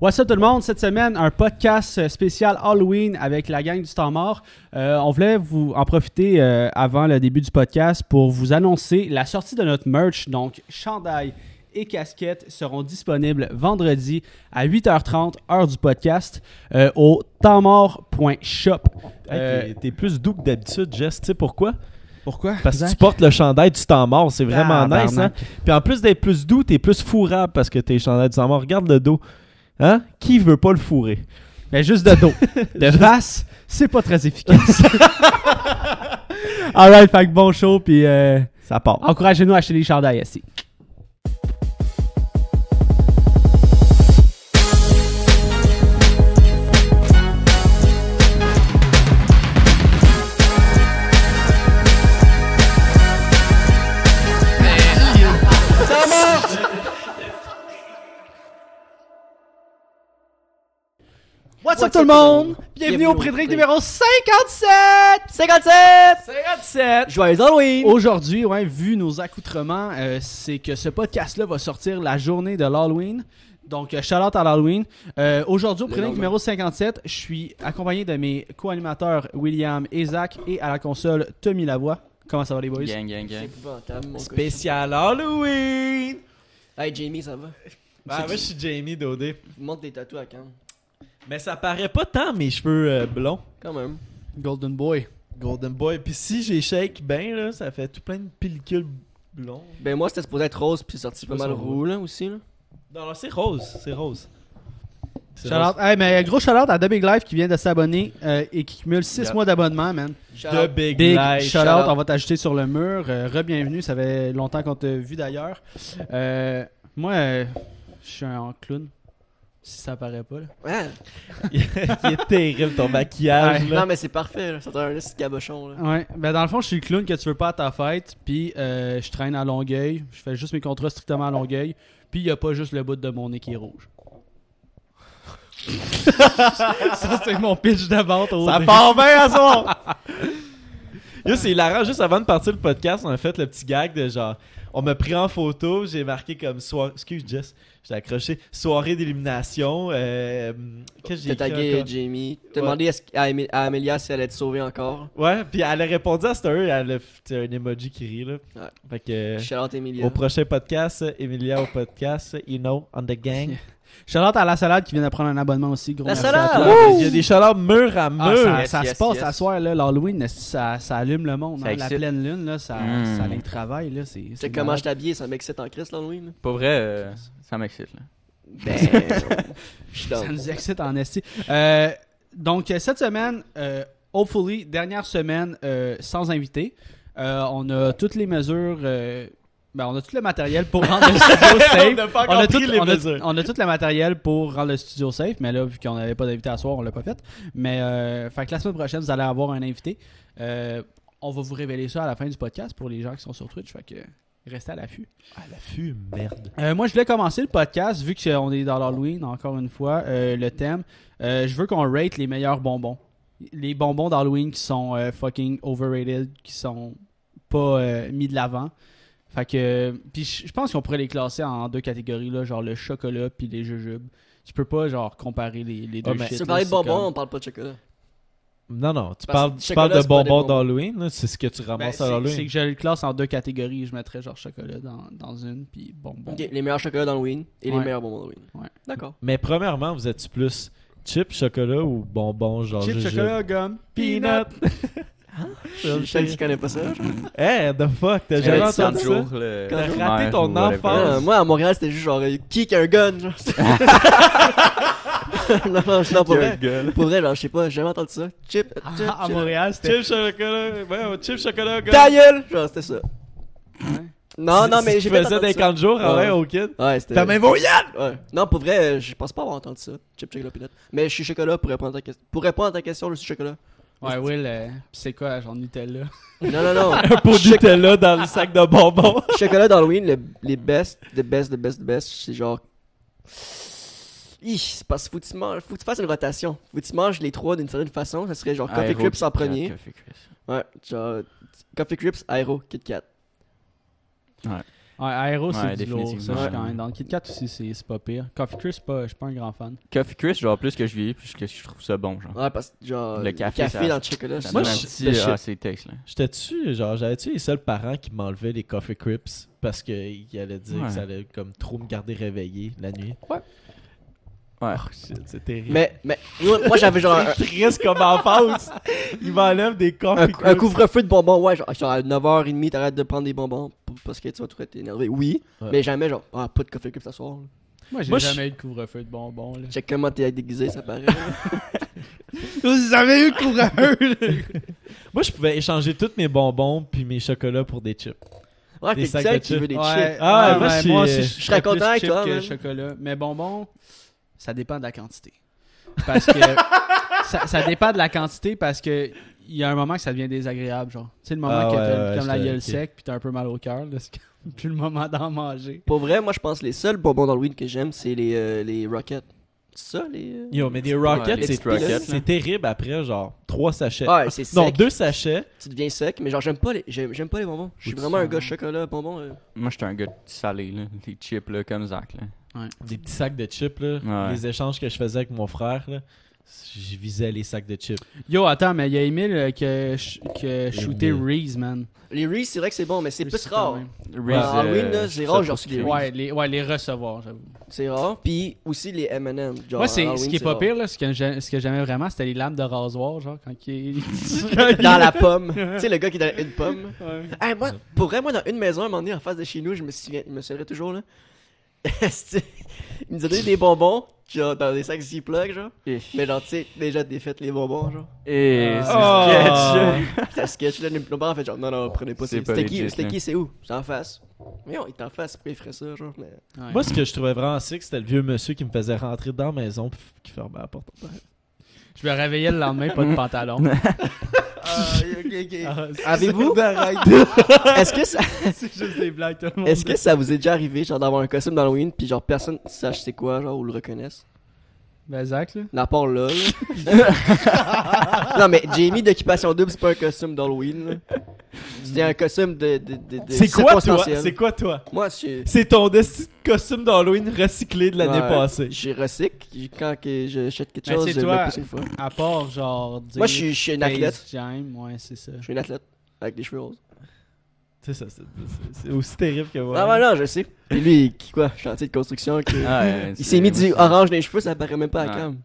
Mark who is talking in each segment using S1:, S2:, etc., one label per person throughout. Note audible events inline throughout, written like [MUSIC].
S1: What's up tout le monde? Cette semaine, un podcast spécial Halloween avec la gang du temps mort. Euh, on voulait vous en profiter euh, avant le début du podcast pour vous annoncer la sortie de notre merch. Donc, chandail et casquettes seront disponibles vendredi à 8h30, heure du podcast, euh, au tempsmort.shop. Euh,
S2: Hey, t'es- T'es plus doux que d'habitude, Jess. Tu sais pourquoi?
S1: pourquoi?
S2: Parce que tu portes le chandail du temps mort. C'est vraiment nice. Hein?
S1: Tabarnak.
S2: Puis en plus d'être plus doux, t'es plus fourrable parce que t'es le chandail du temps mort. Regarde le dos. Hein? Qui veut pas le fourrer?
S1: Mais juste de dos. De face, c'est pas très efficace. Alright, fait que bon show, puis euh,
S2: Ça part.
S1: encouragez-nous à acheter des chandails ici. What's up tout le monde? Bienvenue au Prédric numéro 57! 57! 57!
S3: Joyeux Halloween!
S1: Aujourd'hui, ouais, vu nos accoutrements, euh, c'est que ce podcast-là va sortir la journée de l'Halloween. Donc, euh, shout out à l'Halloween. Euh, Aujourd'hui, au prénom numéro 57, je suis accompagné de mes co-animateurs William et Zach et à la console Tommy Lavoie. Comment ça va les boys?
S4: Gang, gang, gang.
S2: Spécial Halloween!
S3: Hey Jamie, ça va?
S2: moi, je suis Jamie Dodé.
S3: Montre tes tatouages hein. à quand?
S2: Mais ça paraît pas tant mes cheveux euh, blonds.
S3: Quand même.
S1: Golden Boy.
S2: Golden Boy. Puis si j'ai shake ben, là, ça fait tout plein de pellicules blondes.
S3: Ben moi c'était supposé être rose puis sorti pas
S2: Pas
S3: mal
S2: sur
S3: roux là aussi là.
S2: Non, non, c'est rose. C'est rose. C'est
S1: Shout out. Hey, mais gros shout out à The Big Life qui vient de s'abonner euh, et qui cumule 6
S4: Yeah.
S1: mois d'abonnement, man.
S2: The Big,
S1: Big
S2: Life.
S1: shout out,
S3: shout-out.
S1: on va t'ajouter sur le mur. Euh, Re-bienvenue, ça fait longtemps qu'on t'a vu d'ailleurs. Euh, moi, euh, je suis un clown, si ça paraît pas. là.
S3: Ouais.
S2: Il est terrible ton maquillage.
S1: Ouais.
S2: là.
S3: Non mais c'est parfait là, c'est un petit cabochon là.
S1: Ouais, ben dans le fond, je suis le clown que tu veux pas à ta fête, puis euh, je traîne à Longueuil, je fais juste mes contrats strictement à Longueuil, puis il y a pas juste le bout de mon nez qui est [LAUGHS] rouge. ça, c'est mon pitch de vente au
S2: Ça
S1: dé-
S2: part bien à soir! Yo, c'est hilarant. [LAUGHS] Juste avant de partir le podcast, on a fait le petit gag de genre, on m'a pris en photo, j'ai marqué comme soirée. Excuse, Jess, j'ai accroché. Soirée d'élimination. euh, Qu'est-ce que j'ai
S3: T'as
S2: écrit
S3: tagué
S2: encore?
S3: Jamie.
S2: Ouais.
S3: T'as demandé à, ce- à Amé- à Amélia si elle allait te sauver encore.
S2: Ouais, puis elle a répondu à Star, elle a fait un emoji qui rit, là.
S3: Ouais.
S2: Fait que.
S3: Shout out Emilia.
S2: Au prochain podcast, Emilia au podcast, you know, on the
S3: [LAUGHS]
S2: gang.
S1: Shout-out à la salade qui vient de prendre un abonnement aussi, gros.
S3: La
S1: merci à
S3: salade!
S1: toi.
S2: Il y a des chaleurs mur à
S1: Ah,
S2: mur.
S1: ça,
S4: Yes,
S1: ça
S4: yes,
S1: se passe
S4: yes.
S1: à soir, là, l'Halloween, ça, ça allume le monde.
S4: Ça
S1: hein, la
S4: excite.
S1: pleine lune, là, ça,
S4: Mm.
S1: ça les travaille. Là, c'est,
S3: Tu sais
S1: c'est
S3: comment
S1: malade.
S3: je t'habillais, ça m'excite en Christ l'Halloween. là.
S4: Pas vrai, euh, ça m'excite. là.
S3: Ben je suis
S1: Ça
S3: down.
S1: nous excite en esti. Euh, donc, euh, cette semaine, euh, hopefully, dernière semaine euh, sans invité. Euh, on a toutes les mesures... euh, ben, on a tout le matériel pour rendre le
S4: [LAUGHS]
S1: studio safe.
S2: On n'a pas
S1: On
S2: encore
S1: a, tout,
S2: pris les
S1: on, a-
S2: mesures.
S1: on a tout le matériel pour rendre le studio safe, mais là, vu qu'on n'avait pas d'invité à soir, on l'a pas fait. Mais euh, fait que la semaine prochaine, vous allez avoir un invité. Euh, on va vous révéler ça à la fin du podcast pour les gens qui sont sur Twitch. Fait que restez à l'affût.
S2: Ah, la fume, merde.
S1: Euh, moi, je voulais commencer le podcast, vu qu'on est dans l'Halloween, encore une fois, euh, le thème. Euh, je veux qu'on rate les meilleurs bonbons. Les bonbons d'Halloween qui sont euh, fucking overrated, qui sont pas euh, mis de l'avant. Fait que. euh, Puis je je pense qu'on pourrait les classer en deux catégories, là, genre le chocolat puis les jujubes. Tu peux pas, genre, comparer les, les deux
S2: mais-
S1: shit,
S3: Ah, Si on
S1: là,
S3: parlait de
S1: c'est
S3: bonbons,
S1: comme-
S3: on parle pas de chocolat.
S2: Non, non, tu
S3: Parce
S2: parles,
S3: que
S2: tu parles
S3: chocolat,
S2: de
S3: c'est pas des
S2: bonbons
S3: bonbons.
S2: d'Halloween, là, c'est ce que tu
S1: Ben,
S2: ramasses
S1: c'est
S2: à
S1: c'est
S2: l'Halloween.
S1: que je le classe en deux catégories. Je mettrais genre chocolat dans, dans une, puis bonbons.
S3: Ok, les meilleurs chocolats d'Halloween et les
S1: Ouais.
S3: meilleurs bonbons d'Halloween.
S1: Ouais.
S3: D'accord.
S2: Mais premièrement, vous êtes plus chip, chocolat ou bonbons genre
S1: Chips,
S2: jujube?
S1: chocolat, gomme,
S2: peanut.
S3: Je je sais que je connais pas ça. genre.
S2: Hey, the fuck, t'as
S4: J'avais
S2: jamais
S4: dit
S2: entendu
S4: 30
S2: ça?
S4: jours, là.
S2: T'as
S4: primaire
S2: raté ton
S4: ou whatever.
S2: enfance.
S3: Ah, moi à Montréal c'était juste genre euh, qui qui a un gun [LAUGHS] genre. non non je non, pour vrai. Pour vrai genre je sais pas, j'ai jamais entendu ça. Chip, chip,
S1: À
S3: chip.
S1: Montréal, c'était
S2: Chip, chocolat, ouais, chip, chocolat, gars.
S3: Ta gueule! Genre, c'était ça. Non,
S2: Si-
S3: Ah, non,
S2: si
S3: mais
S2: tu
S3: j'ai pas
S2: faisais
S3: entendu
S2: des
S3: ça.
S2: 40 jours, ah ouais,
S3: Ouais.
S2: au kid.
S3: Ouais, c'était.
S2: T'as même voyé!
S3: Ouais. Non, pour vrai, euh, je pense pas avoir entendu ça. Chip, chocolat, peanut. Mais je suis chocolat pour répondre à ta question. Pour répondre à ta question, je suis chocolat.
S1: Ouais, Will, euh, pis c'est quoi, genre Nutella?
S3: Non, non, [LAUGHS] non.
S2: Un pot de Nutella dans le sac de bonbons.
S3: [LAUGHS] chocolat d'Halloween, le- les best, the best, the best, the best, c'est genre. Ih, c'est parce que faut que tu manges, faut que tu fasses une rotation. Faut que tu manges les trois d'une certaine façon. Ça serait genre Coffee
S4: Aéro
S3: Crips en
S4: Kit Kat,
S3: premier.
S4: Coffee Crisp.
S3: Ouais, genre Coffee Crips, Aero, Kit Kat.
S1: Ouais, Aero, c'est
S4: Ouais,
S1: du lourd. Ça,
S4: définitivement.
S1: je suis quand même. Dans le Kit Kat aussi, c'est c'est pas pire. Coffee Crisp, pas- je suis pas un grand fan.
S4: Coffee Crisp, genre, plus que je vieillis, plus que je trouve ça bon, genre.
S3: Ouais, parce que genre.
S4: Le café, ça-
S3: dans le chocolat,
S4: Ça
S3: c'est
S2: Moi,
S4: donne un
S2: je-
S3: ben,
S4: petit
S2: le shit.
S4: ah, c'est texte, là.
S2: J'étais-tu, genre, j'avais-tu les seuls parents qui m'enlevaient les Coffee Crips parce qu'ils allaient dire
S4: Ouais.
S2: que ça allait comme trop me garder réveillé la nuit?
S4: Ouais.
S2: Oh shit, c'est terrible.
S3: Mais, mais, moi, moi, j'avais genre un,
S2: C'est triste comme enfance. Ils m'enlèvent des
S3: un
S2: Coffee
S3: cou- un
S2: Crips.
S3: couvre-feu de bonbons, ouais, genre, genre à 9h30, t'arrêtes de prendre des bonbons p- parce que tu vas tout être énervé. Oui,
S2: Ouais.
S3: mais jamais genre, ah, pas de coffee cup ce soir. là.
S1: Moi, j'ai
S2: Moi, je-
S1: jamais eu de couvre-feu de bonbons. Là.
S3: Check comment t'es déguisé, ça paraît.
S1: Vous avez eu de couvre-feu!
S2: Moi, je pouvais échanger tous mes bonbons puis mes chocolats pour des chips. Des
S3: ouais, Ah, t'es le
S2: sacs de
S3: seul qui veut des
S1: ouais,
S3: chips.
S2: Ah,
S1: ouais,
S2: moi,
S1: ouais,
S2: je suis-
S1: je
S3: serais
S1: plus
S3: content avec
S1: chip
S3: toi,
S1: que
S3: man.
S1: chocolat. Mais bonbons, ça dépend de la quantité. Parce que [LAUGHS] ça, ça dépend de la quantité parce que il y a un moment que ça devient désagréable, genre. Tu sais, le moment
S2: Ah
S1: que
S2: ouais,
S1: t'as
S2: ouais,
S1: comme
S2: je
S1: la
S2: te-
S1: gueule
S2: ok.
S1: sec puis t'as un peu mal au cœur, là, c'est comme plus le moment d'en manger.
S3: Pour vrai, moi, je pense que les seuls bonbons d'Halloween que j'aime, c'est les, euh, les Rockets. C'est ça, les. euh?
S2: Yo, mais des
S4: Ouais,
S2: Rockets,
S4: les
S2: c'est
S4: petites Rockets,
S2: c'est
S4: là.
S2: terrible après, genre, trois sachets.
S3: Ouais, c'est Ah, sec.
S2: non, deux sachets.
S3: Tu deviens sec, mais genre, j'aime pas les, j'aime, j'aime pas les bonbons. Je suis
S1: Ou tu
S3: vraiment un
S1: sens-
S3: gars chocolat, bonbon. euh.
S4: Moi, j'étais un gars de salé, là. Des chips, là, comme Zach, là.
S2: Des petits sacs de chips, là.
S4: Ouais.
S2: Les échanges que je faisais avec mon frère, là. Je visais les sacs de chips.
S1: Yo, attends, mais il y a Emile euh, que ch- que shooté
S2: Emile.
S1: Reese, man.
S3: Les Reese, c'est vrai que c'est bon, mais c'est
S1: Reese,
S3: plus
S1: quand
S3: rare.
S1: même.
S4: Reese,
S3: Halloween, là,
S4: je
S3: j'ai
S4: trouve ça
S3: rare, j'ai
S4: trop
S3: reçu des
S4: cute.
S3: Reese.
S1: Ouais, les, ouais, les recevoir, j'avoue.
S3: C'est rare. Puis aussi les M&M. genre,
S1: Moi, c'est, ce
S3: Halloween,
S1: qui est pas
S3: rare.
S1: pire, là, ce que j'ai- ce que j'aimais vraiment, c'était les lames de rasoir, genre, quand il
S3: [LAUGHS]
S1: [LAUGHS]
S3: Dans la pomme. tu sais, le gars qui est dans une pomme.
S1: Ouais.
S3: Hey, moi, pour vrai, moi, dans une maison, à un moment donné, en face de chez nous, je me souviens, je me souviendrai toujours, là. [LAUGHS] Esti, Il nous a donné des bonbons, genre, dans des sacs Ziploc, genre. Mais genre, tu sais, déjà défaite les bonbons, genre.
S4: Et c'est
S2: Ah.
S4: sketch.
S3: Ça sketch, là, nos parents, en fait, genre, non, non, prenez pas
S4: Oh, C'est
S3: ça.
S4: pas
S3: C'était qui,
S4: legit,
S3: c'était
S4: là.
S3: qui, c'est où? C'est en face. Mais on, il est en face, pourquoi il ferait ça, genre. Mais...
S1: Ouais.
S2: Moi, ce que je trouvais vraiment sick, c'était le vieux monsieur qui me faisait rentrer dans la maison pis qui fermait la porte.
S1: Je me réveillais le lendemain, pas
S3: [LAUGHS]
S1: de pantalon. Ah,
S3: Avez-vous? [LAUGHS] Est-ce que ça,
S1: [LAUGHS] c'est juste des blagues, tout le monde.
S3: est-ce que ça vous est déjà arrivé, genre, d'avoir un costume d'Halloween, puis genre, personne sache c'est quoi, genre, ou le reconnaisse?
S1: Ben, Zach, là.
S3: À part là, là. [LAUGHS] non, mais Jamie d'Occupation Double, c'est pas un costume d'Halloween, là. C'est un costume de. de, de, de
S2: C'est quoi toi
S3: circonstanciel.
S2: C'est quoi toi
S3: Moi, je.
S2: C'est ton desti de costume d'Halloween recyclé de l'année
S3: Ouais,
S2: passée.
S3: Je suis recycle. J'ai- Quand que j'achète quelque
S1: Mais
S3: chose,
S1: c'est
S3: je
S1: toi.
S3: le pousse une fois.
S1: À part, genre, dire
S3: Moi, je suis- je suis une
S1: Space
S3: athlète.
S1: Jam, ouais, c'est ça.
S3: Je suis une athlète. Avec des cheveux roses.
S2: C'est ça, c'est- c'est- c'est aussi terrible que moi.
S3: Ah, ouais, non, je sais. Et lui, qui, quoi Chantier de
S4: [LAUGHS]
S3: construction. qui-
S4: Ah, ouais,
S3: Il
S4: c'est-
S3: s'est mis du
S4: c'est-
S3: orange dans les cheveux, ça paraît même pas à la
S4: Ouais.
S3: cam.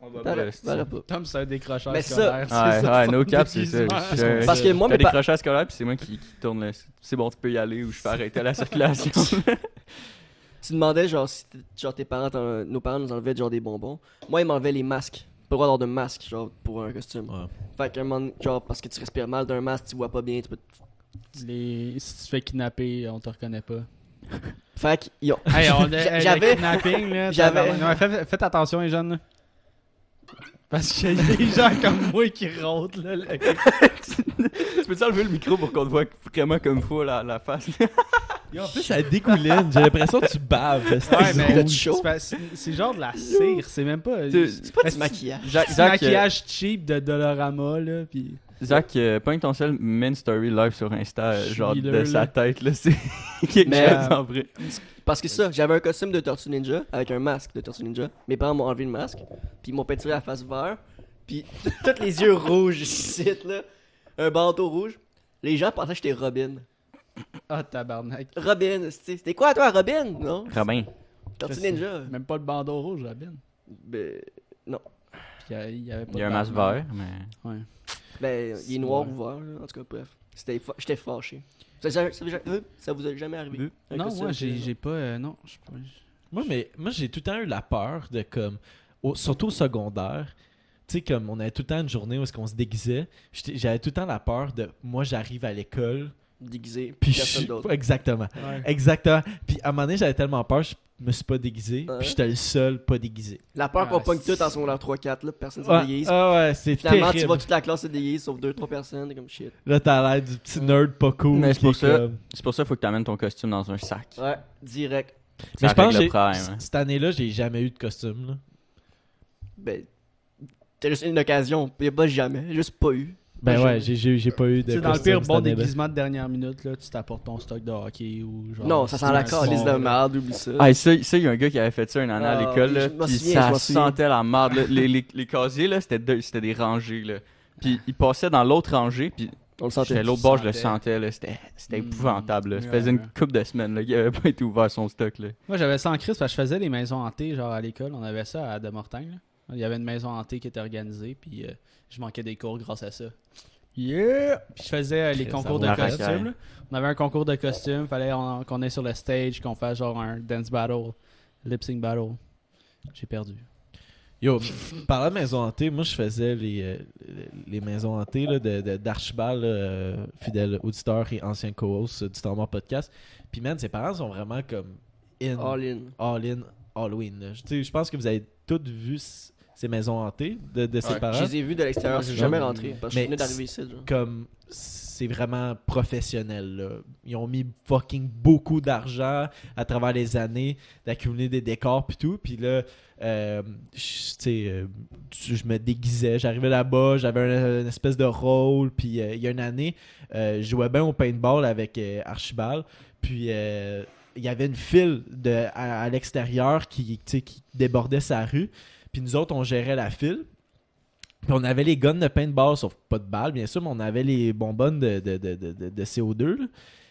S4: On va pas
S3: Paraît-
S4: le style.
S3: paraît pas.
S1: Tom, c'est un décrocheur
S3: Mais ça-
S1: scolaire.
S4: Ouais,
S1: c'est ça,
S4: ouais,
S1: son
S4: no cap,
S1: [LAUGHS]
S4: c'est ça.
S1: déguisement.
S4: Je-
S3: Parce que moi,
S4: T'as
S3: mes
S4: des
S3: pa-
S4: crochets scolaires, puis c'est moi qui, qui tourne le. C'est bon, tu peux y aller ou je fais arrêter
S3: [LAUGHS]
S4: la circulation.
S3: Tu demandais, genre, si t- genre, tes parents, t'en- nos parents nous enlevaient, genre, des bonbons. Moi, ils m'enlevaient les masques. Pas le droit d'avoir de masque, genre, pour un costume.
S2: Ouais.
S3: Fait qu'un moment, genre, parce que tu respires mal d'un masque, tu vois pas bien, tu peux te
S1: Les- Si tu te fais kidnapper, on te reconnaît pas.
S3: Fait que, ils ont-
S1: Hey,
S3: [LAUGHS]
S1: on a,
S3: J'a-
S1: hey,
S3: j'avais-
S1: le kidnapping, là.
S3: j'avais-
S1: tabarnak. Non, mais faites, faites attention, les jeunes, là. Parce qu'il y a des gens comme moi qui rôdent, là.
S3: [LAUGHS]
S1: là.
S4: tu peux-tu enlever le micro pour qu'on te voit vraiment comme fou la, la [LAUGHS] face?
S2: Et en plus, ça dégouline. J'ai l'impression que tu baves.
S1: Ouais, mais
S3: rouge.
S1: c'est pas- c'est c'est genre de la cire, c'est même pas.
S4: Tu-
S1: C'est
S3: pas du maquillage.
S4: Zach,
S1: du
S4: Zach, euh,
S1: maquillage cheap de Dolorama, là. Puis...
S4: Zach euh, pogne ton seul main story live sur Insta, euh, genre
S1: Schiller,
S4: de sa
S1: là.
S4: tête, là. C'est [LAUGHS] quelque
S3: Mais, euh,
S4: chose en vrai.
S3: Parce que ça, j'avais un costume de Tortue Ninja avec un masque de Tortue Ninja. Mes parents m'ont enlevé le masque, puis ils m'ont peinturé la face vert, puis [LAUGHS] tous les yeux rouges ici, là. Un bandeau rouge. Les gens pensaient que j'étais Robin.
S1: Ah, tabarnak.
S3: Robin, tu sais, c'était quoi toi, Robin Non,
S4: Robin.
S3: Tortue Ninja.
S1: Même pas le bandeau rouge, Robin.
S3: Ben,
S1: Puis il y a- il y avait pas
S4: Il y
S1: de
S4: a un masque
S1: bandeau.
S4: vert, mais.
S1: Ouais.
S3: ben, il
S1: C'est
S3: est noir
S1: vrai.
S3: ou vert, là. en tout cas, bref. C'était fa- J'étais fâché. Ça, ça- ça vous a- euh, ça vous est jamais arrivé Un
S1: Non,
S3: costume
S1: moi,
S3: que-
S1: j'ai j'ai pas. euh, non, je suis pas.
S2: Moi, mais, moi j'ai tout le temps eu la peur de comme. au- surtout au secondaire. Tu sais, comme on avait tout le temps une journée où est-ce qu'on se déguisait. j'étais- J'avais tout le temps la peur de. Moi, j'arrive à l'école.
S3: déguisé,
S2: Puis je
S3: personne
S2: suis-
S3: d'autre.
S2: Exactement. Exactement. Puis à un moment donné, j'avais tellement peur, je me suis pas déguisé.
S3: Ouais.
S2: Puis j'étais le seul pas déguisé.
S3: La peur qu'on
S1: Ah,
S3: pogne
S1: c'est-
S3: tout en secondaire 3-4, là, personne se
S2: Ah
S3: déguise.
S2: ah ouais, c'est
S3: Finalement,
S2: terrible.
S3: tu vois toute la classe se déguise, sauf 2-3 personnes, t'es comme shit.
S2: Là, t'as l'air du petit nerd pas cool.
S4: Mais c'est
S2: qui
S4: pour
S2: est
S4: ça-
S2: comme-
S4: C'est pour ça qu'il faut que tu amènes ton costume dans un sac.
S3: Ouais, direct.
S4: Ça
S2: Mais je pense
S4: règle
S2: que
S4: le
S2: j'ai-
S4: problème,
S2: c-
S4: hein.
S2: cette année-là, j'ai jamais eu de costume. là.
S3: Ben, t'as juste une occasion. Y'a pas jamais. Juste pas eu.
S2: Ben ouais, j'ai- j'ai j'ai pas eu de.
S1: C'est dans le
S2: costume
S1: pire
S2: cette
S1: bon
S2: année, ben.
S1: déguisement de dernière minute, là, tu t'apportes ton stock de hockey ou genre.
S3: Non, ça sent la
S1: Bon,
S3: calice de
S1: bon,
S3: merde, oublie ça.
S4: Ah, et ça, ça, il y a un gars qui avait fait ça un an
S3: Ah,
S4: à l'école,
S3: oui,
S4: là,
S3: je m'en
S4: puis
S3: souviens, je
S4: ça
S3: m'en souviens.
S4: sentait la merde. là. Les, les, les casiers, là, c'était deux- c'était des rangées, là. Puis il passait dans l'autre rangée, puis
S3: On le
S4: j'étais
S3: sentait.
S4: à l'autre
S1: tu
S4: bord, je le
S1: sentais.
S4: sentais, là. C'était c'était
S1: Mm.
S4: épouvantable, là. Ça
S1: Ouais,
S4: faisait une
S1: ouais.
S4: couple de semaines, là, qu'il avait pas été ouvert son stock, là.
S1: Moi, j'avais ça en crise parce que je faisais les maisons hantées, genre à l'école. On avait ça à De Mortagne. là. Il y avait une maison hantée qui était organisée, puis euh, je manquais des cours grâce à ça. Yeah! Puis je faisais euh, les
S2: Ça
S1: concours
S2: vaut
S1: de
S4: la racaille.
S1: costumes. là. On avait un concours de costumes, fallait on- qu'on ait sur le stage, qu'on fasse genre un dance battle, lip sync battle. J'ai perdu.
S2: Yo, parlant de maison hantée, moi je faisais les, euh, les maisons hantées là, de, de- d'Archibald, euh, fidèle auditeur et ancien co-host euh, du Temps Mort Podcast. Puis man, ses parents sont vraiment comme in, all,
S3: All in.
S2: in, Halloween. là. Je tu sais, je pense que vous avez toutes vu c- ces maisons hantées de, de ses
S4: Ouais.
S2: parents.
S3: Je les ai vus de l'extérieur, je suis
S2: Ouais.
S3: jamais rentré. Parce que je
S2: Mais
S3: venais d'arriver ici. genre.
S2: Comme c'est vraiment professionnel. là. Ils ont mis fucking beaucoup d'argent à travers les années d'accumuler des décors puis tout. Puis là, euh, je tu sais, euh, tu- je me déguisais. J'arrivais là-bas, j'avais un- une espèce de rôle. Puis euh, il y a une année, euh, je jouais bien au paintball avec euh, Archibald. Puis euh, il y avait une file de, à, à l'extérieur qui, tu sais, qui débordait sa rue. Puis nous autres, on gérait la file. Puis on avait les guns de paintball, sauf pas de balles, bien sûr, mais on avait les bonbonnes de, de, de, de, de- de CO2. là.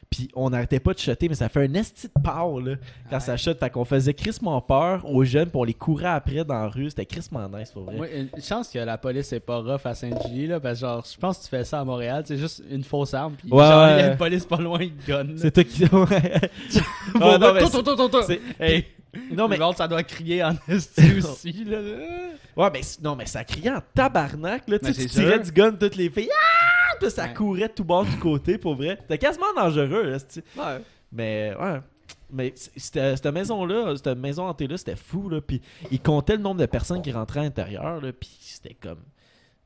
S2: Puis on n'arrêtait pas de shotter, mais ça fait un esti de power, là, quand
S1: Ouais.
S2: ça shot. Fait qu'on faisait crissement peur aux jeunes, puis on les courait après dans la rue. C'était crissement nice, pour vrai.
S1: Moi, une chance que la police est pas rough à Saint-Gilles, là, parce que genre, je pense que tu fais ça à Montréal, c'est juste une fausse arme, puis
S2: Ouais,
S1: genre, il y
S2: ouais.
S1: a une police pas loin, il te gonne. là. [LAUGHS]
S2: C'est toi qui. [LAUGHS] Ouais. Ah, non, mais
S1: Tout, tout, tout, tout, tout.
S2: c'est-
S1: Hey,
S2: non, mais
S1: mais ça doit crier [LAUGHS] en esti aussi, là.
S2: Ouais, mais, c- non, mais ça criait en tabarnak, là. Tu
S1: Mais
S2: sais, tu
S1: c'est
S2: tirais
S1: sûr.
S2: du gun toutes les filles. Ah! Puis ça
S1: Ouais.
S2: courait de tout bord du côté, pour vrai. C'était quasiment dangereux, là. c'ti.
S3: Ouais.
S2: Mais, ouais. Mais c- c'était- cette maison-là, cette maison hantée-là, c'était fou, là. Puis ils comptaient le nombre de personnes qui rentraient à l'intérieur, là. Puis c'était comme.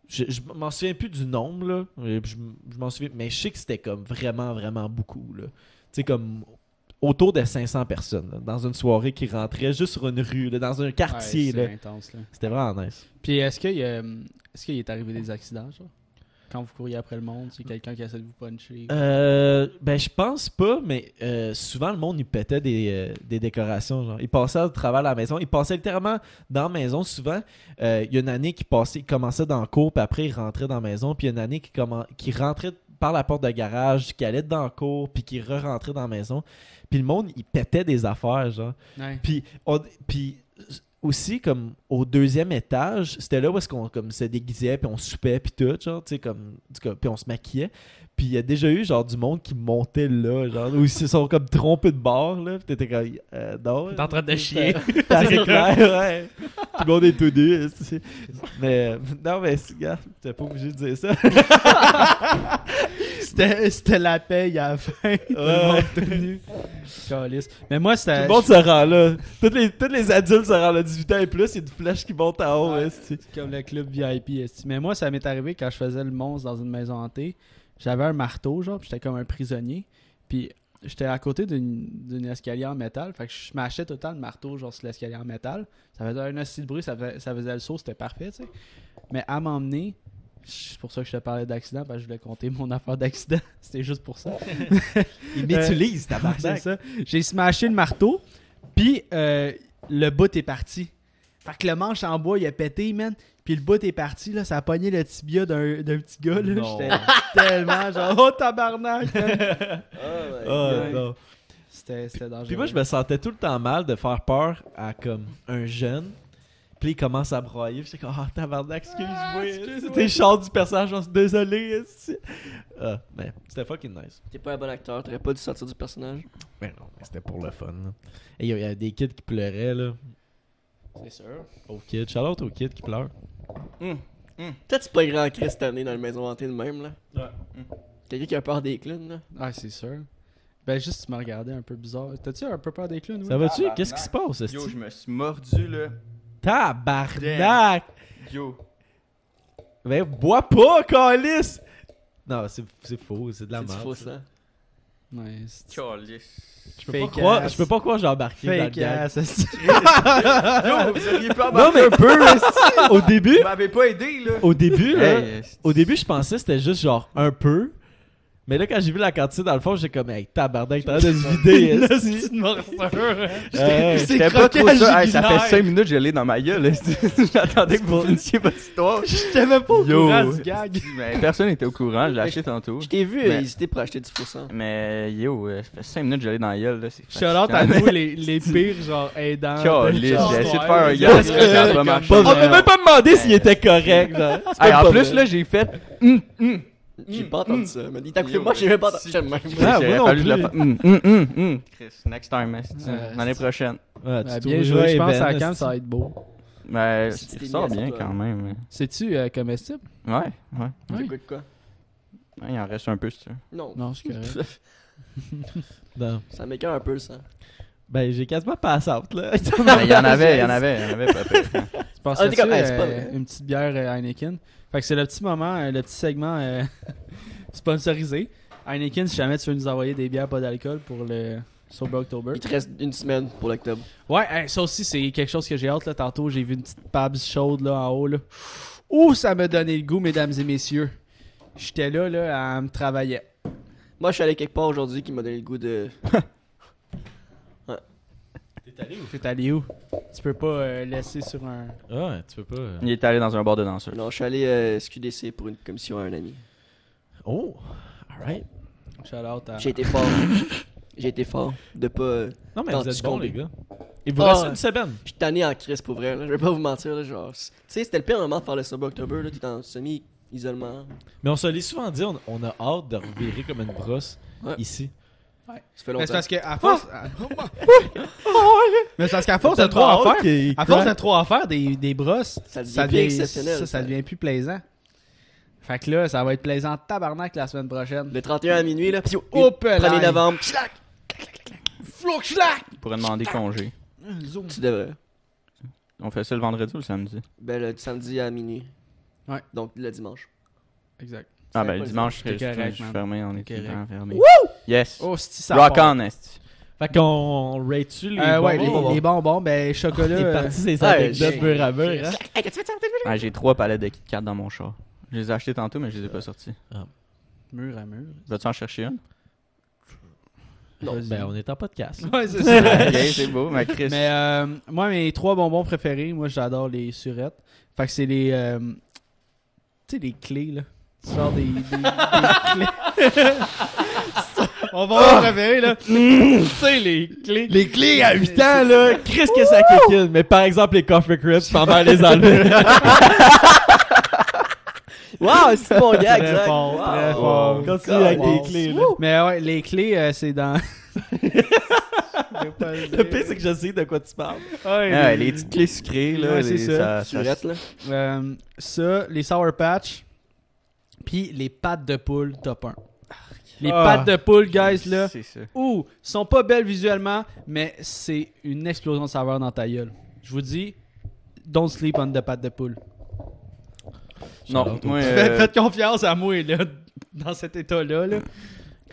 S2: Je, je m'en souviens plus du nombre, là. Euh, Je, je m'en souviens. Mais je sais que c'était comme vraiment, vraiment beaucoup, là. Tu sais, comme. Autour de 500 personnes, là, dans une soirée qui rentrait juste sur une rue, là, dans un quartier. là.
S1: intense, là.
S2: C'était vraiment nice.
S1: Puis est-ce qu'il y a, hum, est-ce qu'il est arrivé des accidents, genre? Quand vous couriez après le monde, c'est quelqu'un qui essaie de vous puncher.
S2: Euh, ben, je pense pas, mais euh, souvent le monde il pétait des, euh, des décorations. Genre. Il passait à travers la maison. Il passait littéralement dans la maison souvent. Euh, Il y a une année qui passait, il commençait dans le cours, puis après il rentrait dans la maison. Puis il y a une année qui, commen- qui rentrait par la porte de garage, qui allait dans le cours, puis qui re-rentrait dans la maison. Puis le monde il pétait des affaires. genre
S1: Ouais.
S2: puis, on- puis aussi, comme au deuxième étage, c'était là où est-ce qu'on comme, se déguisait, puis on soupait, puis tout, genre, tu sais, comme, en tout cas, puis on se maquillait. Puis il y a déjà eu, genre, du monde qui montait là, genre, où ils se sont, comme, trompés de bord, là, puis t'étais comme, euh, non.
S1: T'es en train de chier. [LAUGHS]
S2: T'as- C'est clair, ouais. Tout le monde est tout nu, hein, tu sais. Mais, euh, non, mais, c'est- regarde, t'es pas obligé de dire ça.
S1: C'était, c'était la paye à la fin. Tout
S2: Ouais.
S1: tenu. Calisse. Mais moi,
S2: Tout
S1: c'était.
S2: le monde se rend là. Toutes les, tous les adultes se rendent là, 18 ans et plus, il y a du flash qui monte en haut,
S1: Ouais.
S2: hein, tu sais.
S1: Comme le club VIP. esti. Mais moi, ça m'est arrivé quand je faisais le monstre dans une maison hantée. J'avais un marteau, genre, puis j'étais comme un prisonnier. Puis j'étais à côté d'une d'une escalier en métal. Fait que je mâchais tout le temps le marteau, genre, sur l'escalier en métal. Ça faisait un hostie de bruit, ça faisait, ça faisait le saut, c'était parfait, tu sais. Mais à m'emmener, c'est pour ça que je te parlais d'accident, parce que je voulais compter mon affaire d'accident. [LAUGHS] C'était juste pour ça. [LAUGHS]
S2: Il
S1: m'utilise,
S2: tabarnak.
S1: C'est ça. J'ai smashé le marteau, puis euh, le bout est parti. Fait que le manche en bois, il a pété, man. Puis le bout est parti, là, ça a pogné le tibia d'un d'un petit gars, là.
S2: Non.
S1: J'étais tellement genre, oh tabarnak, man.
S3: Ah, ouais.
S2: Ah,
S1: Ouais.
S2: non.
S1: C'était c'était dangereux.
S2: Puis moi, je me sentais tout le temps mal de faire peur à comme un jeune. Puis il commence à broyer. Puis j'étais comme, ah, tabarnak, excuse-moi. C'était le chant du personnage, genre, désolé. esti. Ah, mais c'était fucking nice.
S3: T'es pas un bon acteur, t'aurais pas dû sortir du personnage.
S2: Mais non, mais c'était pour le fun. là. Et il y a- il y avait des kids qui pleuraient, là.
S1: C'est sûr.
S2: Aux kids. Charlotte aux kids qui pleurent.
S3: Peut-être c'est pas grand Chris cette année dans la maison hantée de même, là. Quelqu'un qui a peur des clowns, là.
S1: Ah, c'est sûr. Ben, juste, tu m'as regardé un peu bizarre. T'as-tu un peu peur des clowns,
S2: Ça
S1: oui?
S2: va-tu?
S4: Tabarnak.
S2: Qu'est-ce qui se passe,
S4: Yo, je
S2: esti?
S4: me suis mordu, là.
S2: Tabarnak!
S4: Yo.
S2: Mais bois pas, calice! Non, c'est c'est faux, c'est de la
S3: C'est du
S2: merde.
S3: faux
S2: ça.
S3: sang.
S1: Ouais, c'est-
S2: Je peux, pas
S1: Ah. Fake
S2: croire,
S1: ass.
S2: je
S1: [LAUGHS]
S2: peux pas croire que j'ai embarqué dans le
S1: Fake
S2: gag.
S1: ass, esti.
S4: Yo, vous auriez pu
S2: Non,
S4: embarquer
S2: mais un peu, au début,
S4: Vous m'avez pas aidé, là.
S1: [LAUGHS]
S2: au début, là,
S4: Hey, euh,
S2: au début, je pensais que c'était juste genre un peu. Mais là, quand j'ai vu la quantité dans le fond, j'ai comme, hey, tabarnak, t'es en train
S1: [LAUGHS]
S2: de se vider.
S1: Là,
S2: esti.
S1: c'est une morsure.
S2: [LAUGHS] Ouais.
S4: J'étais pas trop sûr. Hey, ça fait 5 minutes que je l'ai dans ma gueule. là. [LAUGHS] J'attendais que vous finissiez votre histoire.
S1: [LAUGHS] J'étais même pas au
S4: Yo.
S1: courant du gag.
S4: Mais personne n'était au courant, je l'ai acheté tantôt.
S3: Je t'ai vu euh,
S4: Mais-
S3: hésiter pour acheter 10%.
S4: Mais yo, euh, ça fait 5 minutes que j'allais dans la gueule. Là, c'est
S1: Shout out à
S4: fatigant. [LAUGHS]
S1: nous, les, les pires, genre, aidants.
S4: Caliste, j'ai essayé de faire
S1: gars
S4: un gag, là, ça a pas marché.
S2: On peut même pas demander s'il était correct. genre. C'est
S4: Hey,
S2: même
S4: en
S2: pas
S4: plus,
S2: vrai.
S4: là, j'ai fait.
S3: J'ai pas entendu ça. Mais il t'a coupé.
S4: Yo,
S3: Moi, j'ai même pas
S4: si-
S3: entendu. J'aime même.
S2: Ah,
S4: J'aurais
S2: moi non
S4: fallu le
S2: plus.
S4: faire. Hum, hum, hum, hum. Chris, next time, esti.
S1: Ouais,
S4: l'année
S1: Euh, c'est-
S4: prochaine.
S2: Ouais, tu trouves
S1: bien
S2: joué,
S1: joué, je pense
S2: Ben,
S1: à Cam,
S2: esti.
S1: Ah, ça va être beau.
S4: Mais
S3: Si tu t'es
S4: il
S3: mis
S4: sort
S3: à ça,
S4: bien
S3: toi.
S4: quand même.
S1: C'est-tu euh, comestible?
S4: Ouais, ouais.
S1: Oui.
S3: T'écoutes quoi
S4: Ouais, Il en reste un peu, si
S1: [LAUGHS]
S4: tu veux.
S3: Non.
S1: Non,
S3: [LAUGHS]
S1: je suis correct.
S2: Non.
S3: Ça m'écoeure un peu, ça.
S2: Ben, j'ai quasiment pass out,
S1: [LAUGHS]
S2: là.
S4: Mais Il y en avait, il y en avait, il y en avait. pas pire. hein.
S1: Tu penses
S3: Ah,
S1: que
S3: t'es comme-
S1: ça,
S3: eh, c'est pas
S1: euh,
S3: vrai.
S1: une petite bière euh, Heineken. Fait que c'est le petit moment, euh, le petit segment euh, [LAUGHS] sponsorisé. Heineken, si jamais tu veux nous envoyer des bières pas d'alcool pour le Sober October.
S3: Il te reste une semaine pour l'octobre.
S1: Ouais, hey, ça aussi, c'est quelque chose que j'ai hâte. Là. Tantôt, j'ai vu une petite Pabs chaude là, en haut. Là. Ouh, ça m'a donné le goût, mesdames et messieurs. J'étais là, là, à me travailler.
S3: Moi, je suis allé quelque part aujourd'hui qui m'a donné le goût de.
S1: T'es allé où? Tu peux pas euh, laisser sur un...
S2: Ouais, tu peux pas.
S4: Il est allé dans un bar de danseurs.
S3: Non, je suis allé euh, SQDC pour une commission à un ami.
S2: Oh, alright.
S1: Shout-out à...
S3: J'ai
S1: [LAUGHS]
S3: été fort. j'ai été fort de pas. euh,
S2: Non, mais
S3: Non,
S2: vous êtes
S3: tu
S2: bons,
S3: combines.
S2: les gars. Il vous
S3: Ah,
S2: reste
S3: ouais.
S2: une semaine.
S3: Je suis tanné en crise pour vrai, là. je vais pas vous mentir. Là, genre, c- tu sais, c'était le pire moment de faire le Sober October, là, t'es en semi-isolement.
S2: Mais on se l'est souvent dit, on, on a hâte de revirer comme une brosse
S3: Ouais.
S2: ici.
S3: Ça fait
S1: Mais c'est
S3: longtemps.
S1: parce qu'à force... [LAUGHS] Mais c'est parce qu'à force de trop en faire... À force de trop en faire des, des brosses,
S3: Ça devient plus exceptionnel,
S1: Ça, ça
S3: ça.
S1: devient plus plaisant. Fait que là, ça va être plaisant tabarnak la semaine prochaine.
S3: Le 31 à minuit, là.
S1: Oh,
S3: 1er novembre. Clac!
S1: Floc, schlac!
S4: Il pourrait demander congé.
S1: Zoom.
S3: Tu devrais.
S4: On fait ça le vendredi ou le samedi?
S3: Ben, le samedi à minuit.
S1: Ouais.
S3: Donc, le dimanche.
S1: Exact.
S4: Ah ben
S3: C'est pas
S4: le dimanche, je
S1: le
S4: serai
S1: dimanche.
S4: je
S1: Correct,
S4: suis
S1: man.
S4: fermé, on est tout
S1: Correct.
S4: le temps fermé. Yes!
S1: Oh, si ça
S4: Rock
S1: part.
S4: on, esti.
S2: Fait qu'on rate-tu les
S1: Euh, ouais, les,
S2: bonbons?
S1: les bonbons, ben
S2: [LAUGHS]
S1: chocolat.
S2: On est
S1: euh,
S2: parti ces
S3: Ouais,
S2: anecdotes
S3: j'ai-
S2: beurre à beurre, hein?
S4: Ah, j'ai trois palettes de Kit Kat dans mon char. Je les ai achetées tantôt, mais je les ai pas sorties.
S1: mur à mur.
S4: Vas-tu en
S1: [LAUGHS]
S4: chercher une?
S3: Non.
S1: Vas-y.
S2: Ben, on est en podcast. là.
S1: [LAUGHS] Ouais, c'est ça.
S4: ok, c'est beau, ma Chris.
S1: Mais euh, moi, mes trois bonbons préférés, moi j'adore les surettes. Fait que c'est les. euh, tu sais, les clés, là. Tu sors des, des- des clés. [LAUGHS] On va en préférer,
S2: [LAUGHS]
S1: là. tu sais, les clés.
S2: Ah! Mm. Les clés à 8 ans, là, Chris que ça coquine. Mais par exemple, les coffee [LAUGHS] crips, ma mère les enlever.
S3: Wow, c'est bon gag,
S1: Très
S3: Zach.
S1: fort,
S3: Wow.
S1: très
S2: [LAUGHS] Continue avec tes clés, là.
S1: Mais ouais, les clés, euh, c'est dans. [LAUGHS]
S2: Le pire, c'est que je sais de quoi tu parles.
S1: Ouais,
S4: Ah, ouais,
S1: les-
S4: les petites clés sucrées, là.
S1: Ouais,
S4: les-
S1: c'est Ah, ça.
S3: Surette, là.
S1: Euh, ça, les Sour Patch, puis les pattes de poule top 1. Les
S2: Ah.
S1: pattes de poule, guys, là,
S4: C'est ça.
S1: ouh, sont pas belles visuellement, mais c'est une explosion de saveur dans ta gueule. Je vous dis, don't sleep on the pattes de poule.
S4: Non, moi,
S1: [LAUGHS] Faites,
S4: euh,
S1: faites confiance à moi, là, [LAUGHS] dans cet état-là, là.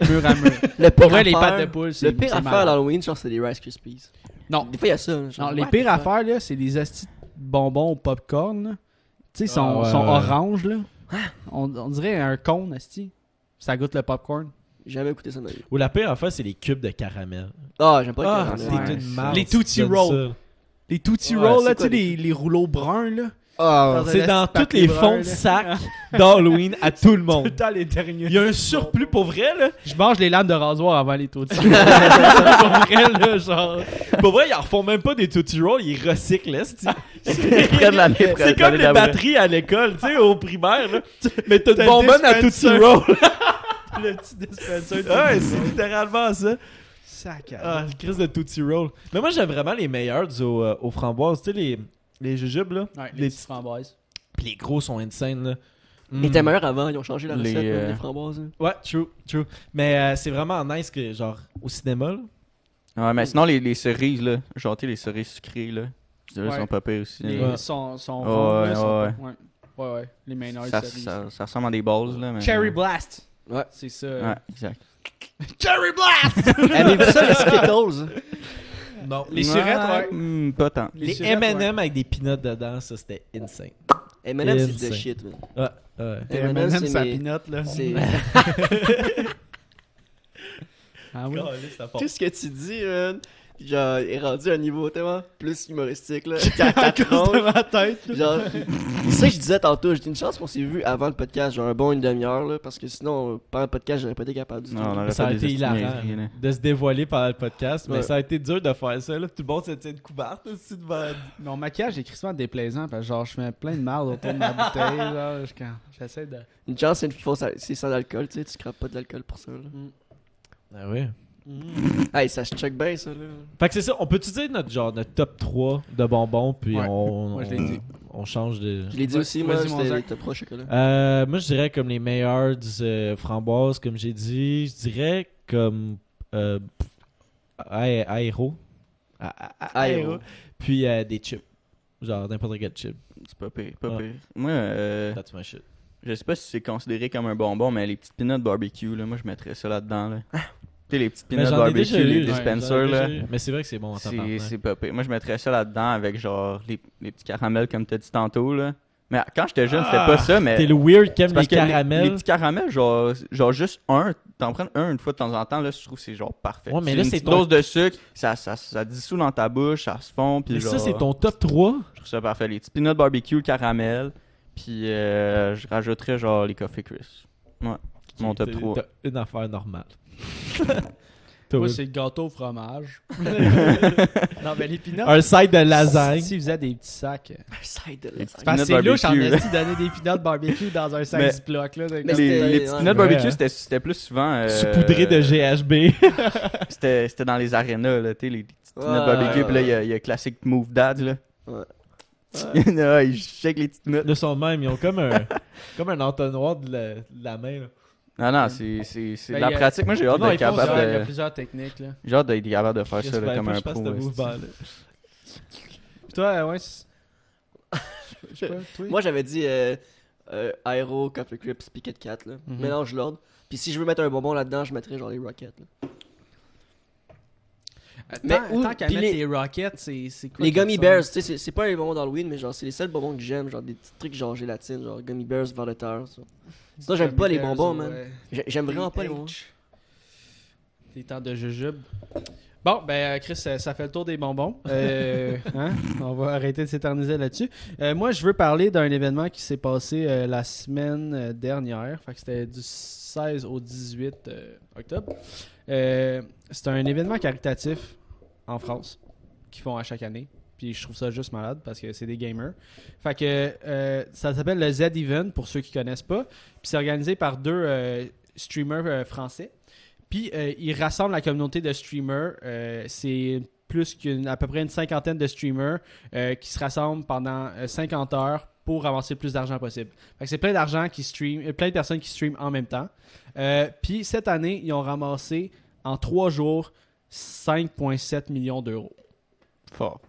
S1: Mur à mur.
S3: Le
S1: Pour
S3: pire
S1: vrai, les
S3: affaire-
S1: pattes de poule, c'est
S3: Le pire
S1: c'est
S3: affaire à
S1: malade.
S3: l'Halloween, genre, c'est des Rice Krispies.
S1: [LAUGHS] Non,
S3: Des fois, il y a ça. hein, genre,
S1: non, les
S3: what
S1: pires
S3: the fuck?
S1: affaires, là, c'est les astis de bonbons au popcorn, là. Tu sais, ils
S2: Ah,
S1: sont,
S2: ouais,
S1: sont
S2: ouais.
S1: oranges, là. On, on dirait un cône, asti. Ça goûte le popcorn.
S3: J'ai jamais écouté ça de ma vie.
S2: Ou la pire affaire, c'est les cubes de caramel.
S3: Ah, j'aime pas le
S2: Ah,
S3: caramel.
S1: ouais.
S2: c'est une marde.
S1: Les Tootsie
S2: tu donnes
S1: Rolls.
S2: ça.
S1: Les Tootsie
S3: Ouais,
S1: Rolls,
S3: c'est
S1: là, tu
S3: quoi
S1: sais,
S3: les
S1: les, les rouleaux bruns, là.
S3: Ah,
S1: Dans un
S2: C'est dans
S1: esti de
S2: tous
S1: papier
S2: les
S1: brun,
S2: fonds
S1: là.
S2: de [LAUGHS] sac d'Halloween à tout le monde.
S1: Dans les derniers.
S2: Il y a un surplus pour vrai, [LAUGHS] là.
S1: Je mange les lames de rasoir avant les Tootsie Rolls. Pour vrai, là, genre.
S2: Pour vrai, ils en refont même pas des Tootsie Rolls, ils recyclent, là, c'est-
S4: près de l'année, près
S2: C'est
S4: de
S2: comme
S4: l'année
S2: les
S4: d'après.
S2: batteries à l'école, tu sais, au
S1: [LAUGHS]
S2: primaire, là. Mais t'as une
S1: T'as
S2: bonbonne
S1: le
S2: à Tootsie
S1: dispenser.
S2: Roll.
S1: [LAUGHS]
S2: [LAUGHS]
S1: Le petit dispenser.
S2: ouais, c'est littéralement ça.
S1: Sac à-
S2: Ah, le crise de Tootsie Roll. Mais moi, j'aime vraiment les meilleurs du- aux, euh, aux framboises, tu sais, les, les jujubes, là.
S1: Ouais, les,
S2: les,
S1: petites framboises.
S2: Puis les gros sont insane, là.
S3: Ils
S2: Mm.
S3: étaient meilleurs avant, ils ont changé la
S4: Les,
S3: recette, là,
S4: euh,
S3: des framboises. hein.
S2: Ouais, true, true. Mais euh, c'est vraiment nice que, genre, au cinéma, là.
S4: Ouais, mais sinon, les, les cerises, là. Genre, tu sais, les cerises sucrées, là. Celles-là
S1: Ouais.
S4: sont pas pires aussi.
S1: Les
S4: là.
S2: Ouais.
S1: sont, sont
S4: Ouais,
S1: rondes, là,
S4: ouais,
S1: sont- ouais. Ouais, ouais. Les Maynards.
S4: Ça,
S1: ça-
S4: ça, ça ressemble à des balls, là. Mais...
S1: Cherry Blast.
S3: Ouais.
S2: euh.
S1: C'est ça.
S4: Ouais, exact.
S2: Cherry Blast!
S3: Avez-vous ça, les Skittles?
S2: Non.
S1: Les surettes, ouais.
S4: hmm, pas tant.
S2: Les,
S1: surettes, ouais.
S2: M&M avec des peanuts dedans, ça c'était insane.
S3: M&M, c'est
S2: Insane.
S3: de shit, man.
S2: Ouais, ouais.
S1: Les
S3: M&M,
S1: M&M,
S3: c'est
S1: ça
S3: mes-
S1: pinote, là.
S3: C'est...
S5: Ah oui.
S3: Tout ce que tu dis, man, pis genre, est rendu à un niveau tellement plus
S1: [LAUGHS]
S3: humoristique, là. qu'à ta tronche.
S1: ma tête, là. [LAUGHS]
S3: Genre, c'est ça que je disais tantôt. J'ai une chance qu'on s'est vu avant le podcast, genre un bon une demi-heure, là, parce que sinon, euh, pendant le podcast, j'aurais pas été capable du tout.
S4: Non, on aurait
S2: Ça a
S4: pas
S2: été
S4: des hein.
S2: hilarant
S4: niaiseries, là.
S2: de se dévoiler pendant le podcast, mais
S3: Ouais.
S2: ça a été dur de faire ça. Là. Tout le monde se tient de couvert aussi devant.
S1: Mon maquillage est crissement déplaisant, parce que genre, je fais plein de merde autour de ma bouteille, [LAUGHS] genre, je- quand- j'essaie de...
S3: Une chance, c'est une fausse, c'est sans alcool, tu sais, tu crappes pas de l'alcool pour ça, là.
S2: Ah ouais.
S3: Hey, ça se check bien, ça, là.
S2: Fait que c'est ça, on peut-tu dire notre, genre, notre top 3 de bonbons, puis
S1: Ouais.
S2: on,
S1: Moi, je l'ai
S2: on,
S1: dit.
S2: on change de.
S3: Je l'ai dit
S1: Ouais,
S3: aussi, moi,
S1: vas-y, mon
S3: c'était
S1: Zach. Ah.
S3: t'as trois chocolats.
S2: Euh, moi, je dirais comme les meilleurs du euh, framboise, comme j'ai dit. Je dirais comme euh, pff, aé- aéro. A- a-
S3: Aéro.
S2: Puis euh, des chips. Genre n'importe quel chip.
S4: C'est pas pire, pas
S2: Ouais.
S4: pire. Moi, euh,
S2: That's my shit.
S4: je sais pas si c'est considéré comme un bonbon, mais les petites peanuts barbecue, là, moi, je mettrais ça là-dedans. Là. tu sais, les petites
S2: Mais
S4: peanuts
S2: j'en ai
S4: barbecue,
S2: déjà eu,
S4: les
S2: ouais,
S4: dispensers,
S2: j'en ai
S4: là.
S2: déjà eu. Mais c'est vrai que c'est bon en
S4: C'est
S2: tabarnak.
S4: c'est pas pire. Moi, je mettrais ça là-dedans avec genre les, les petits caramels, comme t'as dit tantôt. Là. Mais quand j'étais jeune, c'était pas ça, mais.
S2: Ah! T'es le weird qui aime
S4: c'est
S2: les
S4: parce que les- Les,
S2: caramels.
S4: petits caramels, genre, genre juste un, t'en prends un une fois de temps en temps, là, je trouve que c'est genre parfait.
S2: Ouais, mais là,
S4: une
S2: c'est
S4: petite
S2: ton-
S4: dose de sucre, ça, ça, ça dissout dans ta bouche, ça se fond, puis
S2: Mais
S4: genre.
S2: ça, c'est ton top 3.
S4: Je trouve ça parfait. Les petits peanuts barbecue, caramel, puis euh, je rajouterais genre les coffee crisp. Ouais, mon top
S2: T'as-
S4: 3.
S2: T'as une affaire normale. [LAUGHS] T'as
S1: Moi,
S2: une-
S1: c'est gâteau au [LAUGHS] fromage. non, mais les pinottes...
S2: un side de lasagne.
S1: Si vous avez des petits sacs... euh,
S3: Side de
S4: Les
S3: lasagne.
S4: petits
S1: Parce que c'est
S4: peanuts
S1: louche en
S4: barbecue.
S1: esti de donner des peanuts barbecue dans un sac
S4: Mais-
S1: du bloc, là. c'est
S3: Mais
S1: comme-
S4: les,
S3: c'était-
S4: les petits
S3: ouais.
S4: peanuts
S2: Ouais,
S4: barbecue,
S2: hein.
S4: c'était- c'était plus souvent. euh,
S2: Saupoudré de GHB.
S4: [LAUGHS] C'était c'était dans les arénas, là, tu sais, les petits peanuts
S3: Ouais,
S4: barbecue,
S3: ouais,
S4: puis là, il y a- il y a classique Move Dad, là.
S3: Ouais.
S4: Ouais, [LAUGHS] il shake les petites notes.
S2: Le son [LAUGHS] de même, ils ont comme [LAUGHS] un, comme un entonnoir de la, de la main. là.
S4: Non, non, c'est c'est- c'est de
S1: Ben,
S4: la
S1: il y a-
S4: pratique. Moi, j'ai hâte
S1: Non,
S4: d'être
S1: ils font ça,
S4: capable
S1: Il y a
S4: de.
S1: plusieurs techniques, là.
S4: J'ai hâte d'être capable de faire ça,
S2: J'espère
S4: là, comme
S2: pas que
S4: un
S2: je fasse
S4: pro.
S2: ce
S4: esti.
S2: mouvement-là.
S1: Puis toi, euh, ouais... c'est- Je sais pas, toi?
S3: Moi, j'avais dit euh, euh, Aero, Coffee Crips, Picket Cat, là.
S1: Mhm.
S3: Mélange l'ordre. Puis si je veux mettre un bonbon là-dedans, je mettrais genre les Rockets, là. Mais
S1: Tant-
S3: où-
S1: tant qu'à
S3: puis
S1: mettre les
S3: les-
S1: Rockets, c'est c'est quoi
S3: Les
S1: qu'ils
S3: gummy
S1: sont?
S3: bears, tu sais, c'est- c'est pas un bonbon d'Halloween, mais genre, c'est les seuls bonbons que j'aime, genre des petits trucs genre gélatine, genre gummy bears, vers de terre. ça. Sinon, j'aime pas les
S1: Gummy
S3: bonbons,
S1: bears,
S3: man.
S1: ouais.
S3: J'ai- J'aime vraiment pas les bonbons.
S1: H. Des temps de jujube. Bon, ben euh, Chris, ça, ça fait le tour des bonbons. Euh, [LAUGHS] hein? On va arrêter de s'éterniser là-dessus. Euh, moi, je veux parler d'un événement qui s'est passé euh, la semaine euh, dernière. Fait que c'était du 16 au 18 euh, octobre. Euh, c'est un événement caritatif en France qu'ils font à chaque année. Puis je trouve ça juste malade parce que c'est des gamers. Fait que euh, ça s'appelle le Z-Event pour ceux qui connaissent pas. Puis c'est organisé par deux euh, streamers euh, français. Puis euh, ils rassemblent la communauté de streamers. Euh, c'est plus qu'une à peu près une cinquantaine de streamers euh, qui se rassemblent pendant euh, 50 heures pour avancer le plus d'argent possible. Fait que c'est plein d'argent qui stream, euh, plein de personnes qui streament en même temps. Euh, Puis cette année, ils ont ramassé en trois jours 5,7 millions d'euros.
S4: Fort.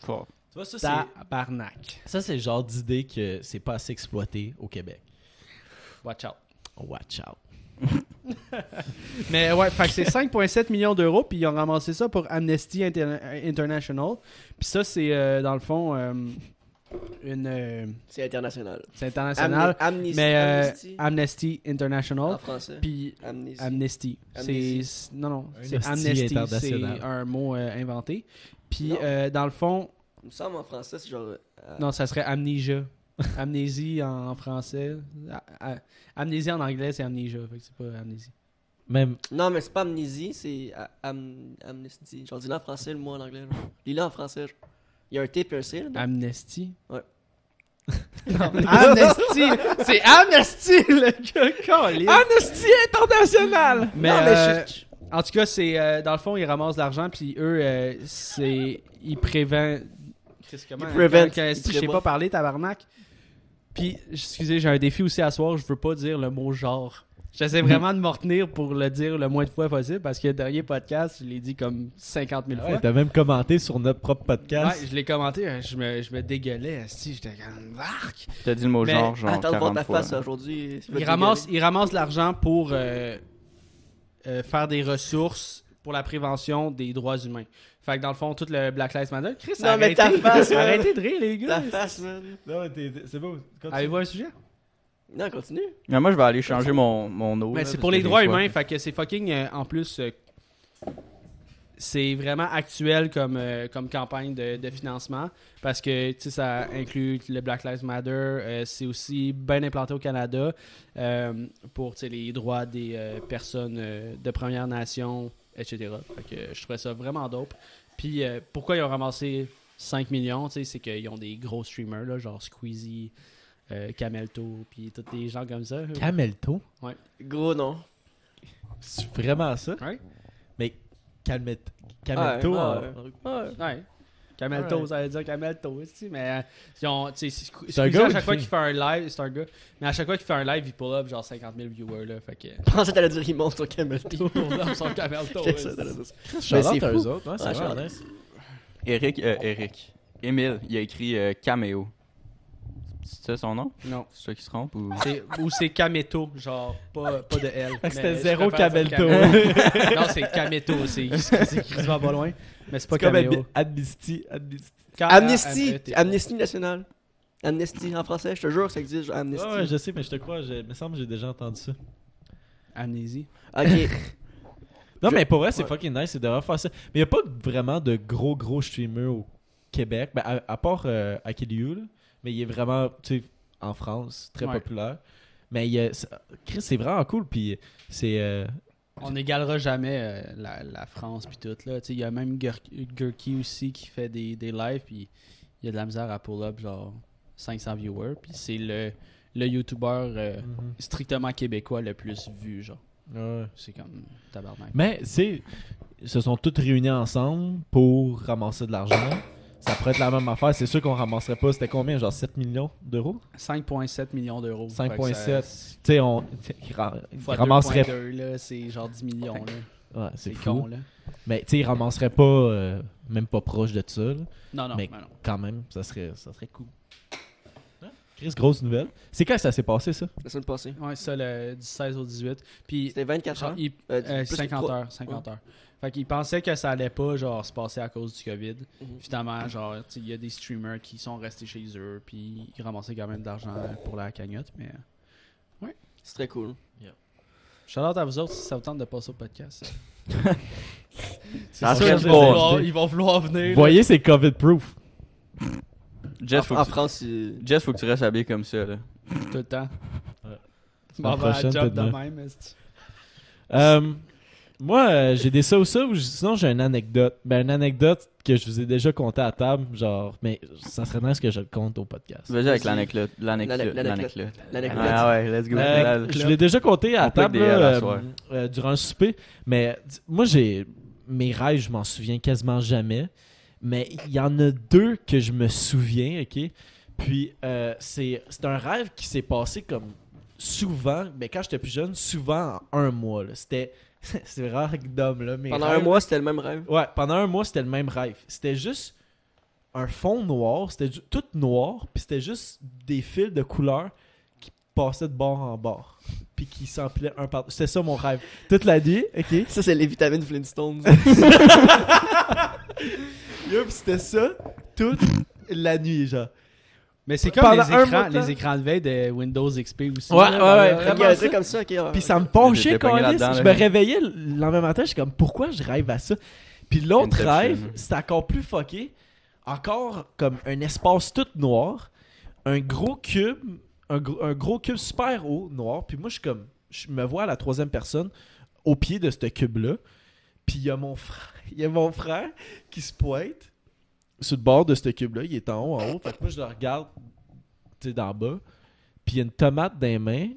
S4: Fort.
S2: Tu vois, ça, c'est,
S1: Tabarnak.
S2: ça, c'est le genre d'idée que c'est pas assez exploité au Québec.
S1: Watch out.
S2: Watch out.
S1: Mais ouais, fait que c'est 5,7 millions d'euros, puis ils ont ramassé ça pour Amnesty Interna- International. Puis ça, c'est euh, dans le fond euh, une. euh,
S3: C'est international.
S1: c'est international.
S3: Amni- Amnesty-
S1: mais euh,
S3: Amnesty.
S1: Amnesty International.
S3: En français.
S1: Puis
S3: Amnesty.
S1: Amnesty.
S3: Amnesty.
S1: C'est c'est- non non,
S2: Un
S1: c'est
S2: hostie
S1: Amnesty, c'est
S2: international.
S1: un mot euh, inventé. Puis
S3: Non.
S1: euh, dans le fond,
S3: Il me semble en français, c'est genre. euh,
S1: non, ça serait amnesia. Amnésie en français. A- a- Amnésie en anglais, c'est amnesia, fait que c'est pas amnésie.
S2: Même,
S3: Non, mais c'est pas amnésie, c'est a- am- amnesty. Genre, dis-le en français, le mot en anglais. genre. Lis-le en français. genre. Il y a un T puis un C. là, non?
S1: Amnesty. [LAUGHS]
S3: Ouais.
S1: Amnesty! C'est Amnesty, le gars, câlisse.
S2: Amnesty International!
S1: Ah, Mais,
S3: Ah, Non, mais
S1: euh,
S3: je- je-
S1: en tout cas, c'est euh, dans le fond, ils ramassent de l'argent, puis eux, euh, c'est ils préviennent.
S3: Ils préventent, ils
S1: Si je sais
S3: prévoient.
S1: pas parler, tabarnak. Puis, excusez, j'ai un défi aussi à soir, je veux pas dire le mot genre. J'essaie
S3: Mhm.
S1: vraiment de m'en retenir pour le dire le moins de fois possible parce que le dernier podcast, je l'ai dit comme 50 000 fois.
S2: Ouais, t'as même commenté sur notre propre podcast.
S1: Ouais, je l'ai commenté, hein, je me, je me dégueulais, esti, j'étais comme ah, Marc!
S4: T'as dit le mot
S1: Mais
S4: genre, genre.
S3: Attends de voir
S4: 40
S3: ta
S4: fois.
S3: face aujourd'hui. tu vas
S1: Ils
S3: te
S1: ramassent, ils ramassent de l'argent pour euh, euh, faire des ressources pour la prévention des droits humains. Fait que dans le fond, tout le Black Lives Matter, Chris,
S3: Non, mais ta
S1: arrêtez,
S3: face,
S1: [LAUGHS]
S3: man.
S1: arrêtez de rire, les
S3: La
S1: gars.
S3: face, man.
S2: Non, mais t'es- t'es- c'est beau. Continue.
S1: Avez-vous un sujet?
S3: Non, continue.
S4: Mais moi, je vais aller changer mon, mon eau.
S1: Mais Ben,
S4: là,
S1: c'est
S4: parce
S1: pour
S4: que
S1: les
S4: des
S1: droits
S4: fois-
S1: humains, fait que c'est fucking euh, en plus. euh, c'est vraiment actuel comme, euh, comme campagne de, de financement parce que tu sais, ça inclut le Black Lives Matter. euh, c'est aussi bien implanté au Canada euh, pour tu sais, les droits des euh, personnes euh, de Première Nation, etc. Fait que je trouvais ça vraiment dope. Puis euh, pourquoi ils ont ramassé 5 millions tu sais, C'est qu'ils ont des gros streamers, là, genre Squeezie, euh, Camelto, puis tous des gens comme ça.
S2: Camelto?
S3: Gros non.
S2: C'est vraiment ça?
S1: Ouais.
S2: Mais Calmet... Camelto,
S3: Ouais,
S2: en-
S3: Ah,
S1: hein.
S3: ouais.
S1: Ouais. Camelto,
S2: Alright.
S1: ça veut dire Camelto aussi, mais euh, ils ont, tu sais, c'est-
S2: C'est un
S1: Squeezie,
S2: gars ou
S1: à
S2: une
S1: chaque fois
S2: fille?
S1: qu'il fait un live, c'est un gars, mais à chaque fois qu'il fait un live, il pull up genre 50 000 viewers là, fait que [LAUGHS]
S3: Je pensais que t'allais dire il monte sur Camelto.
S1: il pull up son
S2: [LAUGHS]
S3: [LAUGHS]
S1: Camelto.
S3: Qu'est-ce que ça, t'allais
S1: ouais.
S3: dire ça?
S2: Shout-out
S3: c'est
S2: à
S3: fou.
S2: eux autres, ouais, c'est
S3: Ouais,
S2: vraiment
S3: shout-out.
S2: nice.
S4: Eric, euh, Eric. Émile, il a écrit euh, Cameo. C'est ça son nom?
S1: Non.
S4: C'est ça qui se trompe ou...
S1: C'est- ou c'est Cameto, genre pas, pas de L.
S2: Fait que
S1: mais
S2: [LAUGHS] c'était
S1: je
S2: zéro
S1: préfère dire
S2: Camelto.
S1: Camelto. non, c'est Cameto, c'est
S2: [LAUGHS]
S1: c'est quasiment pas loin, mais c'est pas
S2: C'est comme
S1: Cameo.
S2: Amnesty. Amnesty. Amnesty.
S3: Ah,
S1: E
S3: Amnesty.
S1: K-A-M-E-T.
S3: Amnesty nationale. Amnesty en français, je te jure, ça existe, genre Amnesty.
S2: Ouais, ouais, je sais, mais je te crois, je... il me semble que j'ai déjà entendu ça.
S1: Amnésie.
S3: Ok.
S2: Non,
S3: Je-
S2: mais pour vrai, c'est
S3: ouais.
S2: fucking nice, c'est de refaire ça. Mais il n'y a pas vraiment de gros, gros streamers au Québec, ben, à, à part euh, Akiliu, là, mais il est vraiment, tu sais, en France, très
S1: Ouais.
S2: populaire. Mais il y a- c'est- Chris, c'est vraiment cool, puis c'est... euh,
S1: On n'égalera jamais euh, la, la France puis tout là. Tu sais, Il y a même Gur- Gurki aussi qui fait des, des lives puis il y a de la misère à pull up genre 500 viewers puis c'est le le youtubeur euh, strictement québécois le plus vu genre.
S2: ouais.
S1: C'est comme tabarnak.
S2: Mais c'est. Ils se sont tous réunis ensemble pour ramasser de l'argent. Ça pourrait être la même affaire. C'est sûr qu'on ramasserait pas. C'était combien Genre 7 millions d'euros
S1: 5.7 millions d'euros.
S2: 5,7. Tu sais, on. Ils ra- ils
S1: ramasserait
S2: ramasseraient.
S1: là, c'est genre 10 millions là.
S2: Ouais,
S1: C'est
S2: c'est fou.
S1: con là.
S2: Mais tu sais, ils ramasseraient pas. euh, même pas proche de ça. là.
S1: Non non,
S2: Mais-
S1: mais non.
S2: Quand même, ça serait, ça serait cool. Hein? Chris, grosse nouvelle. C'est quand que ça s'est passé ça
S3: La semaine passée.
S1: Ouais, ça le du 16 au 18 puis
S3: C'était 24
S2: Hein?
S3: heures.
S1: Il-
S3: Euh,
S1: euh,
S3: plus
S1: 50
S3: trois.
S1: heures, 50 heures. Fait qu'il pensait que ça allait pas genre se passer à cause du Covid.
S3: Mhm.
S1: Finalement,
S2: Mm.
S1: genre tu sais, il y a des streamers qui sont restés chez eux puis ils ramassaient quand même de l'argent pour la cagnotte mais euh,
S3: C'est très cool.
S1: shout out à vous autres si ça vous tente de passer au podcast.
S2: [LAUGHS]
S4: Ça
S1: C'est
S4: serait
S1: sûr,
S4: bon.
S1: ils, vont, ils vont vouloir venir. là.
S2: Voyez, c'est COVID proof.
S4: Jess,
S3: en,
S4: faut
S3: en
S4: que tu...
S3: France, il-
S4: Jess, faut que tu restes habillé comme ça, là.
S1: tout le temps.
S2: Ouais.
S1: Bon, ben,
S2: prochaine,
S1: job de
S2: peut-être
S1: même. esti.
S2: Euh, moi, euh, j'ai des ça ou ça, ou j- sinon j'ai une anecdote. Ben, une anecdote que je vous ai déjà contée à table, genre, mais ça serait nice que je le compte au podcast.
S4: Vas-y avec l'anecdote. L'anecdote.
S3: L'ane- l'anecdote.
S4: L'anecdote.
S3: l'anecdote.
S4: Ah ouais, let's go.
S2: Euh,
S4: La-
S2: je l'ai déjà compté à
S4: On peut
S2: table
S4: que des L à
S2: là,
S4: soir.
S2: euh, euh, durant le souper, mais d- moi, j'ai mes rêves, je m'en souviens quasiment jamais, mais il y en a deux que je me souviens, ok? Puis, euh, c'est c'est un rêve qui s'est passé comme souvent, mais quand j'étais plus jeune, souvent en un mois. là. C'était. [LAUGHS] C'est rare que là. mes
S3: Pendant un
S2: rêves-
S3: mois, c'était le même rêve.
S2: Ouais, pendant un mois, c'était le même rêve. C'était juste un fond noir, c'était ju- tout noir, puis c'était juste des fils de couleurs qui passaient de bord en bord, puis qui s'empilaient un par C'était ça mon rêve. Toute la nuit, ok?
S3: [LAUGHS] Ça, c'est les vitamines Flintstones.
S2: Yo, puis c'était ça toute la nuit, genre.
S1: Mais c'est comme
S2: Pendant
S1: les
S2: un
S1: écrans,
S2: mois de temps.
S1: les écrans de veille de Windows XP aussi. là,
S2: Ouais, ouais,
S1: dans
S2: ouais,
S1: le-
S2: vraiment.
S3: Il y a un truc comme ça. ok, ah,
S2: Puis
S3: ouais.
S2: ça me penchait
S4: J'étais
S2: quand
S4: pogné là-dedans,
S2: Je
S4: là.
S2: me réveillais le lendemain matin, je suis comme pourquoi je rêve à ça Puis l'autre
S4: Inception.
S2: rêve, c'était encore plus fucké, encore comme un espace tout noir, un gros cube, un, gro- un gros cube super haut noir, puis moi je suis comme je me vois à la troisième personne au pied de ce cube là. Puis il y a mon frère, [LAUGHS] il y a mon frère qui se pointe sur le bord de ce cube là, il est en haut en haut, fait que moi je le regarde tu sais d'en bas. Puis il y a une tomate dans les mains,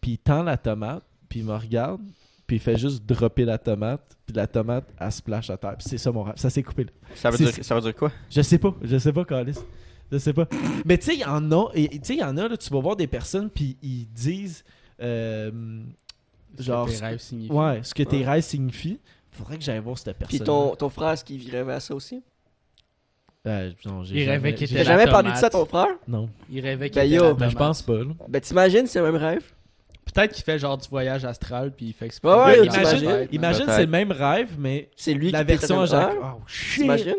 S2: puis il tend la tomate, puis il me regarde, puis il fait juste dropper la tomate, puis la tomate, elle splash à terre. Puis c'est ça mon rêve. Ça s'est coupé. là.
S4: Ça veut
S2: c'est-
S4: dire- ça veut dire quoi?
S2: Je sais pas, je sais pas, Calis. Je sais pas. Mais tu sais, il y en a, et- et tu sais, il y en a, là, tu vas voir des personnes, puis ils disent, euh, genre,
S1: Tes rêves signifient.
S2: ouais, ce que tes
S3: Ouais.
S2: rêves signifient. Faudrait que j'aille voir cette personne.
S3: Puis ton, ton frère, est-ce qu'il rêvait à ça aussi?
S2: Euh, non, j'ai
S1: Il
S2: jamais-
S1: rêvait qu'il
S2: j'ai-
S1: était
S3: T'as
S1: la
S3: jamais parlé de ça à
S1: tomate.
S3: ton frère?
S2: Non,
S1: Il rêvait qu'il
S3: Ben
S1: était
S3: yo.
S1: la
S2: mais je
S1: tomate.
S2: pense pas. là.
S3: Ben t'imagines, c'est le même rêve?
S1: Peut-être qu'il fait genre du voyage astral, puis il fait exprès.
S3: Ouais, ouais,
S1: dans
S3: il
S1: la
S3: t'imagines-
S2: imagine,
S1: tête,
S2: imagine
S4: peut-être.
S2: c'est le même rêve, mais
S3: C'est lui
S2: la
S3: qui pète
S2: version
S3: un
S2: à Jacques.
S3: heure.
S2: Oh, shit!
S3: T'imagines?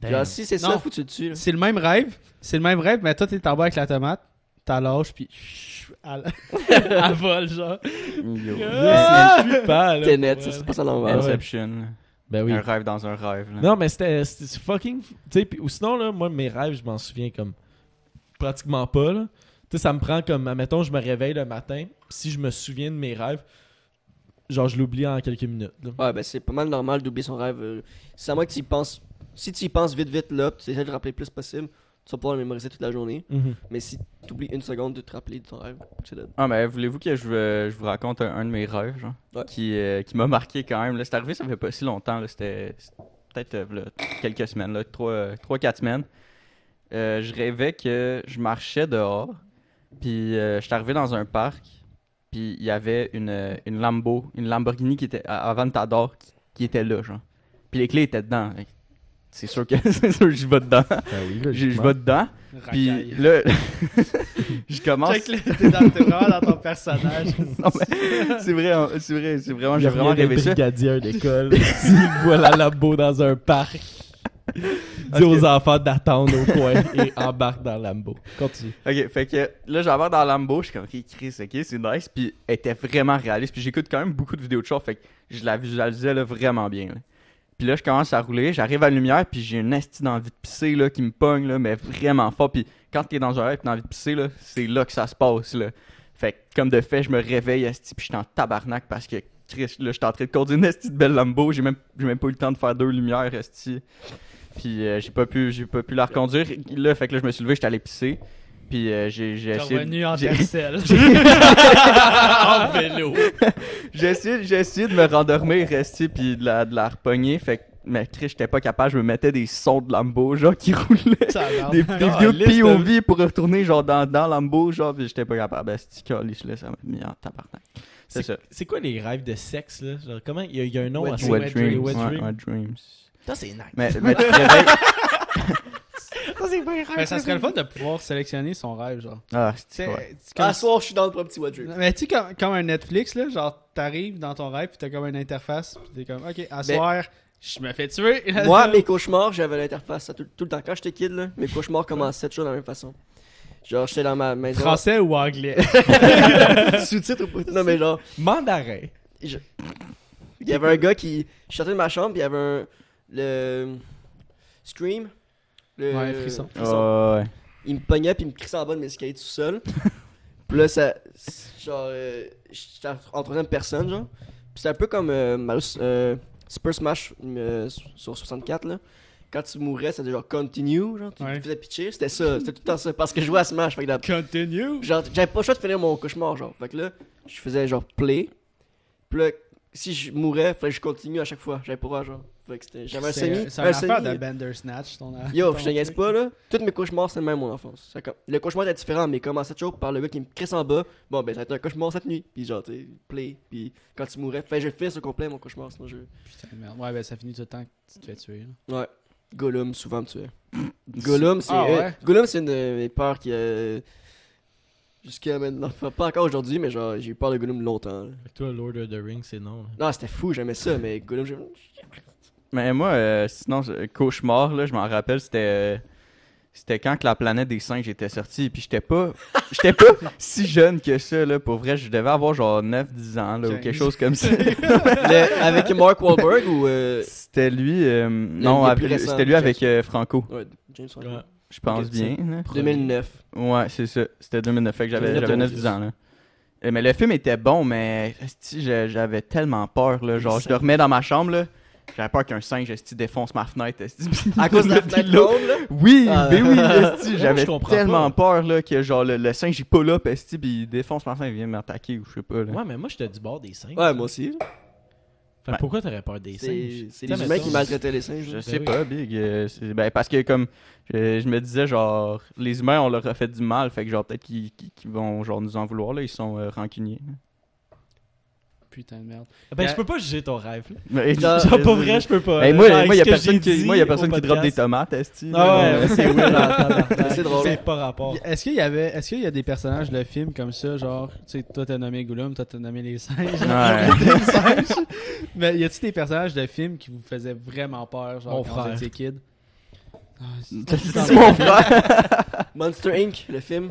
S2: Damn.
S3: Genre, si c'est
S1: Non.
S3: ça, faut que tu le tues. là.
S1: C'est le même rêve, c'est le même rêve, mais toi t'es en bas avec la tomate, t'as lâche puis [LAUGHS] chut, elle, [LAUGHS] elle vole genre.
S4: Yo.
S2: Ah! Je suis pas, là,
S3: Tenet,
S2: pour
S3: ça,
S2: vrai.
S3: c'est pas ça
S1: Ah
S3: l'envers.
S2: ouais.
S4: Inception.
S2: Ben oui.
S4: Un rêve dans un rêve. là.
S2: Non, mais c'était c'était- c'est fucking. Tu sais, puis- ou sinon, là, moi, mes rêves, je m'en souviens comme pratiquement pas, là. Tu sais, ça me prend comme, admettons, je me réveille le matin, pis si je me souviens de mes rêves, genre, je l'oublie en quelques minutes. là.
S3: Ouais, ben c'est pas mal normal d'oublier son rêve. euh, C'est à moi que tu y penses. Si tu y penses vite, vite là, pis tu essaies de te rappeler le plus possible, tu vas pouvoir le mémoriser toute la journée.
S2: Mhm.
S3: Mais si tu oublies une seconde de te rappeler de ton rêve, c'est là.
S4: Ah, mais voulez-vous que je, euh, je vous raconte un, un de mes rêves, genre,
S3: Ouais.
S4: qui, euh, qui m'a marqué quand même. là. C'est arrivé, ça fait pas si longtemps, là, c'était c'était peut-être euh, v'là quelques semaines, 3-4 semaines. Euh, je rêvais que je marchais dehors, puis euh, je suis arrivé dans un parc, puis il y avait une, euh, une Lambo, une Lamborghini qui était à, à Aventador qui, qui était là, genre. Puis les clés étaient dedans. Fait que C'est sûr que [LAUGHS] c'est sûr que je vais dedans. Je, je vais dedans. Puis là, [LAUGHS] je commence.
S1: Check le- t'es dans, t'es vraiment dans ton personnage.
S4: [LAUGHS] Non, mais c'est vrai, hein, c'est vrai, c'est vraiment, j'ai
S2: Il
S4: vraiment
S2: revient
S4: rêvé
S2: d'être
S4: ça.
S2: brigadier
S4: [LAUGHS]
S2: d'école. il voit la lambeau dans un parc. Dis aux enfants d'attendre au coin
S4: [LAUGHS]
S2: et embarque dans Lambo. Continue.
S4: Ok, fait que là, j'avance dans Lambo, je suis comme, ok, Chris, ok, c'est nice. Puis elle était vraiment réaliste. Puis j'écoute quand même beaucoup de vidéos de char, fait que je la visualisais là, vraiment bien. là. Puis là, je commence à rouler, j'arrive à la lumière, puis j'ai une esti d'envie de pisser là, qui me pogne, là, mais vraiment fort. Puis quand t'es dans un rêve, pis t'as envie de pisser, là, c'est là que ça se passe. Là. Fait que, comme de fait, je me réveille, esti, puis je suis en tabarnak parce que, Chris, là, je suis en train de conduire une esti de belle Lambo, j'ai même, j'ai même pas eu le temps de faire deux lumières, esti. Puis euh, j'ai pas pu, j'ai pas pu la reconduire. Là, fait que là, je me suis levé, j'étais allé pisser. Puis euh, j'ai, j'ai
S1: T'es
S4: essayé. de-
S1: revenu en [LAUGHS]
S4: j'ai- [LAUGHS]
S1: tercelle. [LAUGHS]
S2: En vélo.
S4: j'ai essayé, j'ai essayé de me rendormir, rester, puis de la, de la repogner. Fait que, mais Chris, j'étais pas capable. Je me mettais des sons de Lambo, genre, qui roulaient.
S1: Ah,
S4: Des, des vidéos
S1: hein.
S4: de POV pour retourner, genre, dans, dans Lambo, genre, puis j'étais pas capable. Ben, c'est calice, là, ça m'a mis en tabarnak. C'est ça.
S2: C'est quoi les rêves de sexe, là? Genre, comment? Il y, a- il y a un nom
S1: Wet
S2: à ça.
S1: dream. Wet dreams,
S2: Wet dream.
S4: Ouais, wet dreams.
S2: Ça, c'est nice.
S4: Mais, mais tu te réveilles.
S2: Ben,
S1: Mais ça serait le fun de pouvoir sélectionner son rêve, genre.
S4: Ah,
S1: Tu
S4: c'est ouais.
S3: À soir, je suis dans le propre petit
S1: [LAUGHS]
S3: What Dream.
S1: Mais tu sais, comme, comme un Netflix, là, genre, t'arrives dans ton rêve, pis t'as comme une interface, pis t'es comme, ok, à
S3: Ben-
S1: soir, je me fais tuer. [LAUGHS]
S3: Moi, mes cauchemars, j'avais l'interface ça, tout, tout le temps. Quand j'étais kid, là, mes cauchemars commençaient toujours de la même façon. Genre, j'étais dans ma maison.
S1: Français ou anglais?
S3: sous-titres ou pas? [LAUGHS] Non, mais genre,
S2: Mandarin.
S3: il y avait
S1: [LAUGHS]
S3: un gars qui. Je sortais de ma chambre, puis il y avait un. Le. Scream. Le...
S1: Ouais, frisson.
S4: Ouais, ouais.
S3: il me pognait puis il me crissait en bas de mes skates
S1: [LAUGHS]
S3: tout seul. puis là, ça. c'est Genre, euh, j'étais en en troisième personne, genre. Puis c'est un peu comme euh, Mario- euh, Super Smash euh, sur 64, là. Quand tu mourais, c'était genre continue, genre, tu
S1: Ouais.
S3: te faisais pitcher, c'était ça, c'était tout le temps ça, parce que je jouais à Smash, fait que la-
S1: Continue!
S3: genre, j'avais pas le choix de finir mon cauchemar, genre, fait que là, je faisais genre play, puis là, si je mourais, fallait que je continue à chaque fois, j'avais pas le droit, genre, fait que c'était- j'avais un
S1: C'est-
S3: semi,
S1: C'est un affaire
S3: semi-
S1: de Bandersnatch, ton
S3: Yo,
S1: ton
S3: je te niaise
S1: truc.
S3: pas là. Tous mes cauchemars, c'est le même mon enfance. C'est comme- Le cauchemar était différent, mais il commençait toujours par le gars qui me crisse en bas. Bon, ben, ça a été un cauchemar cette nuit. Puis genre, tu sais, play. Puis quand tu mourais, fait, je fais au complet mon cauchemar, sinon je.
S1: Putain, merde. Ouais, ben ça finit tout le temps que tu te fais tuer. là.
S3: Ouais. Gollum, souvent me tuait.
S1: [LAUGHS]
S3: Gollum, c'est.
S1: Ah ouais?
S3: euh, Gollum, c'est une de mes peurs qui. euh, Jusqu'à maintenant. [LAUGHS] Enfin, Pas encore aujourd'hui, mais genre, j'ai eu peur de Gollum longtemps. là.
S2: Fait que toi, Lord of the Rings, c'est non. là.
S3: Non, c'était fou, j'aimais ça, mais Gollum, j'aimais.
S1: [LAUGHS]
S4: Mais moi, euh, sinon, euh, cauchemar, là, je m'en rappelle, c'était. euh, c'était quand que la planète des singes était sortie, puis j'étais pas. J'étais
S3: [LAUGHS]
S4: pas si jeune que ça, là. Pour vrai, je devais avoir genre 9-10 ans, là, ou quelque
S1: Quinze.
S4: chose comme
S3: [LAUGHS]
S4: ça.
S3: Le- avec Mark Wahlberg ou. euh,
S4: C'était lui. euh, non,
S3: le plus
S4: avec-
S3: récent,
S4: c'était lui
S3: James.
S4: avec euh, Franco,
S3: Ouais, James Wahlberg.
S2: Ouais.
S4: je pense
S3: Ok,
S4: bien. là.
S3: 2009.
S4: Ouais, c'est ça. C'était 2009, fait que j'avais
S3: 2009,
S4: j'avais 9-10 ans, là. Euh, Mais le film était bon, mais esti, je- j'avais tellement peur, là. Genre, je dormais dans ma chambre, là. J'avais peur qu'un singe, esti, défonce ma fenêtre, esti.
S3: À cause
S1: [LAUGHS]
S4: [LAUGHS]
S3: de la fenêtre longue, là.
S4: Oui,
S3: Ah.
S2: [LAUGHS]
S4: ben oui, esti, j'avais
S2: Je comprends
S4: tellement peur là, que genre le, le singe il pull up esti puis il défonce ma femme, il vient m'attaquer ou je sais pas là.
S2: Ouais, mais moi, j'étais du bord des singes.
S3: Ouais, moi aussi. là.
S2: Fait que pourquoi t'aurais peur des
S3: C'est
S2: singes? T'sais,
S3: c'est les humains
S2: mettons,
S3: qui maltraitaient les singes.
S4: Je
S3: là.
S4: sais
S2: ben oui.
S4: pas, Big. euh, c'est- ben, parce que comme je, je me disais genre les humains on leur a fait du mal, fait que genre peut-être qu'ils qu'ils- qu'ils vont genre nous en vouloir là, ils sont euh, rancuniers.
S1: putain de merde.
S2: Ben,
S1: Euh,
S2: je peux pas juger ton rêve. là. [LAUGHS]
S4: Mais- [LAUGHS]
S2: Genre, pas vrai, je peux pas.
S4: Hey,
S2: là.
S4: Ben, moi,
S2: Genre,
S4: moi, y
S2: ce
S4: a
S2: que
S4: personne
S2: j'ai
S4: qui,
S2: dit
S4: moi, y a personne
S2: au
S4: qui drop des
S2: podcast.
S4: tomates, esti.
S2: Ah ouais, c'est weird. en tabarnak.
S3: C'est drôle.
S2: C'est pas rapport.
S1: Est-ce qu'il y avait, est-ce qu'il y a des personnages de film comme ça, genre, tu sais, toi t'as nommé Gollum, toi t'as nommé les singes,
S4: [LAUGHS]
S1: [LAUGHS]
S4: Ouais.
S1: les singes. Mais y a-t-il des personnages de film qui vous faisaient vraiment peur, genre
S2: Mon
S1: quand
S2: frère.
S1: vous étiez kid Ah, c'est-
S4: C'est mon frère.
S3: Monster Inc., le film.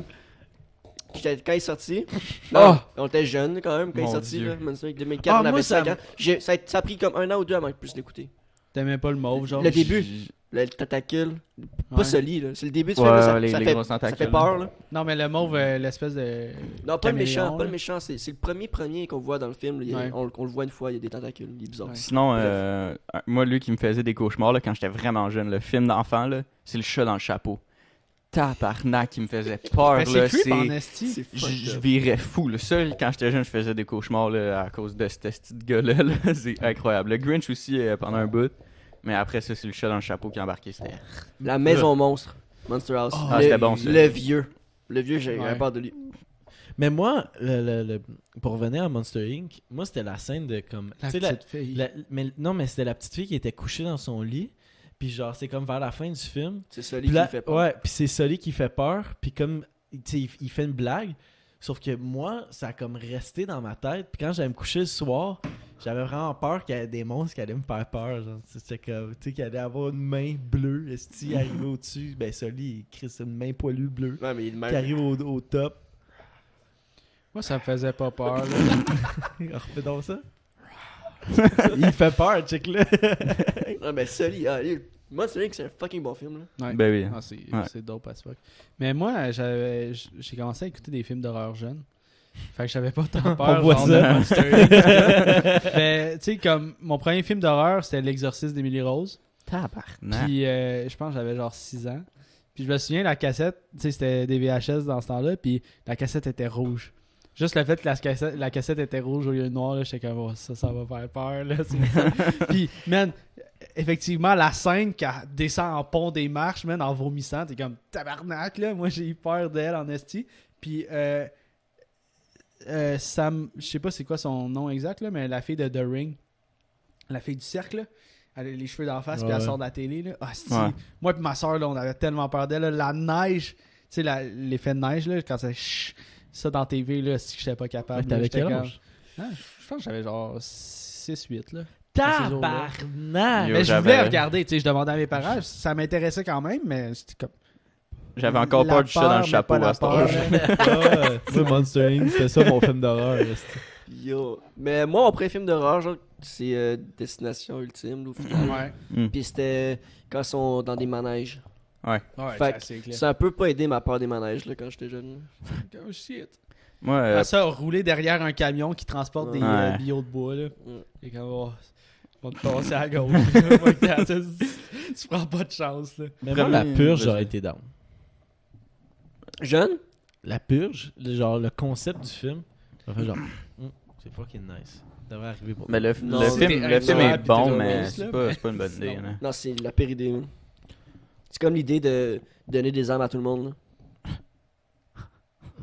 S3: qui était- Quand il est sorti,
S1: Ah!
S3: on était jeunes quand même, quand il
S4: Mon
S3: est sorti,
S4: Dieu.
S3: là, Monster Inc. 2004,
S2: Ah,
S3: on
S2: moi,
S3: avait
S2: ça
S3: 5 ans. J'ai- Ça a, ça a pris comme un an ou deux avant que je puisse l'écouter.
S1: T'aimais pas le mauve, genre
S3: Le début, le tentacule,
S1: Ouais.
S3: pas solide, là. c'est le début du
S4: Ouais,
S3: film, là, ça,
S4: les-
S3: ça
S4: les
S3: fait,
S4: grosses
S3: ça
S4: tentacules,
S3: fait peur. Là.
S1: Non, mais le mauve, euh, l'espèce de.
S3: Non, pas le méchant,
S1: Caméléon,
S3: pas le
S1: là.
S3: méchant, c'est c'est le premier premier qu'on voit dans le film, là. Il y a-
S1: Ouais.
S3: on, on le voit une fois, il y a des tentacules, il est bizarre.
S1: Ouais.
S4: Sinon, euh, un- moi, lui qui me faisait des cauchemars là, quand j'étais vraiment jeune, le film d'enfant, là, c'est le chat dans le chapeau. Tabarnak, qui me faisait
S1: [LAUGHS]
S4: peur.
S1: Mais
S4: là,
S1: Ben, c'est creep en
S4: c'est-
S1: esti.
S3: C'est
S4: Je
S3: fucked
S4: je
S3: up.
S4: virais fou. Le seul, quand j'étais jeune, je faisais des cauchemars là, à cause de cette petite gueule-là. là. [LAUGHS] C'est incroyable. Le Grinch aussi euh, pendant un bout. Mais après ça, c'est le chat dans le chapeau qui a embarqué. C'était.
S3: La maison monstre, Monster House,
S2: Oh,
S4: Ah,
S3: le,
S4: c'était bon, ça.
S3: le vieux, le vieux, j'ai
S1: Ouais.
S3: peur de lui.
S2: Mais moi, le- le- le- pour revenir à Monster Inc., moi, c'était la scène de comme.
S1: La
S2: tu sais, la-
S1: petite fille.
S2: la- mais, non, mais c'était la petite fille qui était couchée dans son lit. Puis genre, c'est comme vers la fin du film.
S3: C'est solide
S2: Puis
S3: qui
S2: là-
S3: me fait peur.
S2: Ouais, puis c'est Sully qui fait peur. Puis comme, tu sais, il, il fait une blague. Sauf que moi, ça a comme resté dans ma tête. Puis quand j'allais me coucher le soir, j'avais vraiment peur qu'il y ait des monstres qui allaient me faire peur. Genre, c'était comme, tu sais, qu'il allait avoir une main bleue.
S3: [LAUGHS]
S2: Est-ce arrivé au-dessus? Ben, Sully, il crisse une main poilue bleue
S3: Ouais, mais il est de même.
S2: qui arrive au, au top. [LAUGHS]
S1: Moi, ça me faisait pas peur, là.
S4: [LAUGHS]
S2: Refais donc
S3: [LAUGHS]
S2: ça. il fait peur, check là.
S3: Ah, mais Sully, ah, lui, Monster Inc., c'est un fucking bon film. Là.
S1: Ouais.
S4: Ben oui.
S1: Ah, c'est
S4: Ouais.
S1: c'est dope as fuck. Mais moi, j'avais j- j'ai commencé à écouter des films d'horreur jeune. Fait que j'avais pas tant peur.
S2: voit
S1: genre, de
S2: ça.
S1: Monster
S4: [LAUGHS]
S1: Inc. Mais tu sais, comme mon premier film d'horreur, c'était L'Exorciste d'Emily Rose.
S4: Tabarnak.
S1: Puis euh, je pense que j'avais genre 6 ans. Puis je me souviens, la cassette, tu sais, c'était des VHS dans ce temps-là. Puis la cassette était rouge. Juste le fait que la cassette, la cassette était rouge au lieu de noire, là, j'étais comme, oh, ça, ça va faire peur. Là, c'est ça. Puis, man, effectivement, la scène qui descend en pont des marches, man, en vomissant, t'es comme tabarnak, là. Moi, j'ai eu peur d'elle en esti. Puis, euh, euh, Sam, je sais pas c'est quoi son nom exact, là, mais la fille de The Ring, la fille du cercle, là, elle a les cheveux d'en face, puis
S2: Ouais.
S1: elle sort de la télé, là. Ah, esti.
S4: Ouais.
S1: Moi, puis ma soeur, là, on avait tellement peur d'elle, là. La neige, tu sais, la- l'effet de neige, là, quand ça. chut, ça dans TV, là, si j'étais pas capable. là, j'étais comme- Ah, Je pense que j'avais genre 6-8, là.
S2: Tabarnak!
S4: Yo,
S1: Mais je
S4: j'avais-
S1: voulais regarder, tu sais, je demandais à mes parents, ça m'intéressait quand même, mais c'était comme.
S4: J'avais encore
S1: la
S4: peur du chat dans
S1: peur,
S4: le
S1: mais
S4: chapeau
S1: pas la
S4: à cet
S1: peur, [LAUGHS]
S4: âge.
S1: là.
S2: Ah Moi, Monster Inc., c'était ça mon film d'horreur. esti.
S3: Yo. Mais moi, mon premier film d'horreur, genre, c'est euh, Destination Ultime, là, au final.
S1: Ouais.
S3: Puis c'était quand ils sont dans des manèges.
S1: Ouais,
S3: Fait
S1: ça, c'est clair.
S3: Ça a un peu pas aidé ma peur des manèges, là, quand j'étais jeune. là.
S1: Oh shit.
S4: Moi, euh,
S1: Ah, Ça, rouler derrière un camion qui transporte des
S4: Ouais.
S1: euh, billots de bois, là.
S3: Ouais.
S1: Et comme, oh, on va te passer à gauche. là. [LAUGHS] Faut que t'attends, tu- tu prends pas de chance, là.
S2: Mais moi,
S4: Vraiment,
S2: la purge,
S4: je-
S2: j'aurais été down.
S3: Jeune?
S2: La purge, le- genre le concept du film, j'aurais fait genre, Hmm, c'est fucking nice. Ça devrait arriver pour
S4: mais le,
S3: Non,
S4: le
S3: c'était
S4: film, le
S1: un
S4: film
S1: soir,
S4: est
S1: puis
S4: bon,
S1: t'étais
S4: mais
S1: heureuse,
S4: c'est
S1: là.
S4: pas, c'est pas
S1: [LAUGHS]
S4: une bonne idée. hein. là.
S3: Non, c'est la pire idée. là. C'est comme l'idée de donner des armes à tout le monde. là.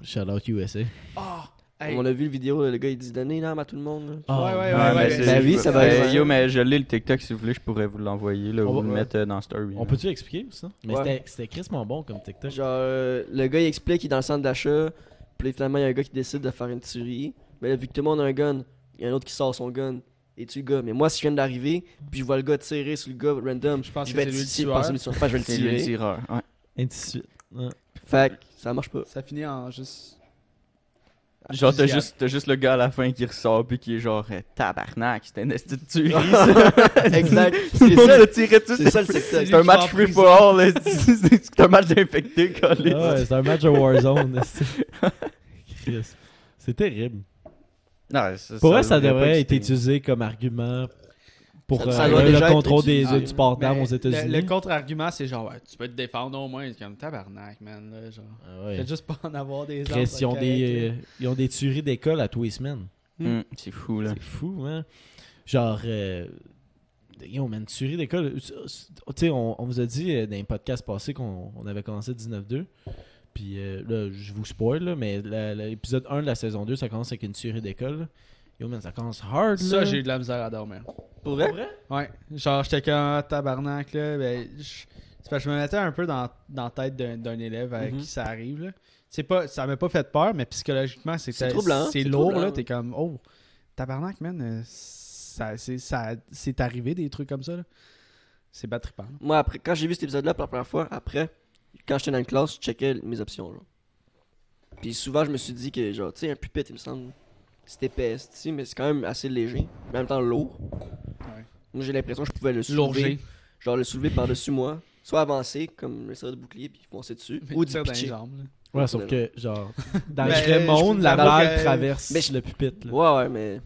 S2: Shout out USA.
S1: Ah, Hey.
S3: Ah, On a vu le vidéo, le gars il dit donner une arme à tout le monde. là.
S1: Ouais, ouais,
S4: Ah, Ouais,
S1: ouais.
S4: mais c'est-
S3: Ben oui, ça va
S4: Euh,
S3: être-
S4: Yo, mais je lis le TikTok si vous voulez, je pourrais vous l'envoyer là,
S2: On
S4: ou
S2: va-
S4: vous le
S3: ouais.
S4: mettre euh, dans Story.
S2: On
S4: là.
S2: peut-tu expliquer ça? Mais
S3: Ouais.
S2: c'était- c'était crissement bon comme TikTok.
S3: Genre, euh, le gars il explique qu'il est dans le centre d'achat, puis là, finalement il y a un gars qui décide de faire une tuerie. Mais là, vu que tout le monde a un gun, il y a un autre qui sort son gun et tue le gars. Mais moi, si je viens d'arriver, puis je vois le gars tirer sur le gars random,
S1: Je pense
S3: je
S1: que
S3: vais
S1: c'est lui le
S3: tirer-
S1: tueur.
S3: penser- enfin, je vais le
S4: C'est le
S3: tirer.
S4: tireur. ouais.
S2: Ainsi de suite. Ouais.
S3: Fait que ça
S1: [LAUGHS]
S3: marche pas.
S1: Ça finit en juste.
S4: Genre, t'as
S1: Fusillade.
S4: juste, t'as juste le gars à la fin qui ressort, puis qui est genre eh, tabarnak, c'était une esti de tuerie, ça.
S1: [LAUGHS]
S3: exact.
S4: Tout le
S3: C'est
S4: monde
S3: ça,
S4: a tiré tout.
S3: c'est ça le secteur.
S4: C'est un
S1: qui va en
S4: match free for all, là. C'est c'est un match d'infecté, collé.
S2: Ah ouais, c'est un match de Warzone. [LAUGHS] esti. Chris. C'est terrible.
S4: Non,
S2: Pour vrai, ça devrait être
S4: été
S2: utilisé comme argument pour
S3: Ça- ça
S2: euh,
S3: doit
S2: le,
S3: déjà être
S2: contrôle des,
S3: utilisé.
S2: du portable
S1: Ah, Mais
S2: aux
S1: le-
S2: États-Unis.
S1: Le, contre-argument, c'est genre, ouais, tu peux te défendre au moins. C'est comme tabarnak, man. Là, genre.
S2: Ah ouais.
S1: Fais juste pas en avoir des
S2: Chris,
S1: autres,
S2: ils ont
S1: correct,
S2: des,
S1: là.
S2: euh, ils ont des tueries d'école à tous les semaines.
S4: Hmm, C'est fou, là.
S2: C'est fou, hein? Genre, euh, yo, man, tuerie d'école. Tu sais, on, on vous a dit euh, dans les podcasts passés qu'on on avait commencé 19-2. Puis euh, là, je vous spoil, là, mais la- la- l'épisode 1 de la saison 2, ça commence avec une tuerie d'école. Yo, man, ça commence hard, là.
S1: Ça, j'ai eu de la misère à dormir.
S3: Pour vrai?
S1: Ouais. Genre, j'étais comme ah, tabarnak, là. Ben, je- c'est parce que je me mettais un peu dans, dans la tête d'un, d'un élève avec
S2: Mhm.
S1: qui ça arrive, là. C'est pas, ça m'a pas fait peur, mais psychologiquement, c'est,
S3: C'est troublant,
S1: c'est
S3: c'est
S1: lourd,
S3: troublant.
S1: là. T'es comme, oh, tabarnak, man. euh, Ça, c'est, ça, c'est arrivé des trucs comme ça, là. C'est pas trippant. là.
S3: Moi, après, quand j'ai vu cet épisode-là pour la première fois, après, quand j'étais dans une classe, je checkais mes options, genre. Puis souvent, je me suis dit que, genre, tu sais, un pupitre, il me semble, c'est épais, tu mais c'est quand même assez léger, mais en même temps lourd. Moi, j'ai l'impression que je pouvais le soulever.
S1: Lourger.
S3: Genre, le soulever par-dessus moi, soit avancer, comme le serre de bouclier, puis foncer dessus, ou
S1: Mais
S3: du
S1: tire dans les
S3: pitcher.
S1: [LAUGHS] jambes, là.
S2: Ouais, sauf que, genre, dans
S1: Ben,
S2: le vrai monde,
S1: je-
S2: la
S1: dans
S2: balle
S1: le-
S2: traverse
S3: Mais je-
S2: le pupitre, là.
S3: Ouais, ouais, mais.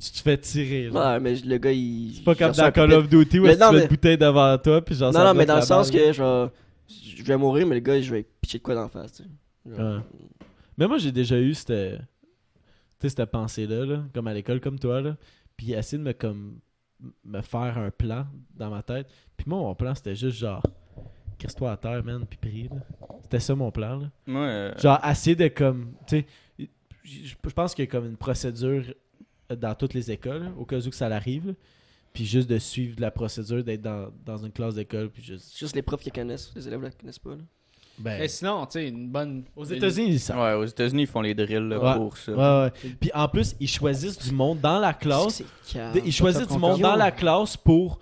S2: Tu te fais tirer, là.
S3: Ouais, mais le gars, il.
S2: C'est pas
S3: il
S2: comme
S3: reçoit un
S2: dans Call
S3: pupitre.
S2: of Duty où
S3: Mais
S2: est-ce que
S3: non,
S2: tu mets
S3: mais-
S2: une bouteille devant toi, puis genre, ça
S3: Non, non, mais
S2: bloque
S3: dans
S2: la
S3: le sens
S2: balle.
S3: que, genre, je vais mourir, mais le gars, je vais pitcher de quoi d'en face, tu sais. Genre,
S2: Ouais. Mais moi, j'ai déjà eu cette, tu sais, cette pensée-là, là, comme à l'école, comme toi, là, puis essayer de me, comme, me faire un plan dans ma tête. Puis moi, mon plan, c'était juste genre, qu'est-ce toi à terre, man, puis prie. là. C'était ça mon plan. Là.
S4: Moi, euh,
S2: Genre, essayer de comme, tu sais, je je pense qu'il y a comme une procédure dans toutes les écoles, là, au cas où que ça l'arrive, là. puis juste de suivre la procédure, d'être dans, dans une classe d'école, puis
S3: C'est
S2: juste.
S3: juste les profs qui connaissent, les élèves là qui connaissent pas, là.
S2: Ben,
S1: Mais Eh, sinon, tu sais, une bonne.
S2: aux
S1: une-
S2: États-Unis, ils savent.
S4: ouais, aux États-Unis, ils font les drills là,
S2: Ouais.
S4: pour ça.
S2: Ouais, ouais. Puis en plus, ils choisissent du monde dans la classe
S3: C'est calme.
S2: Ils choisissent
S1: Pas
S2: du monde
S1: concordant.
S2: dans la classe pour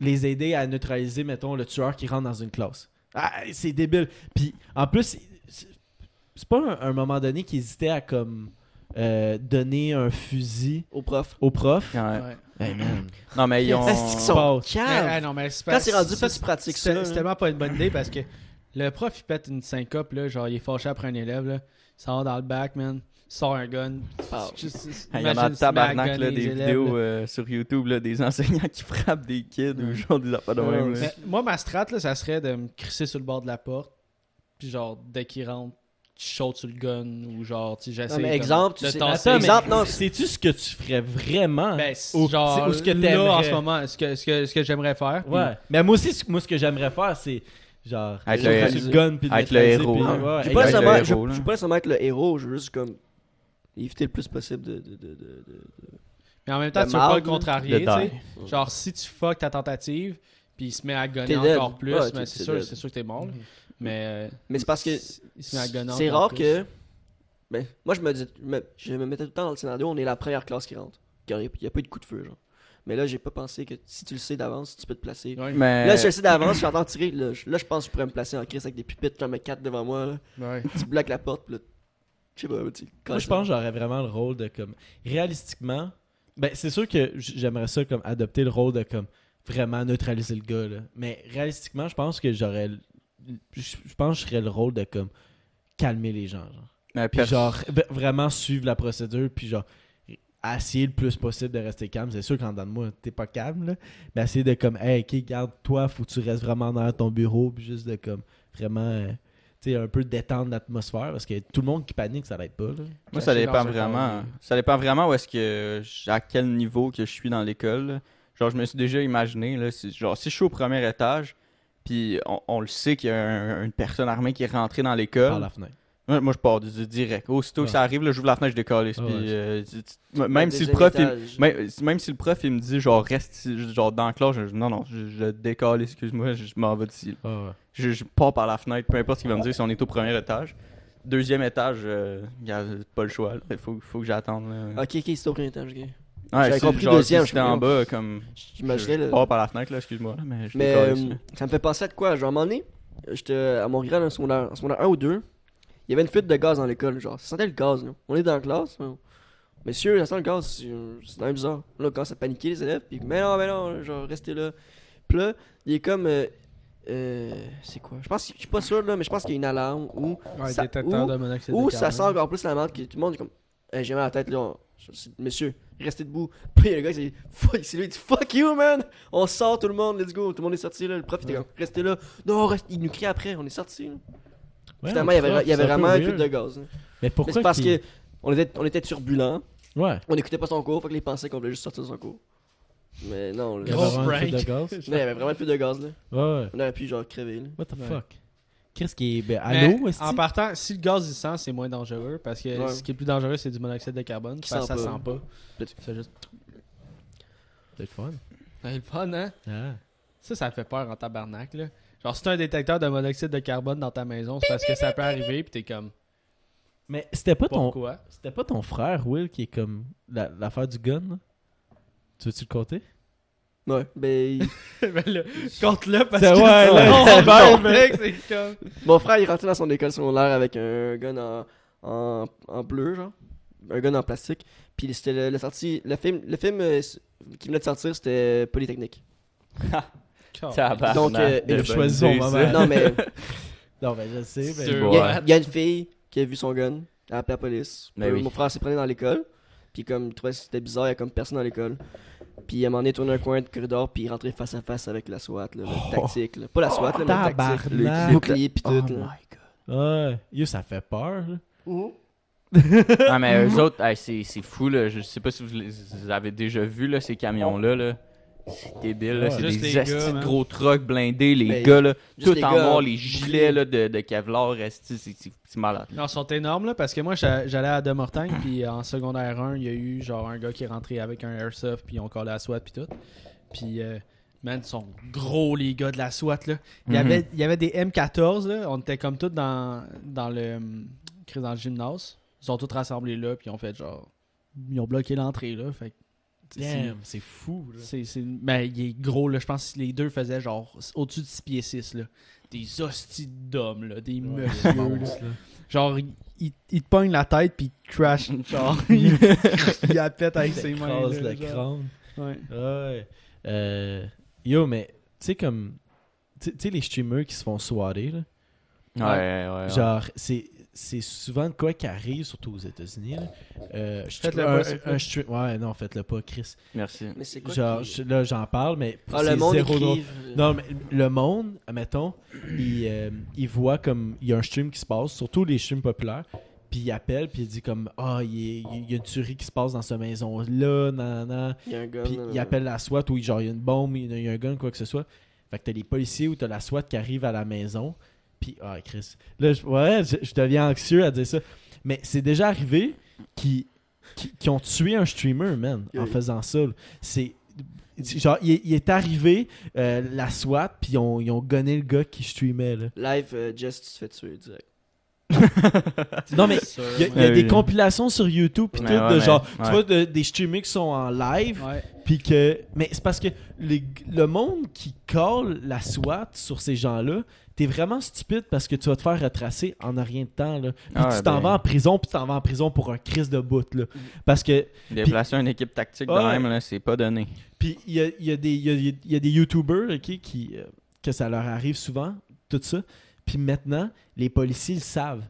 S2: les aider à neutraliser, mettons, le tueur qui rentre dans une classe. Ah, c'est débile. Puis, en plus, c'est- c'est c'est pas un, un moment donné qu'ils hésitaient à, comme, euh, donner un fusil
S3: Au prof.
S2: au prof.
S4: Ouais. Ben,
S1: Ouais.
S2: Hey, man.
S4: Non, mais ils ont.
S3: Est-ce qu'ils sont
S2: Passe.
S3: calmes?
S1: Mais, ah, non, mais c'est
S3: Quand
S1: pas-
S3: c'est rendu, pas
S1: c'est-
S3: tu pratiques ça. hein.
S1: C'est
S3: là.
S1: c'est tellement pas une bonne idée parce que le prof il pète une syncope, là, genre il est fâché après un élève, là, il sort dans le bac, man, il sort un gun.
S3: Ah.
S1: C'est juste- c'est-
S4: Il y en
S1: imagine
S4: a en
S1: smack
S4: tabarnak
S1: gunner
S4: là,
S1: les
S4: des
S1: élèves,
S4: vidéos
S1: là.
S4: euh, sur YouTube là, des [LAUGHS] enseignants qui frappent des kids ou genre des affaires de
S3: Ouais,
S4: même.
S3: ouais.
S4: là.
S1: Mais moi, ma strat, là, ça serait de me crisser sur le bord de la porte, puis genre, dès qu'il rentre, tu sautes sur le gun ou genre, tu sais, j'essaie.
S3: Non, mais
S1: comme,
S3: exemple, tu
S1: de
S3: sais-
S1: tasser-
S2: Attends, mais
S3: Exemple, non, c'est-
S2: sais-tu ce que tu ferais vraiment?
S1: Ben, c'est
S2: Ou-
S1: genre,
S2: c'est- ou ce que t'aimerais.
S1: là, en ce moment, ce que, ce que, ce que j'aimerais faire. puis-
S2: ouais. Mais moi aussi, ce- moi, ce que j'aimerais faire, c'est genre.
S4: Avec
S2: genre,
S4: le-
S2: tu gun, puis
S4: avec le
S2: neutraliser,
S4: héros,
S2: puis-
S4: hein.
S2: ouais, ouais,
S3: Je veux pas
S4: Avec le
S3: seulement- je-
S4: héros, là.
S3: je veux pas seulement être le héros, je veux juste comme éviter le plus possible de. de, de, de, de-
S1: Mais en même temps,
S3: Le
S1: tu veux pas le
S3: marde, là.
S1: contrarier,
S4: De
S1: tu sais. Genre, si tu fuck ta tentative, puis il se met à gonner
S3: T'es dead.
S1: encore plus,
S3: Ouais,
S1: mais
S3: t'es-
S1: c'est
S3: t'es
S1: sûr,
S3: dead.
S1: c'est sûr que t'es mort. là. Mais euh,
S3: Mais c'est parce que
S1: il se met à gonner
S3: c'est
S1: encore
S3: rare
S1: plus.
S3: que. Ben, moi, je me, dis, je me- je me mettais tout le temps dans le scénario, on est la première classe qui rentre. Il n'y a pas eu de coup de feu, genre. Mais là, j'ai pas pensé que si tu le sais d'avance, tu peux te placer.
S1: Ouais.
S4: Mais-
S3: Là, je le sais d'avance, j'entends tirer. Là, je là, je pense que je pourrais me placer en crise avec des pupitres, comme 4 devant moi. là.
S1: Ouais.
S3: Tu bloques la porte, puis là, je sais pas, tu
S2: Moi, je pense que j'aurais vraiment le rôle de comme. Réalistiquement, ben, c'est sûr que j- j'aimerais ça comme adopter le rôle de comme vraiment neutraliser le gars, là. Mais réalistiquement, je pense que j'aurais. l- Je je pense que je serais le rôle de comme calmer les gens, genre.
S4: Mais
S2: Puis
S4: pers-
S2: genre, v- vraiment suivre la procédure, puis genre, essayer le plus possible de rester calme. C'est sûr qu'en dedans de moi, t'es pas calme, là. Mais essayer de comme, hey, ok, garde, toi, faut que tu restes vraiment dans ton bureau, puis juste de comme, vraiment. euh, tu sais, un peu détendre l'atmosphère parce que tout le monde qui panique ça l'aide pas là.
S4: Moi, ça
S1: Caché dans
S4: dépend
S1: un
S4: vraiment.
S1: carré.
S4: Ça dépend vraiment où est-ce que. je- à quel niveau que je suis dans l'école. là. Genre, je me suis déjà imaginé, là, si, genre, si je suis au premier étage, puis on, on le sait qu'il y a un- une personne armée qui est rentrée dans
S2: par
S4: l'école.
S2: la fenêtre.
S4: Moi, moi, je pars du, du direct. Aussitôt que
S2: Ouais.
S4: ça arrive, là, j'ouvre la fenêtre, je décolle.
S2: Ah ouais.
S4: puis, euh, tu- tu- m- même, si le prof, il, même, même euh, si le prof, il me dit, genre, reste ici, genre, dans la classe, je, non, non, je, je décolle, excuse-moi, je, je m'en vais d'ici. là. Je, je pars par la fenêtre, peu importe ce qu'il va me dire si on est au premier étage. Deuxième étage, euh, y a pas le choix. Il faut, faut que j'attende. là.
S3: Ok, ok, c'est au premier étage, ok.
S4: Ouais,
S3: j'avais
S4: si-
S3: compris
S4: genre,
S3: deuxième,
S4: si
S3: je
S4: j'étais en
S3: comprends.
S4: bas, comme.
S3: J'imaginais
S4: je
S3: le.
S4: pars par la fenêtre, là, excuse-moi. Mais, je
S3: Mais
S4: décolle,
S3: euh,
S4: là.
S3: ça me fait penser à de quoi Genre, à un moment donné, j'étais à Montréal en secondaire, en secondaire 1 ou 2, il y avait une fuite de gaz dans l'école. Genre, ça sentait le gaz. là. On est dans la classe. mais- Messieurs, ça sent le gaz. C'est euh, c'est quand même bizarre. Là, on commence à paniquer les élèves. Puis, mais non, mais non, genre, restez là. Puis là, il est comme. euh, euh, c'est quoi Je pense, je suis pas sûr, là, mais je pense qu'il y a une alarme ou.
S1: Ouais,
S3: ça,
S1: détecteur
S3: ou-
S1: de monoxyde
S3: Ou
S1: de
S3: ça
S1: carbone.
S3: sent encore plus la merde que tout le monde est comme Hey, j'ai mal à la tête là. on- c'est- Monsieur, restez debout. [LAUGHS] Puis il y a le gars qui dit Fuck, c'est lui, il dit Fuck you man! On sort tout le monde, let's go. Tout le monde est sorti là. Le prof était comme Restez là. Non, reste... il nous crie après, on est sorti. là. Finalement, il y avait, il y avait vraiment un truc de gaz. là.
S2: Mais
S3: Mais
S2: pourquoi
S3: c'est parce
S2: qu'il-
S3: que on était, on était turbulent,
S2: Ouais.
S3: on écoutait pas son cours, fait que les pensait qu'on voulait juste sortir de son cours. Mais non, là.
S1: Gros [LAUGHS]
S2: Il y avait vraiment un truc
S1: prank.
S2: de gaz.
S3: Non, il y avait vraiment plus de gaz là.
S2: Ouais, ouais.
S3: On aurait pu genre crever là.
S2: What the
S1: Ouais.
S2: fuck? Qu'est-ce qui est. Ben,
S1: Mais
S2: allô, est-ce
S1: en partant, si le gaz il sent, c'est moins dangereux parce que
S3: Ouais.
S1: ce qui est plus dangereux, c'est du monoxyde de carbone.
S3: Qui
S1: parce que
S3: sent
S1: ça
S3: pas.
S1: sent pas.
S3: Peut-être-
S1: C'est juste.
S2: C'est fun.
S1: C'est le fun, hein?
S2: Ah.
S1: Ça, ça fait peur en tabarnak, là. Genre, si t'as un détecteur de monoxyde de carbone dans ta maison, c'est parce que ça peut arriver, pis t'es comme,
S2: Mais c'était pas ton.
S1: pourquoi?
S2: C'était pas ton frère, Will, qui est comme. la- L'affaire du gun, là? Tu veux-tu le compter?
S3: Ouais. Ben, il-
S1: ben là, compte-le parce
S2: C'est-
S1: que...
S2: ouais, là,
S1: on
S2: c'est
S1: parle,
S2: bon.
S1: mec, c'est comme...
S3: Mon frère, il rentrait dans son école secondaire avec un gun en, en, en bleu, genre. Un gun en plastique. Puis c'était le, la sortie. Le film, le film euh, s- qui venait de sortir, c'était Polytechnique.
S4: Tabarnak.
S3: Donc, euh,
S4: de
S2: il a
S4: bonne
S2: choisi son
S4: idée,
S2: moment.
S4: ça. [LAUGHS]
S3: non, mais
S2: Non, ben je sais,
S1: mais-
S2: mais.
S1: Sûr.
S3: il y, a-
S4: Ouais.
S3: il y a une fille qui a vu son gun. Elle a appelé la police.
S4: Ben
S3: Puis
S4: oui.
S3: Mon frère s'est promené dans l'école. Puis comme il trouvait que c'était bizarre, il y a comme personne dans l'école. Puis à un moment donné, il tournait un coin de corridor. Puis il rentrait face à face avec la SWAT, là, le
S4: Oh.
S3: tactique. là. Pas la SWAT, là, mais le tactique.
S2: Tabarnak. Oh
S3: Le bouclier, puis tout. là.
S2: Ouais. Yo, ça fait peur, là.
S4: Ah, mais
S3: [LAUGHS]
S4: eux autres, hey, c'est c'est fou, là. Je sais pas si vous, les- vous avez déjà vu, là, ces camions-là, là. C'est débile, là.
S2: Ouais.
S4: C'est
S1: Juste
S4: des
S1: les
S4: estis
S1: gars, man.
S4: de gros trucks blindés, les
S3: Ben,
S4: gars, là.
S3: juste
S4: Tout
S3: les
S4: en
S3: gars.
S4: noir, les gilets, là, de, de Kevlar, estis, c'est- c'est c'est malade.
S1: Non, ils sont énormes, là, parce que moi, j'a- j'allais à Demortagne, puis euh, en secondaire 1, il y a eu, genre, un gars qui est rentré avec un airsoft, puis on collait la SWAT, puis tout. Puis, euh, man, ils sont gros, les gars de la SWAT, là. Il y,
S2: Mm-hmm.
S4: Mhm.
S1: avait, il y avait des M14, là. On était comme tous dans, dans le... hum, Chris, dans le gymnase. Ils sont tous rassemblés là, puis ils ont fait, genre... Ils ont bloqué l'entrée, là, fait que-
S2: Damn, c'est fou, là.
S1: C'est, c'est, mais il est gros, là. Je pense que les deux faisaient genre au-dessus de 6 pieds 6, là. Des hosties d'hommes, là. Des messieurs, là. Genre, il, il- il te pogne la tête, puis il te crash. Genre, [LAUGHS] il, il la pète avec ses mains.
S2: Écrase
S1: là,
S2: le
S1: genre.
S2: crâne.
S1: Ouais.
S2: Ouais. Euh, yo, mais tu sais comme tu tu sais les streamers qui se font soirer là,
S4: Ouais, ouais, ouais.
S2: genre c'est c'est souvent de quoi qui arrive surtout aux États-Unis. là. Euh, je-
S1: Faites-le
S2: un-
S1: pas, s'il vous plaît.
S2: un stream- ouais, non, faites-le pas Chris.
S4: Merci.
S3: Mais c'est quoi
S2: Genre
S3: qui-
S2: je- là j'en parle mais
S3: Ah,
S2: c'est
S3: le monde
S2: zéro drôle.
S3: écrive. euh,
S2: Non, mais le monde, mettons, il, euh, il voit comme il y a un stream qui se passe, surtout les streams populaires, puis il appelle, puis il dit comme Ah, il y a- il y a une tuerie qui se passe dans cette maison-là, nan, nan.
S3: Il y a un gun.
S2: Puis
S3: là,
S2: il
S3: là.
S2: appelle la SWAT ou genre il y a une bombe, il y a- il y a un gun, quoi que ce soit. Fait que t'as les policiers ou t'as la SWAT qui arrive à la maison. Puis, ah, Chris. Là, je, ouais, je, je deviens anxieux à dire ça. Mais c'est déjà arrivé qui qui ont tué un streamer, man, en
S3: Oui.
S2: faisant ça. là. C'est. c'est Genre, il, est- il est arrivé euh, la SWAT, puis ils ont, ils ont gunné le gars qui streamait. Là.
S3: Live, euh, Jess, tu te fais tuer direct.
S2: Non, mais
S1: Sûr,
S2: il y a, il y a
S4: Ouais,
S2: des
S4: oui.
S2: compilations sur YouTube, puis tout,
S4: Mais
S2: de
S4: ouais, mais-
S2: genre, tu
S4: ouais.
S2: vois, de- des streamers qui sont en live,
S1: Ouais.
S2: Puis que. Mais c'est parce que les- le monde qui colle la SWAT sur ces gens-là, t'es vraiment stupide parce que tu vas te faire retracer en un rien de temps. Là. Puis
S4: Ah ouais,
S2: tu t'en
S4: ben.
S2: vas en prison, puis tu t'en vas en prison pour un crise de bout. Là. Parce que.
S4: Déplacer une équipe tactique de
S2: Ouais.
S4: même, là, c'est pas donné.
S2: Puis il y a, il y a des, il y a- il y a des YouTubers ok, qui, euh, que ça leur arrive souvent, tout ça. Puis maintenant, les policiers le savent.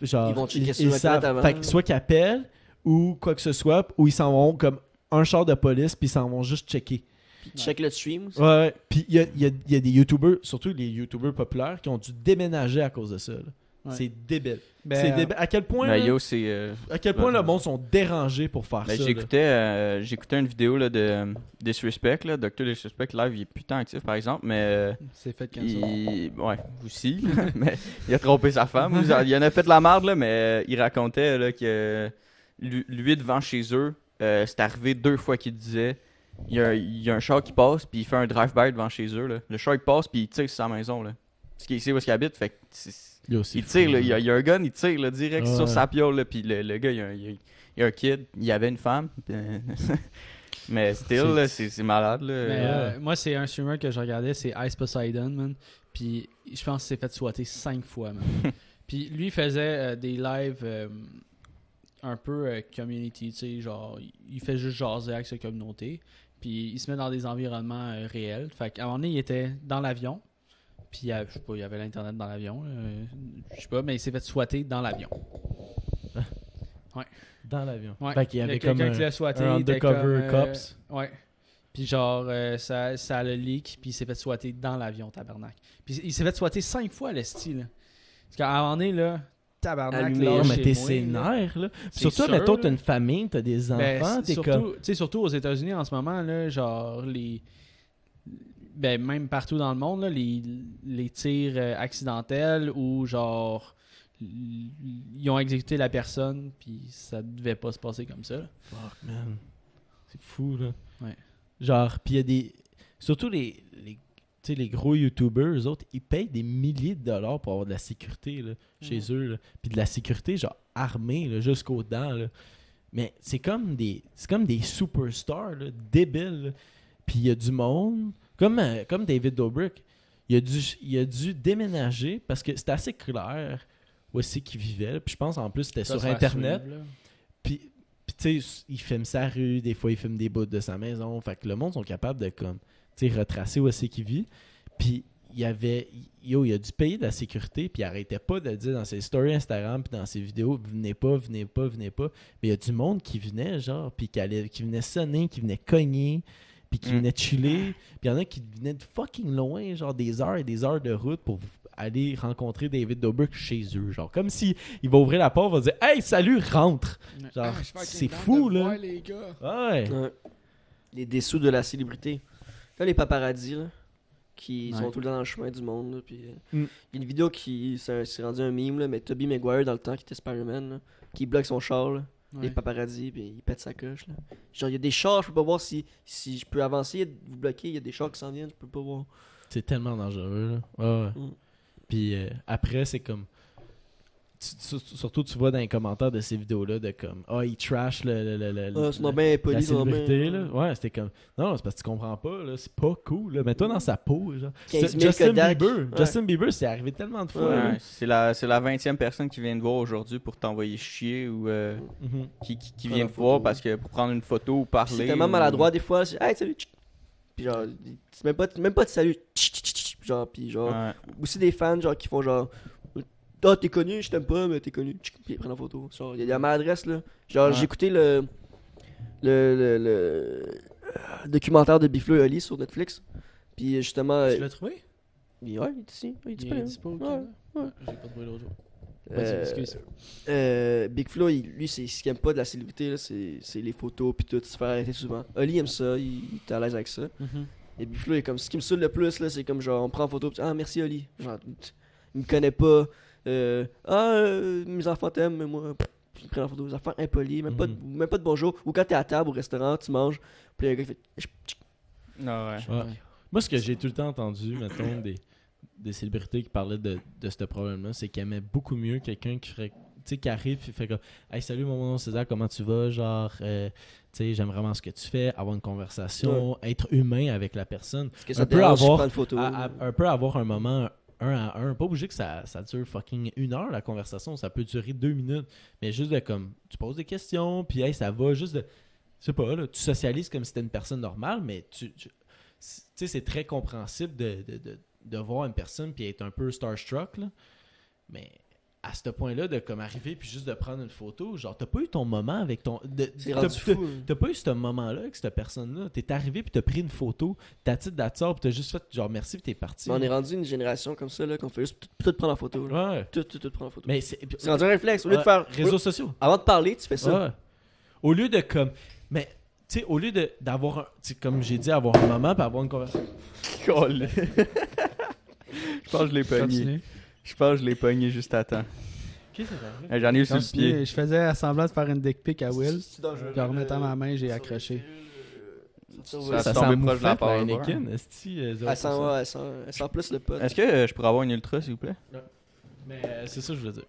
S2: Genre,
S3: Ils vont checker sur
S2: le
S3: le net avant.
S2: Fait que soit qu'ils appellent ou quoi que ce soit, ou ils s'en vont comme un char de police, puis ils s'en vont juste checker.
S3: Puis check le stream. aussi.
S2: Ouais, ouais. Puis il y a, il y a- il y a des youtubeurs, surtout les youtubeurs populaires, qui ont dû déménager à cause de ça. là.
S1: Ouais.
S2: C'est débile.
S1: Ben,
S2: c'est débile. À quel point, là,
S4: Ben, yo, c'est. euh,
S2: à quel point
S4: ben-
S2: le monde sont dérangés pour faire
S4: Ben,
S2: ça. là.
S4: j'écoutais, euh, j'écoutais une vidéo là, de euh, Disrespect, là, Dr. Disrespect live, il est putain actif par exemple, mais euh,
S1: C'est fait comme ça.
S4: il... Ouais, aussi, mais il a trompé sa femme, ou ça- il en a fait de la merde, là, mais euh, il racontait là, que lui, lui, devant chez eux, euh, c'est arrivé deux fois qu'il disait, il y, a, il y a un char qui passe, puis il fait un drive-by devant chez eux, là. le char il passe, puis il tire sur sa maison, là. parce qu'il sait où est-ce qu'il habite, fait que c'est-
S2: Yo, c'est
S4: il
S2: fou,
S4: tire,
S2: là.
S4: là, il, y a, il y a un gun, il tire là, direct
S2: Ouais.
S4: sur sa piole. Là, puis le, le gars, il y a, un- il y a- il y a un kid, il y avait une femme. euh, [LAUGHS] mais still, là, c'est c'est malade. Là.
S1: Mais, euh,
S2: ouais.
S1: moi, c'est un streamer que je regardais, c'est Ice Poseidon, man. Puis je pense qu'il s'est fait swatter cinq fois,
S2: [LAUGHS]
S1: man. Puis lui faisait euh, des lives euh, un peu euh, community, tu sais, genre, il- il fait juste jaser avec sa communauté. Puis il se met dans des environnements euh, réels. Fait qu'à un moment donné, il était dans l'avion. Puis il y a- je sais pas, il y avait l'internet dans l'avion. là, euh, je sais pas, mais il s'est fait swatter dans l'avion.
S2: Dans l'avion.
S1: Ouais.
S2: Fait
S1: Il
S2: qu'il y
S1: y a
S2: avait
S1: quelqu'un
S2: comme un,
S1: qui l'a swatté,
S2: un
S1: il était
S2: undercover
S1: comme, euh,
S2: cops.
S1: Ouais. Puis genre, euh, ça, ça a le leak, puis il s'est fait swatter dans l'avion, tabarnak. Puis il s'est fait swatter cinq fois, le style. Parce qu'à un moment donné, là, tabarnak,
S3: Allumé.
S1: là, Ben,
S2: Non,
S3: chez
S2: mais t'es sénère, là. Surtout, mettons, t'as une famille, t'as des enfants, t'es
S1: surtout,
S2: comme.
S1: tu sais, surtout aux États-Unis en ce moment, là, genre, les... ben, même partout dans le monde, là, les, les tirs euh, accidentels où genre l- ils ont exécuté la personne puis ça devait pas se passer comme ça. là.
S2: Fuck, man. C'est fou, là.
S1: Ouais.
S2: Genre, puis il y a des. Surtout les, les, tu sais, les gros YouTubers, eux autres, ils payent des milliers de dollars pour avoir de la sécurité là, chez eux. là. Puis de la sécurité, genre, armée là, jusqu'aux dents. là. Mais c'est comme des c'est comme des superstars là, débiles. là. Puis il y a du monde, comme, euh, comme David Dobrik, il a, dû, il a dû déménager parce que c'était assez clair où c'est qu'il vivait. là. Puis je pense en plus c'était
S1: Ça,
S2: sur
S1: c'est à
S2: Internet.
S1: suivre, là.
S2: Puis, puis tu sais, il filme sa rue, des fois il filme des bouts de sa maison. Fait que le monde sont capables de comme, tu sais, retracer où c'est qu'il vit. Puis il y avait, yo, il a dû payer de la sécurité, puis il arrêtait pas de dire dans ses stories Instagram, puis dans ses vidéos, venez pas, venez pas, venez pas. Mais il y a du monde qui venait, genre, puis qui, allait, qui venait sonner, qui venait cogner, puis qui
S4: Mm.
S2: venait chiller. Puis il y en a qui venaient de fucking loin, genre des heures et des heures de route pour aller rencontrer David Dobrik chez eux. Genre, comme si il va ouvrir la porte, va dire Hey, salut, rentre. Genre, c'est fou, là. Ouais.
S3: Ouais. Les dessous de la célébrité. Là, les paparazzis, là, qui
S1: Ouais.
S3: sont tout le temps dans le chemin du monde. là, puis, euh, Il
S2: Mm.
S3: y a une vidéo qui s'est s'est rendu un mime, là, mais Toby Maguire, dans le temps, qui était Spider-Man, là, qui bloque son char, là, les
S1: Ouais.
S3: paparazzis, puis il pète sa coche. là. Genre, il y a des chars, je peux pas voir si, si je peux avancer, vous bloquer, il y a des chars qui s'en viennent, je peux pas voir.
S2: C'est tellement dangereux. Là. Ouais, ouais.
S3: Mm.
S2: Puis euh, après, c'est comme. tu- tu- surtout, tu vois dans les commentaires de ces vidéos-là de comme. Ah, ils trash le. le, le- le-
S3: Ah,
S2: le-
S3: c'est donc bien
S2: la
S3: poli, c'est donc bien-
S2: célébrité, là. Ouais, c'était comme. Non, c'est parce que tu comprends pas, là. C'est pas cool, là. Mets-toi dans sa peau, genre.
S3: 15 000
S2: Justin
S3: Kodak.
S2: Bieber.
S3: Ouais.
S2: Justin Bieber, c'est arrivé tellement de fois,
S3: Ouais.
S2: là.
S4: Ouais, c'est la, c'est la 20e personne qui vient te voir aujourd'hui pour t'envoyer chier ou euh,
S2: Mhm.
S4: qui, qui, qui
S3: Prendre
S4: vient
S3: la
S4: te
S3: photo.
S4: voir parce que pour prendre une photo ou
S3: Puis
S4: parler.
S3: C'est tellement
S4: ou-
S3: maladroit des fois. c'est, Hey, salut. tch. Puis genre, il- c'est même pas, même pas de salut. tch, tch, tch, tch. Puis Genre, puis genre,
S4: Ouais.
S3: aussi des fans genre qui font genre ah t'es connu je t'aime pas mais t'es connu Tchic, puis ils prennent la photo genre il y a de la maladresse là genre
S4: Ouais.
S3: j'ai écouté le le, le, le- euh, documentaire de Biflo et Oli sur Netflix puis justement euh,
S1: Tu l'as trouvé
S3: il, ouais, il est ici il est
S1: Il
S3: ici, hein.
S1: est dispo au
S3: Ouais.
S1: Canada?
S3: ouais.
S1: Ouais, J'ai pas trouvé l'autre jour. Vas-y,
S3: Euh,
S1: excuse.
S3: euh, Big Flo, il- lui, c'est ce qu'il aime pas de la célébrité, là, c'est c'est les photos, puis tout, se faire arrêter souvent. Oli aime ça, il, il est à l'aise avec ça.
S1: Mhm.
S3: Et puis Flo est comme, ce qui me saoule le plus, là, c'est comme genre, on prend en photo, pis ah merci Oli. Genre, t- il me connaît pas. Euh, ah, euh, mes enfants t'aiment, mais moi, pff, je prends en photo, mes enfants impolis, même, pas de,
S2: Mhm.
S3: même pas de bonjour. Ou quand t'es à table au restaurant, tu manges, puis le gars il fait, Chut, chut.
S4: Non, [LAUGHS] ouais.
S2: Euh, Ouais. Moi, ce que j'ai tout le temps entendu, mettons, des, des célébrités qui parlaient de, de ce problème-là, c'est qu'ils aimaient beaucoup mieux quelqu'un qui ferait. Tu sais, qui arrive et fait comme Hey, salut, mon nom c'est César, comment tu vas Genre, euh, tu sais, j'aime vraiment ce que tu fais, avoir une conversation, être humain avec la personne.
S3: est-ce que
S2: Un
S3: ça te
S2: peu
S3: dérange, si Ah,
S2: avoir- Ah,
S3: ben, je prends une photo?
S2: À- à- un peu avoir un moment un à un. Pas obligé que ça, ça dure fucking une heure la conversation, ça peut durer deux minutes. Mais juste de comme, tu poses des questions, puis hey, ça va, juste de. Je sais pas, là, tu socialises comme si t'étais une personne normale, mais tu. tu tu sais, c'est très compréhensible de, de, de, de voir une personne puis être un peu starstruck, là. Mais à ce point-là, de comme arriver puis juste de prendre une photo, genre, t'as pas eu ton moment avec ton. de-
S3: C'est
S2: t'as-
S3: rendu
S2: t'as-
S3: fou. hein.
S2: T'as pas eu ce moment-là avec cette personne-là. T'es arrivé puis t'as pris une photo, t'as titre d'attard puis t'as juste fait genre merci puis t'es parti.
S3: Mais on est rendu une génération comme ça, là, qu'on fait juste tout, tout prendre en photo. là.
S2: Ouais.
S3: Tout, tout, tout prendre en photo.
S2: Mais c'est.
S3: C'est rendu un réflexe, au lieu de
S2: Ouais,
S3: faire.
S2: Réseaux sociaux.
S3: Avant de parler, tu fais ça.
S2: Ouais. Au lieu de comme. Mais, tu sais, au lieu de- d'avoir un. tu sais, comme j'ai dit, avoir un moment puis avoir une conversation.
S4: Colle. je pense que je l'ai pogné.
S1: Continue.
S4: Je pense que je l'ai pogné juste à temps.
S2: Qu'est-ce que ça
S4: Euh, J'en ai eu sur le pied.
S1: Continue. Je faisais semblant de faire une dick pic à Will.
S3: C'est- c'est dangereux.
S1: Puis en remettant ma main, j'ai accroché.
S3: Ça,
S4: Euh, Ça
S3: ouais.
S4: sent bien proche de la
S2: par
S4: power bar.
S2: Anakin, esti, euh,
S3: Elle sent,
S2: 0%.
S3: ouais, elle sent- elle sent plus le pot.
S4: Est-ce que euh, je pourrais avoir une ultra, s'il vous plaît
S2: Mais euh, c'est ça que je voulais dire.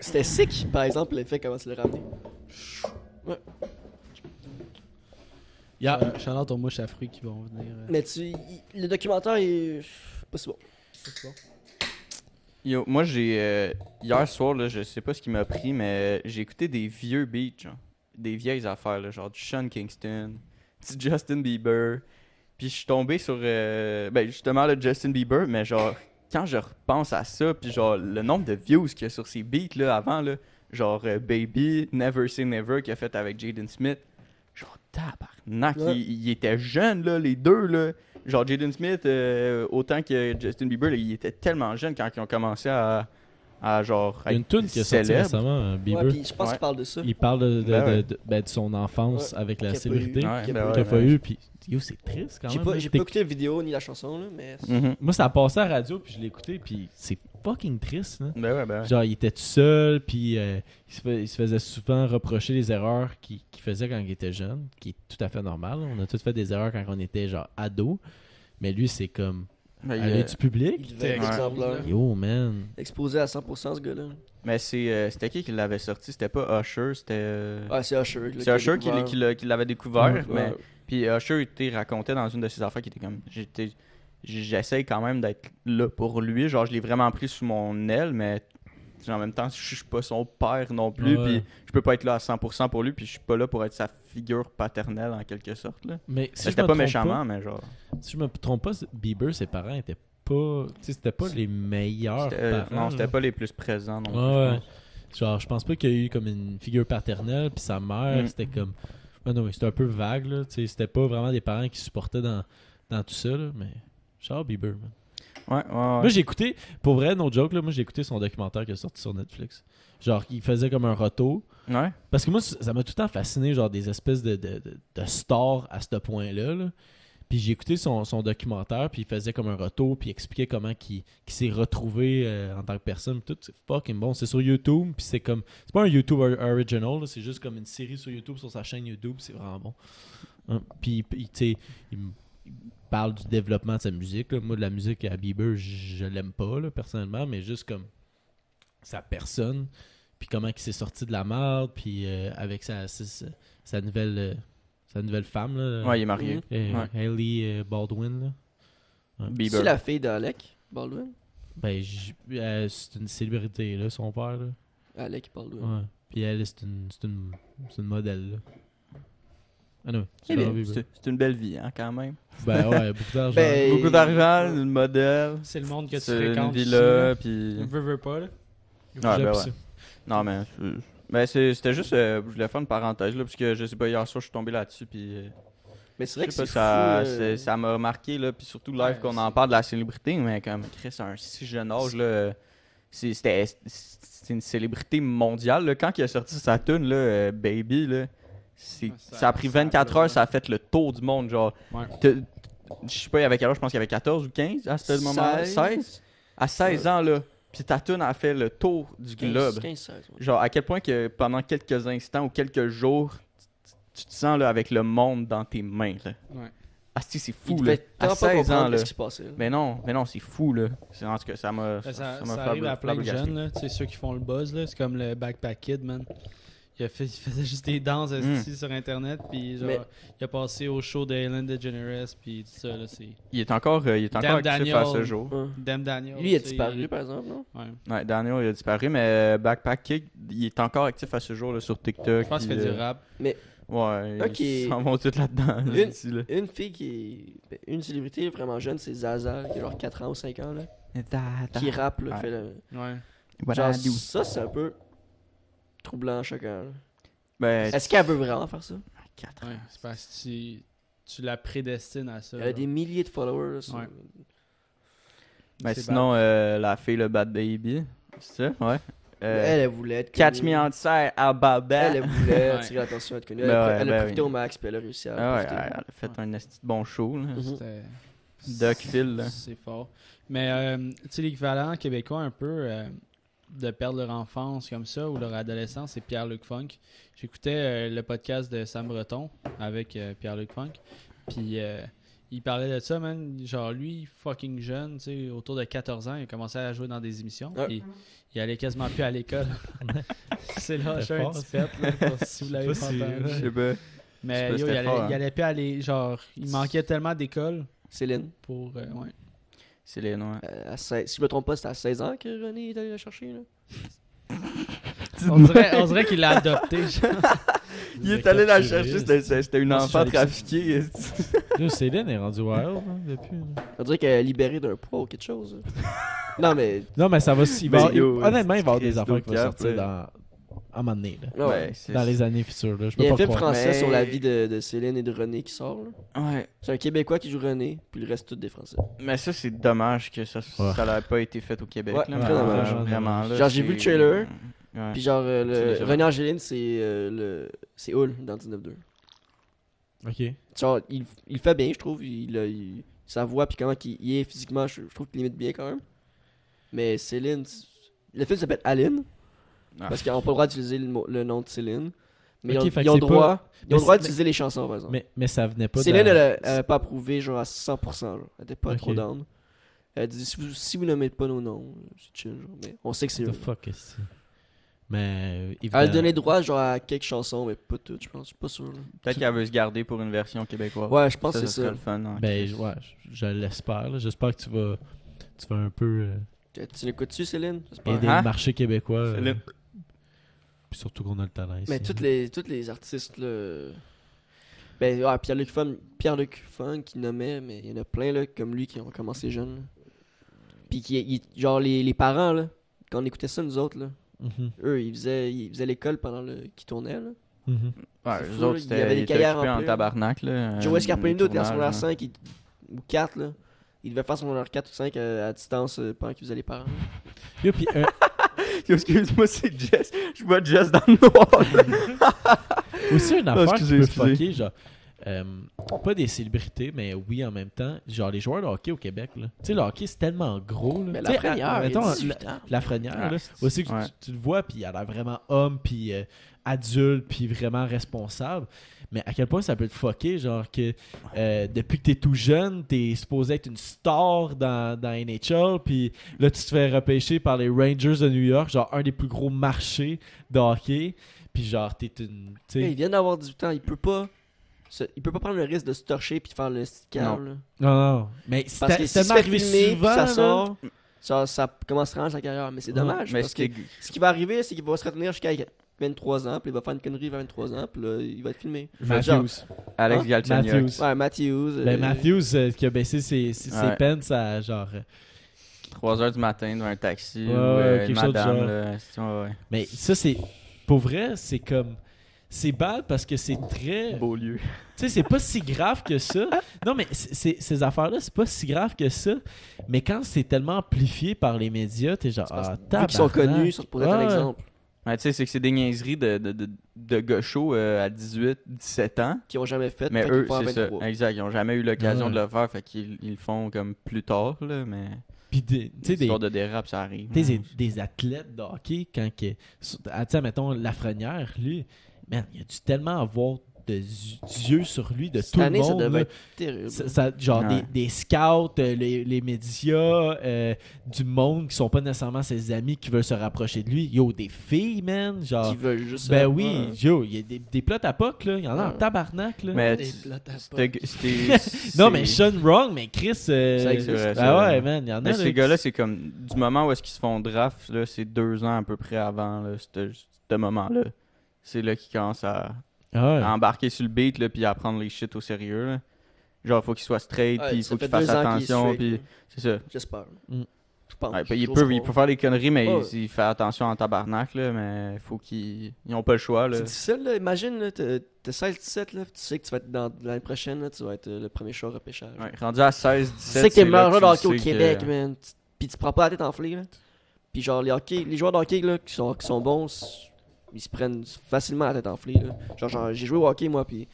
S3: C'était sick, par exemple, l'effet, comment tu l'as ramené.
S2: Yeah.
S1: Charlotte Euh, aux mouches à fruits qui vont venir. euh.
S3: Mais tu. il- le documentaire est. pas si bon.
S4: Yo, moi j'ai euh, hier soir là, je sais pas ce qui m'a pris mais euh, j'ai écouté des vieux beats, genre, des vieilles affaires là, genre du Sean Kingston, du Justin Bieber. Puis je suis tombé sur euh, ben justement le Justin Bieber, mais genre quand je repense à ça, puis genre le nombre de views qu'il y a sur ces beats là avant là, genre euh, Baby, Never Say Never qu'il a fait avec Jaden Smith. Genre tabarnak,
S3: Ouais.
S4: ils, ils étaient jeunes là les deux là. Genre Jaden Smith, euh, autant que Justin Bieber, là, ils étaient tellement jeunes quand ils ont commencé à, à genre.
S2: Il y a une tune qui est sortie
S4: célèbre.
S2: récemment, euh, Bieber.
S3: Ouais, puis je pense
S4: Ouais.
S3: qu'il parle de ça.
S2: Il parle de, de,
S4: Ben ouais.
S2: de- de- ben, de son enfance
S3: Ouais.
S2: avec la
S3: Qu'il a pas
S2: célébrité
S3: eu.
S2: qu'il
S4: Ouais,
S3: Qu'il y
S4: ben
S3: a
S4: ouais,
S2: a pas
S4: ouais.
S2: eu. Puis, yo, c'est triste quand
S3: J'ai
S2: même. hein.
S3: pas,
S2: là.
S3: j'ai pas
S2: T'es-
S3: écouté la vidéo ni la chanson, là, mais.
S4: Mhm.
S2: Moi, ça a passé à la radio, puis je l'ai écouté, puis c'est fucking triste. là.
S4: Ben ouais, ben ouais.
S2: Genre, il était tout seul, puis euh, il, se fais- il se faisait souvent reprocher les erreurs qu'il qu'il faisait quand il était jeune, qui est tout à fait normal. On a tous fait des erreurs quand on était, genre, ado. Mais lui, c'est comme,
S4: Mais,
S2: aller
S4: euh,
S2: du public.
S3: Il devait être
S4: Ouais.
S3: exemplaire.
S2: Yo, man.
S3: Exposé à 100% ce gars-là.
S4: mais c'est, euh, c'était qui qui l'avait sorti C'était pas Usher, c'était. euh,
S3: Ah, c'est Usher. là, qui
S4: c'est
S3: a
S4: Usher qui,
S3: découvert.
S4: l'a- qui l'a- qui l'avait découvert.
S3: Ouais. Mm.
S4: Mais, puis euh, Usher était racontait dans une de ses affaires qui était comme. J'étais, j'essaye quand même d'être là pour lui. Genre, je l'ai vraiment pris sous mon aile, mais tu sais, en même temps, je suis pas son père non plus.
S2: Ouais.
S4: Puis je peux pas être là à 100% pour lui. Puis je suis pas là pour être sa figure paternelle en quelque sorte. Là. Ben,
S2: Mais si je
S4: c'était
S2: me
S4: pas
S2: trompe
S4: méchamment, mais genre.
S2: pas- si je me trompe pas, c'est- Bieber, ses parents étaient pas. Tu sais, c'était pas les meilleurs
S4: c'était- euh,
S2: parents.
S4: non, c'était
S2: Ah, là.
S4: pas les plus présents non
S2: Ouais,
S4: plus. je
S2: ouais.
S4: pense.
S2: Genre, je pense pas qu'il y a eu comme une figure paternelle, puis sa mère,
S4: Mm.
S2: c'était comme. Ah non, mais c'était un peu vague, là. Tu sais, c'était pas vraiment des parents qui supportaient dans, dans tout ça, là. Mais. Charles Bieber, man.
S4: Ouais, ouais, ouais.
S2: Moi, j'ai écouté, pour vrai, no joke, là, moi, j'ai écouté son documentaire qui est sorti sur Netflix. Genre, il faisait comme un retour.
S4: Ouais.
S2: Parce que moi, ça m'a tout le temps fasciné, genre, des espèces de, de, de- de stars à ce point-là. là. Puis j'ai écouté son, son documentaire, puis il faisait comme un retour, puis il expliquait comment qu'il qu'il s'est retrouvé euh, en tant que personne. puis Tout, c'est fucking bon. C'est sur YouTube, puis c'est comme. C'est pas un YouTube or- original, là, c'est juste comme une série sur YouTube, sur sa chaîne YouTube, c'est vraiment bon. Hein, Puis, il- tu sais, il m- il parle du développement de sa musique. là. Moi, de la musique à Bieber, je je l'aime pas, là, personnellement, mais juste comme sa personne, puis comment il s'est sorti de la merde, puis euh, avec sa, sa, sa nouvelle, euh, sa nouvelle femme, là,
S4: Ouais, il est
S3: Mm-hmm.
S4: marié.
S2: euh,
S4: Ouais.
S2: Hailey euh, Baldwin, là.
S4: Bieber.
S3: C'est la fille d'Alec Baldwin.
S2: Ben, j- euh, c'est une célébrité, là, son père, là.
S3: Alec Baldwin.
S2: Ouais. Puis elle, c'est une, c'est une, c'est une modèle, là. Ah non,
S4: Eh
S2: c'est
S4: bien,
S2: leur vie,
S4: C'est c'est une belle vie, hein, quand même.
S2: Ben ouais, beaucoup d'argent.
S3: [LAUGHS] Ben,
S4: Beaucoup d'argent, une modèle,
S1: C'est le monde que tu
S4: c'est une
S1: fréquentes.
S4: villa,
S1: tu
S4: puis...
S1: sais, là. Veux, veux pas, là.
S4: Ah, ben
S2: J'aime
S4: ouais.
S2: ça.
S4: Non, mais... euh, mais c'est- c'était juste... euh, je voulais faire une parenthèse, là, parce que, je sais pas, hier soir, je suis tombé là-dessus, puis... euh,
S3: Mais c'est
S4: je
S3: vrai
S4: sais pas,
S3: que c'est
S4: ça
S3: fou, euh,
S4: c'est- ça m'a marqué, là, puis surtout, live,
S1: Ouais,
S4: qu'on
S1: c'est-
S4: en parle de la célébrité, mais comme, Chris, à un si jeune âge, là... euh, c'est- C'était c'est une célébrité mondiale, là. Quand il a sorti sa tune, là, euh, Baby, là... c'est-
S3: Ah,
S1: Ouais, ça-
S4: ça a pris
S1: ça a
S4: 24 heures,
S1: vraiment-
S4: ça a fait le tour du monde, genre...
S1: Ouais.
S4: T'as- Je sais pas, il y avait quel âge, je pense qu'il y avait 14 ou 15 à ce moment-là.
S3: 16.
S4: 16? À 16 ans, là, puis ta toune a fait le tour du
S3: 15,
S4: globe.
S3: 15, 16, ouais.
S4: Genre, à quel point que pendant quelques instants ou quelques jours, tu- tu te sens là, avec le monde dans tes mains. Là.
S1: Ouais.
S4: Asti, c'est
S3: Il
S4: fou, là.
S3: devait tant
S4: À
S3: pas
S4: 16 ans,
S3: comprendre
S4: là.
S3: ce qui se passait. là.
S4: Mais non, mais non, c'est fou, là. C'est en tout cas, ça m'a.
S1: Ça, ça,
S4: m'a
S1: ça
S4: fait
S1: arrive à
S4: abla-
S1: plein de
S4: flabbergasté.
S1: jeunes, là. Tu sais, ceux qui font le buzz, là. C'est comme le Backpack Kid, man. Il, a fait, il faisait juste des danses esti, sur Internet, puis genre,
S3: Mais-
S1: il a passé au show de Ellen DeGeneres, puis tout ça, là. C'est
S4: Il est encore, euh, il est encore
S1: Dan
S4: actif
S1: Daniel.
S4: à ce jour.
S3: Ouais.
S1: Dame Daniel.
S3: Lui, il a
S1: tu sais,
S3: disparu, par exemple, non?
S1: Ouais.
S4: Ouais, Daniel, il a disparu, mais euh, Backpack Kick, il est encore actif à ce jour là, sur TikTok.
S1: Je pense qu'il
S4: puis,
S1: fait du
S4: euh,
S1: rap.
S4: Ouais,
S3: Ok.
S4: ils s'en vont tous là-dedans. là,
S3: Une-
S4: d'ici, là.
S3: Une fille qui est. ben, Une célébrité vraiment jeune, c'est Zaza, qui a genre 4 ans ou 5 ans, là. Qui rappe, là.
S4: Ah. Ouais.
S3: Fait le...
S1: Ouais.
S4: Voilà,
S3: Genre,
S4: dude.
S3: ça, c'est un peu. Troublant, choquant. là.
S4: Ben,
S3: Est-ce qu'elle veut vraiment faire ça?
S4: quatre
S1: Ouais, c'est parce que tu, tu la prédestines à ça.
S3: Elle a
S1: genre.
S3: des milliers de followers. là, sur-
S1: Ouais.
S4: Mais
S1: C'est
S4: sinon, euh, la fille, le Bad Baby, c'est ça, ouais. Euh,
S3: Elle, elle voulait être.
S4: catch
S3: connue.
S4: me outside, I'll bob
S3: Elle,
S4: back.
S3: elle voulait
S1: Ouais.
S3: attirer l'attention, être connue.
S4: Ben
S3: elle
S4: ouais,
S3: elle
S4: ben
S3: a profité
S4: oui.
S3: au max, puis elle a réussi à.
S4: Ah ouais,
S3: profiter.
S4: elle a fait un esti de bon show, là.
S3: Mhm.
S1: C'était-
S4: Doc Phil, là.
S1: C'est fort. Mais euh, tu sais, l'équivalent québécois un peu euh, de perdre leur enfance comme ça ou leur adolescence, c'est Pierre-Luc Funk. J'écoutais euh, le podcast de Sam Breton avec euh, Pierre-Luc Funk. Puis euh, il parlait de ça, man. Genre, lui, fucking jeune, tu sais, autour de 14 ans, il a commencé à jouer dans des émissions.
S3: Ouais.
S1: Puis il allait quasiment plus à
S2: [LAUGHS]
S1: l'école. c'est lâché un
S2: fort,
S1: petit
S2: ça.
S1: pète, là, pour- si vous l'avez
S2: Je
S1: pas
S2: sais pas si-
S1: entendu.
S4: Je sais pas.
S1: Mais
S4: Je sais pas,
S1: yo, il
S4: c'était
S1: allait,
S4: fort, hein.
S1: il allait plus aller. Genre, il manquait tellement d'école
S3: Céline,
S1: pour. euh, ouais.
S4: C'est les hein. noix.
S3: euh, à 16 si je me trompe pas, c'était à 16 ans que René est allé la chercher. Là.
S1: On dirait, on dirait qu'il l'a adopté. genre.
S4: Il est allé la
S2: capturé,
S4: chercher, c'était- c'était c'était une
S2: Moi, si
S4: enfant
S2: j'allais-
S4: trafiquée. esti.
S2: Là, Céline est rendue wild hein, depuis. là.
S3: On dirait qu'elle est libérée d'un poids ou quelque chose. là. non, mais
S4: [LAUGHS]
S2: Non, mais ça va. il va-
S4: Mais yo,
S3: Ben,
S2: il- honnêtement, il va y avoir des
S4: Chris
S2: affaires qui vont
S4: Docap,
S2: sortir
S4: là.
S2: dans, à un moment donné, là,
S3: Ah Ouais, ouais.
S4: Ben, c'est-
S2: dans les années futures. Là. Je peux
S3: Il y a
S2: pas
S3: un film
S2: croire.
S3: français
S4: Mais-
S3: sur la vie de, de Céline et de René qui sort. là.
S4: Ouais.
S3: C'est un Québécois qui joue René, puis le reste, tous des Français.
S4: Mais ça, c'est dommage que ça
S2: Ouais.
S4: ça n'ait pas été fait au Québec.
S3: Ouais,
S4: là,
S3: très dommage.
S4: vraiment, Vraiment, là,
S3: Genre, j'ai vu le
S4: c'est-
S3: trailer,
S4: Ouais.
S3: Puis genre, euh, le-
S4: C'est déjà-
S3: René Angéline, c'est euh, le... c'est Hull dans 19-2.
S2: Ok.
S3: Genre, il, il fait bien, je trouve. Il, a- il- sa voix, puis comment il, il est physiquement, je, je trouve qu'il limite bien quand même. Mais Céline, c'est- le film s'appelle Aline.
S4: Ah.
S3: Parce qu'ils n'ont pas le droit d'utiliser le, mot- le nom de Céline. Mais
S2: Ok,
S3: ils ont,
S2: fait que
S3: ils ont
S2: c'est
S3: le droit, ils
S2: mais
S3: ont le droit
S2: c'est-
S3: d'utiliser les chansons, par exemple.
S2: Mais, mais ça venait pas
S3: Céline,
S2: de...
S3: elle a- elle n'a pas approuvé, genre à 100%. Genre. Elle était pas
S2: Ok.
S3: trop down. Elle dit si vous, si vous nommez pas nos noms, c'est chill. Genre. Mais on sait que c'est
S2: What
S3: eux.
S2: the fuck est-ce que c'est? Mais... euh,
S3: Elle
S2: évidemment-
S3: donnait droit genre à quelques chansons, mais pas toutes, je pense. Je suis pas sûr. là.
S4: Peut-être qu'elle veut se garder pour une version québécoise.
S3: Ouais, je pense que
S4: ça,
S3: c'est
S4: serait
S3: ça.
S4: le fun. hein.
S2: Ben, je- ouais, je- je l'espère. là. J'espère que tu vas, tu vas un peu euh,
S3: Tu- Tu l'écoutes-tu, Céline J'espère.
S2: aider
S4: Hein?
S2: le marché québécois. euh,
S4: Céline.
S2: puis surtout qu'on a le talent ici.
S3: Mais toutes les, toutes les artistes, là. Ben, ouais, Pierre-Luc Funk, Pierre-Luc Funk, qui nommait, mais il y en a plein, là, comme lui, qui ont commencé jeunes. là. Puis, qui, il- genre, les, les parents, là, quand on écoutait ça, nous autres, là,
S2: Mhm,
S3: eux, ils faisaient, ils faisaient l'école pendant le, qui tournait, là.
S2: mhm.
S4: Ouais,
S3: c'est
S4: eux
S3: fou,
S4: autres,
S3: là, il y avait
S4: c'était
S3: des
S4: ils étaient
S3: cahiers
S4: occupés en
S3: remplis.
S4: tabarnak. Là,
S3: Joe
S4: euh,
S3: Escarpino, était en
S4: tournage,
S3: secondaire
S4: là.
S3: 5 il- ou 4, là. Il devait faire son secondaire 4 ou 5 à, à distance euh, pendant qu'il faisait les parents.
S2: Yo, puis,
S4: [LAUGHS]
S2: euh,
S4: Excuse-moi, c'est Jess. Je vois Jess dans le [LAUGHS] noir.
S2: aussi une affaire qui
S4: excusez,
S2: peut
S4: excusez.
S2: fucker, genre... euh, pas des célébrités, mais oui, en même temps, genre les joueurs de hockey au Québec. là. Tu sais, le hockey, c'est tellement gros. Là.
S3: Mais
S2: Tu sais,
S3: Lafrenière,
S2: à-
S3: il a
S2: mettons,
S3: 18 ans.
S2: Lafrenière,
S4: Ouais.
S2: là, aussi que tu-
S4: Ah, Ouais.
S2: tu, le vois, puis il a l'air vraiment homme, puis euh, adulte, puis vraiment responsable. Mais à quel point ça peut te fucker, genre que euh, depuis que t'es tout jeune, t'es supposé être une star dans, dans NHL, puis là tu te fais repêcher par les Rangers de New York, genre un des plus gros marchés de hockey, puis genre t'es une. tu sais,
S3: Hey, il vient d'avoir 18 ans, il peut pas. se- il peut pas prendre le risque de se torcher puis de faire le stick câble, là.
S2: Non, non, mais c'est
S3: Parce que
S2: c'est
S3: s'il se
S2: tellement
S3: fait
S2: arrivé
S3: filmer, puis
S2: souvent.
S3: ça
S2: là.
S3: sort, ça, ça commence rendre sa carrière. Mais c'est
S2: Ouais,
S3: dommage.
S4: Mais
S3: parce que
S4: c'était.
S3: ce qui va arriver, c'est qu'il va se retenir jusqu'à 23 ans, puis il va faire une connerie vers 23 ans, puis là, il va être filmé. Genre,
S2: Matthews.
S4: Alex
S3: Hein?
S4: Galchenyuk.
S2: Matthews.
S3: ouais, Matthews. euh,
S2: Ben, Matthews euh, qui a baissé ses, ses, ses
S4: Ouais.
S2: peines à genre. euh,
S4: 3h du matin dans un taxi.
S2: Ouais,
S4: ou, euh,
S2: ouais,
S4: une
S2: quelque chose de genre.
S4: madame, là. c'est- ouais, ouais.
S2: Mais ça, c'est. Pour vrai, c'est comme. C'est bad parce que c'est très. Tu
S4: Beau lieu.
S2: sais, c'est pas si grave que ça. Non, mais c'est- c'est- ces affaires-là, c'est pas si grave que ça. Mais quand c'est tellement amplifié par les médias, t'es genre.
S3: c'est parce
S2: Ah,
S3: que vu qu'ils sont
S2: tabarnak.
S3: connus, ça pourrait être un
S2: Ouais.
S3: exemple.
S4: Ouais, tu sais, c'est que c'est des niaiseries de, de, de, de gauchos, euh, à 18, 17 ans.
S3: Qu'ils ont jamais fait,
S4: Mais
S3: fait
S4: eux,
S3: qu'ils font à
S4: c'est ça.
S3: 23.
S4: Exact. Ils n'ont jamais eu l'occasion
S2: Ouais.
S4: de le faire. Fait qu'ils ils le font comme plus tard, là. Mais.
S2: Puis, des- tu sais, des.
S4: L'histoire de dérap, ça arrive.
S2: Tu sais,
S4: hein.
S2: des, des athlètes de hockey, quand que, sur- ah, tu sais, mettons, Lafrenière, lui, man, il a dû tellement avoir de z- yeux sur lui, de
S3: Cette
S2: tout
S3: année,
S2: le
S3: ça
S2: monde.
S3: devait
S2: là.
S3: être terrible.
S2: Ça- ça- genre
S4: Ouais.
S2: des, des scouts, euh, les, les médias, euh, du monde qui sont pas nécessairement ses amis qui veulent se rapprocher de lui. Yo, des filles, man. Genre,
S3: Ils veulent juste.
S2: ben oui, yo, il y a des, des plots à poc, là. Il y en a en
S3: Ouais.
S2: tabarnak, là.
S4: Mais.
S3: Des
S4: tu-
S3: plots à
S4: c'était- c'était- c'est-
S2: non, mais Sean Wrong, mais Chris. euh,
S3: Ça existe.
S4: C'est vrai,
S2: Ah
S4: c'est
S2: ouais,
S4: vrai.
S2: man, il y en a.
S4: Mais
S2: là,
S4: ces gars-là, c'est comme du moment où est-ce qu'ils se font draft, là, c'est deux ans à peu près avant, là, ce- ce moment-là. C'est là qu'ils commencent à,
S2: Ah ouais.
S4: à embarquer sur le beat, là, puis à prendre les shit au sérieux, là. Genre, faut qu'ils soient straight,
S3: Ouais,
S4: puis il
S3: ça
S4: faut
S3: fait
S4: qu'ils fassent
S3: deux ans qu'ils
S4: attention,
S3: suivent,
S4: puis
S3: là.
S4: c'est ça.
S3: J'espère.
S2: Mm.
S3: Je pense.
S4: Ouais, puis ils
S3: J'ose
S4: peuvent, ils
S3: croire.
S4: peuvent faire des conneries, mais
S3: Ouais.
S4: ils, ils font attention en tabarnak, là, mais faut qu'ils... Ils ont pas le choix, là.
S3: C'est difficile, là. Imagine, là, t'es t'es 16-17, là. Tu sais que tu vas être dans l'année prochaine, là, tu vas être euh, le premier choix au repêchage.
S4: Ouais, rendu à 16, 17,
S3: Tu sais que t'es meilleur
S4: là
S3: joueur de hockey
S4: tu
S3: au
S4: sais que-
S3: Québec, man. Tu- Puis tu prends pas la tête enflée, là. Puis genre, les, hockey, les joueurs de hockey, là, qui sont, qui sont bons, s- ils se prennent facilement la tête enflée, là. Genre, genre, j'ai joué au hockey, moi, puis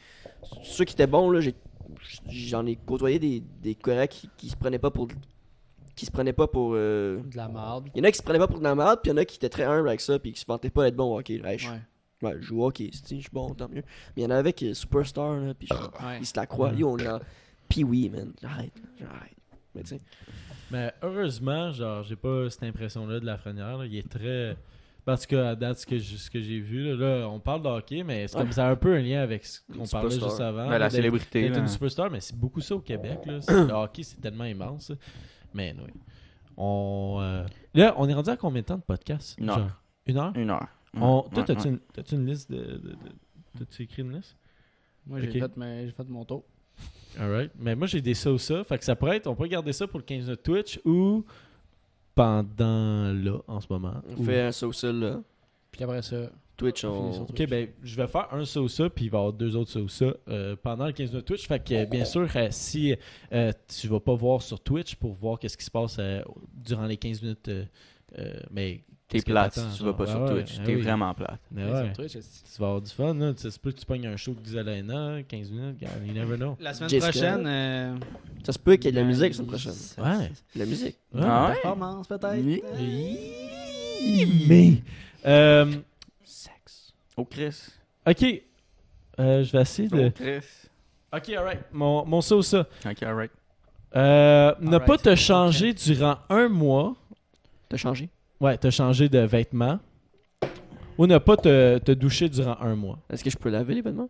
S3: ceux qui étaient bons, là, j'ai- j'en ai côtoyé des, des corrects qui, qui se prenaient pas pour... qui se prenaient pas pour... euh,
S1: De la marde.
S3: Il y en a qui se prenaient pas pour de la merde, puis il y en a qui étaient très humbles avec ça, puis qui se vantaient pas d'être bons au hockey. Là, Hey, je-
S1: Ouais.
S3: Ouais, je joue au hockey, si, je suis bon, tant mieux. Mais il y en avait qui est superstar, là, pis genre,
S1: Ouais.
S3: ils se la croient. Yo, on l'a. Pis oui, man, j'arrête, j'arrête. Mais tu sais,
S2: Mais heureusement, genre, j'ai pas cette impression-là de Lafrenière. là. Il est très. Parce que à date, ce que j'ai, ce que j'ai vu, là, là, on parle de hockey, mais c'est, comme,
S3: Ouais.
S2: ça a un peu un lien avec ce qu'on
S3: Superstar.
S2: parlait juste avant.
S4: Ben, la
S2: là, d'être-
S4: célébrité,
S2: d'être
S4: là.
S2: une superstar, mais c'est beaucoup ça au Québec. Là. [COUGHS] C'est- le hockey, c'est tellement immense. là. Mais oui. On, euh, Là, on est rendu à combien de temps de podcast
S4: Une heure.
S2: une heure
S4: Une heure.
S2: On-
S4: Ouais,
S2: Toi,
S4: ouais,
S2: t'as-tu,
S4: ouais.
S2: Une, t'as-tu une liste de. de, de- t'as-tu écrit une liste
S1: Moi,
S2: j'ai
S1: j'ai
S2: fait
S1: fait, mon tour.
S2: Alright. Mais moi, j'ai des ça ou ça. Fait que ça pourrait être. On pourrait garder ça pour le 15 de Twitch ou pendant là, en ce moment.
S3: on
S2: Ou-
S3: fait un ça au sol, là.
S1: Puis après ça,
S3: Twitch, on.
S2: Ok, ben, je vais faire un ça ou ça, puis il va y avoir deux autres ça ou ça euh, pendant le 15 minutes Twitch. Fait que, euh, bien sûr, euh, si euh, tu vas pas voir sur Twitch pour voir qu'est-ce qui se passe euh, durant les 15 minutes, euh, euh, mais.
S4: T'es
S2: qu'est-ce que
S4: plate
S2: t'attends,
S4: si tu vas
S2: genre?
S4: pas
S2: Ah
S4: sur
S2: ouais,
S4: Twitch.
S2: ah
S4: T'es
S2: oui.
S4: vraiment plate.
S2: Mais
S1: Sur
S2: ouais,
S1: Twitch, est-ce
S2: Tu vas avoir du fun, là. Ça se peut que tu pognes un show de Gizalena, 15 minutes, regarde, you never know.
S1: que- La semaine
S3: Jessica.
S1: prochaine. euh,
S3: Ça se peut qu'il y ait de la musique la semaine prochaine.
S2: Ouais.
S3: De la musique.
S2: Ouais.
S4: Ah ouais?
S1: Performance, peut-être. Euh,
S4: Ni-
S2: Mais. Euh,
S4: Oh Chris.
S2: ok. Euh, je vais essayer
S4: Oh
S2: de.
S4: Chris.
S2: Ok, alright. Mon, mon ça ou ça.
S4: Ok, alright.
S2: Euh, ne
S1: Alright.
S2: pas te changer durant un mois.
S3: T'as changé?
S2: Ouais, te changer de vêtements. Ou ne pas te, te doucher durant un mois.
S3: Est-ce que je peux laver les vêtements?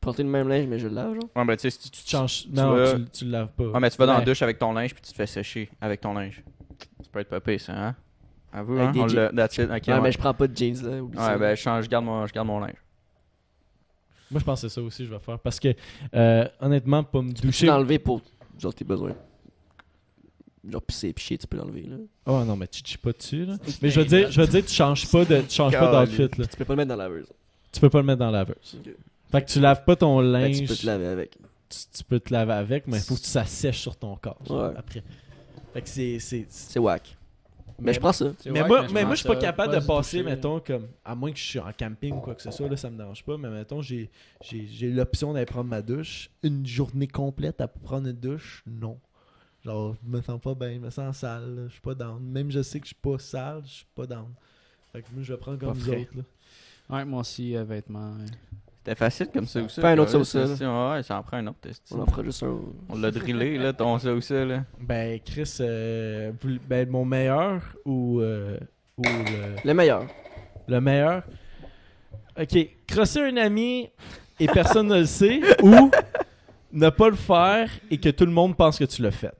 S3: Porter le même linge, mais je le lave, genre.
S4: Ouais, ben tu sais, si tu- tu
S2: Tu
S4: te changes.
S2: changes. Non,
S4: vas-
S2: tu, tu le laves pas.
S4: Ouais, mais tu vas dans
S2: Ouais.
S4: la douche avec ton linge puis tu te fais sécher avec ton linge. Ça peut être pas pire, ça, hein? Avoue,
S3: Avec
S4: hein?
S3: des
S4: On
S3: jeans.
S4: l'a- that's it, ok,
S3: ouais,
S4: ouais. ben,
S3: mais je prends pas de jeans, là. oublie ça.
S4: Ouais, ben, je change, je garde mon, je garde mon linge.
S2: Moi, je pense que c'est ça aussi que je vais faire. Parce que, euh, honnêtement, pas me
S3: Tu
S2: doucher.
S3: peux l'enlever pour. Genre, tes besoins. Genre, pisser, picher, tu peux l'enlever, là.
S2: Oh non, mais tu chies pas dessus. Là. Mais je veux dire, je veux dire, tu changes pas de, tu changes pas d'outfit. Là.
S3: Tu peux pas le mettre dans la laveuse.
S2: Tu peux pas le mettre dans la laveuse.
S3: Ok.
S2: Fait que tu laves pas ton
S3: Ben,
S2: linge.
S3: tu peux te laver avec.
S2: tu- tu peux te laver avec, mais il faut que ça sèche sur ton corps. genre,
S3: Ouais.
S2: Après. Fait que c'est. c'est- c'est-
S3: C'est whack. Mais, je prends ça.
S1: C'est
S2: Mais
S1: vrai
S2: moi,
S1: que
S2: mais moi,
S1: pense
S2: je suis pas
S1: ça,
S2: capable de
S1: se
S2: passer,
S1: doucher, là.
S2: mettons, comme. À moins que je suis en camping ou quoi que ce soit, là, ça me dérange pas. Mais mettons, j'ai, j'ai, j'ai l'option d'aller prendre ma douche. Une journée complète à prendre une douche, non. Genre, je me sens pas bien, je me sens sale, là, je suis pas down. Même je sais que je suis pas sale, je suis pas down. Fait que moi, je vais prendre comme
S1: Pas
S2: vous
S1: frais.
S2: autres, là.
S1: Ouais, moi aussi, euh, vêtements. ouais.
S4: C'était facile comme ça ou ça.
S3: Fais un autre ça
S4: là,
S3: ou ça,
S4: c'est- Ouais, ça en prend un autre. t'es-
S3: On en fera juste un.
S4: On l'a drillé, là, ton ça ou ça, là.
S2: Ben, Chris, euh, vous- ben, mon meilleur ou, euh, ou le,
S3: Le meilleur.
S2: le meilleur. Ok, crosser un ami et personne ne le [LAUGHS] sait, ou ne pas le faire et que tout le monde pense que tu l'as fait.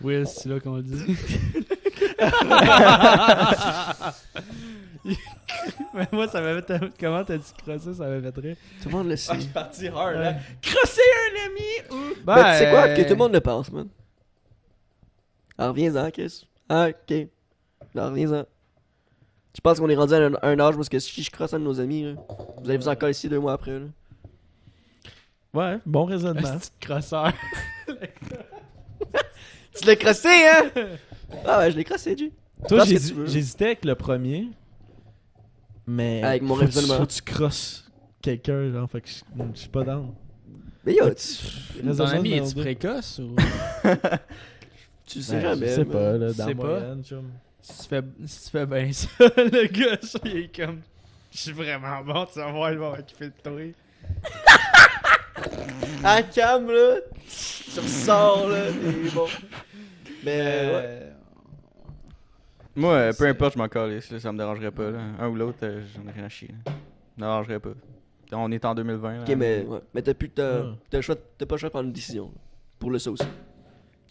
S1: Will, c'est là qu'on le [LAUGHS] dit. Mais moi, ça m'avait. tellement- Comment t'as dit crosser, ça m'avait fait rire.
S3: Tout le monde le sait.
S2: parti hard, là. Crosser un ami ou.
S1: Ben,
S3: Mais tu sais quoi? Que
S2: euh,
S3: tout le monde le pense, man. Alors, reviens-en, Chris. Ah, ok. Alors, reviens-en. Je pense qu'on est rendu à un, un âge parce que si je crosse un de nos amis, là, vous allez vous encore ici deux mois après. Là.
S2: Ouais, bon raisonnement.
S1: Petit [LAUGHS] crosseur.
S3: Tu l'as crossé,
S2: [LAUGHS]
S3: hein? ah ouais, je l'ai crossé, G.
S2: Toi,
S3: Parce que
S2: j'hési-
S3: tu veux.
S2: j'hésitais avec le premier, mais.
S3: Avec mon
S2: faut que tu-
S3: raisonnement.
S2: Faut que tu crosses quelqu'un, genre, fait que je je suis pas down.
S3: Mais yo, tu,
S1: Ton
S2: Raisonnement
S1: ami,
S2: numéro
S1: es-tu
S2: deux.
S1: précoce ou.
S3: tu sais
S2: Ben,
S3: jamais.
S2: Je sais
S3: man.
S2: pas, là,
S1: Tu
S2: dans
S1: sais
S2: la
S1: pas.
S2: moyenne, chum.
S1: si tu fais, si tu fais bien ça, [LAUGHS] le gars, ça, il est comme. Je suis vraiment bon, tu vas voir, il va m'occuper de toi.
S3: À cam, là, tu ressors, là, et bon. Mais ouais.
S1: Euh,
S4: Moi, euh, peu importe, je m'en calisse, là, ça me dérangerait pas, là. Un ou l'autre, euh, j'en ai rien à chier, là. Ça me dérangerait pas. On est en 2020, là.
S3: Ok, mais, ouais. mais t'as plus t'as,
S2: Ouais.
S3: t'as, le choix, t'as pas le choix de prendre une décision. là, Pour le sauce.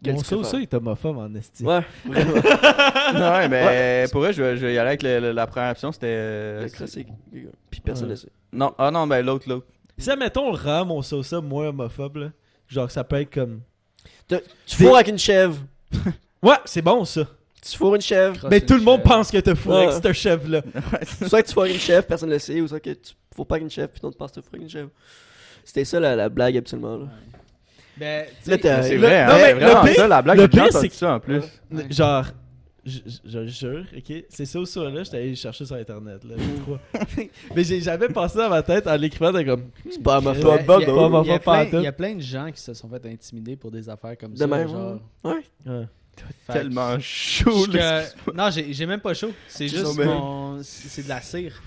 S3: Quel
S2: Mon
S3: tu préfères?
S2: ça, il est homophobe en estime.
S3: Ouais, vraiment.
S4: [LAUGHS] ouais, mais euh, pour vrai, je vais, je vais y aller avec le- le- la première option, c'était. euh,
S3: Le crosser, les gars. Puis personne
S2: Ouais.
S3: ne sait.
S4: non, ah non, ben l'autre, l'autre.
S2: Si, admettons, on rend mon ça, ça moins homophobe, là, genre, ça peut être comme.
S3: T'as- Tu fourres avec une chèvre.
S2: Ouais, c'est bon, ça.
S3: Tu fourres une [LAUGHS] chèvre.
S1: Ben,
S2: mais tout le monde pense que t'as fourré
S3: Ouais.
S2: avec ce chef-là.
S3: soit que tu fourres avec une chèvre, personne ne le sait. Ou soit que tu fourres pas avec une chèvre, puis l'autre pense que tu fourres avec une chèvre. C'était ça la, la blague, absolument. Là,
S1: Ben, tu
S3: Là,
S1: sais,
S3: t'as-
S4: C'est
S2: le-
S4: vrai,
S2: Ah, non,
S4: hein,
S2: mais le
S4: vraiment,
S2: pire-
S4: ça, la blague,
S2: le
S4: j'ai déjà
S2: pire,
S4: entendu
S2: c'est-
S4: ça en plus.
S1: Ouais.
S2: Genre, je, je- je le jure, ok? C'est ça ou ça, là, j'étais allé le chercher sur Internet, là, je crois. mais j'ai jamais pensé dans ma tête en l'écrivant, t'es comme.
S3: Hmm. C'est pas ma
S1: il y a-
S3: faute.
S2: Bob,
S1: il y a-
S2: Bob,
S1: il y a
S2: Bob,
S1: plein-
S2: Bob.
S1: Il y a plein de gens qui se sont fait intimider pour des affaires comme
S3: De
S1: ça.
S3: même,
S1: genre.
S3: ouais. Ouais.
S2: Ouais.
S1: Fait
S4: hein? Tellement
S1: que-
S4: chaud, là.
S1: que- Non, j'ai j'ai même pas chaud. C'est
S4: Ils
S1: juste
S4: sont bien.
S1: mon. C'est c'est de la cire.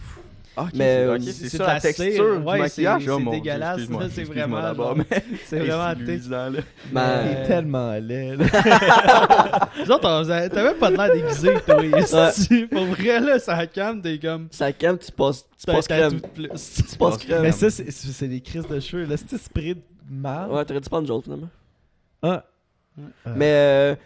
S4: Ok,
S3: Mais,
S4: ok,
S3: euh,
S4: c'est
S1: c'est
S4: ça
S1: de
S4: la
S1: la
S4: texture
S1: cire,
S4: du
S1: ouais,
S4: maquillage.
S1: c'est-
S4: oh
S1: c'est
S4: mon Dieu,
S1: dégueulasse,
S4: excuse-moi,
S1: là, c'est
S4: excuse-moi
S1: vraiment
S4: d'abord,
S1: genre-
S4: mais
S1: [LAUGHS] C'est vraiment
S4: c'est
S1: athée.
S4: luisant, là.
S3: Mais.
S1: Euh,
S2: C'est tellement laid, là.
S1: Nous autres, on- t'as même pas de l'air déguisé,
S4: [LAUGHS]
S1: toi. esti. Pour vrai, là, ça calme, t'es comme.
S3: Ça calme, tu passes, tu
S1: T'as un
S3: passes
S1: tatou
S3: crème.
S1: de plus. [LAUGHS]
S3: Tu passes crème.
S2: mais ça, c'est- c'est c'est des crises de cheveux, là. C'est spray de mal.
S3: Ouais, t'aurais dû prendre jaune, finalement.
S2: Ah.
S3: Mais, euh,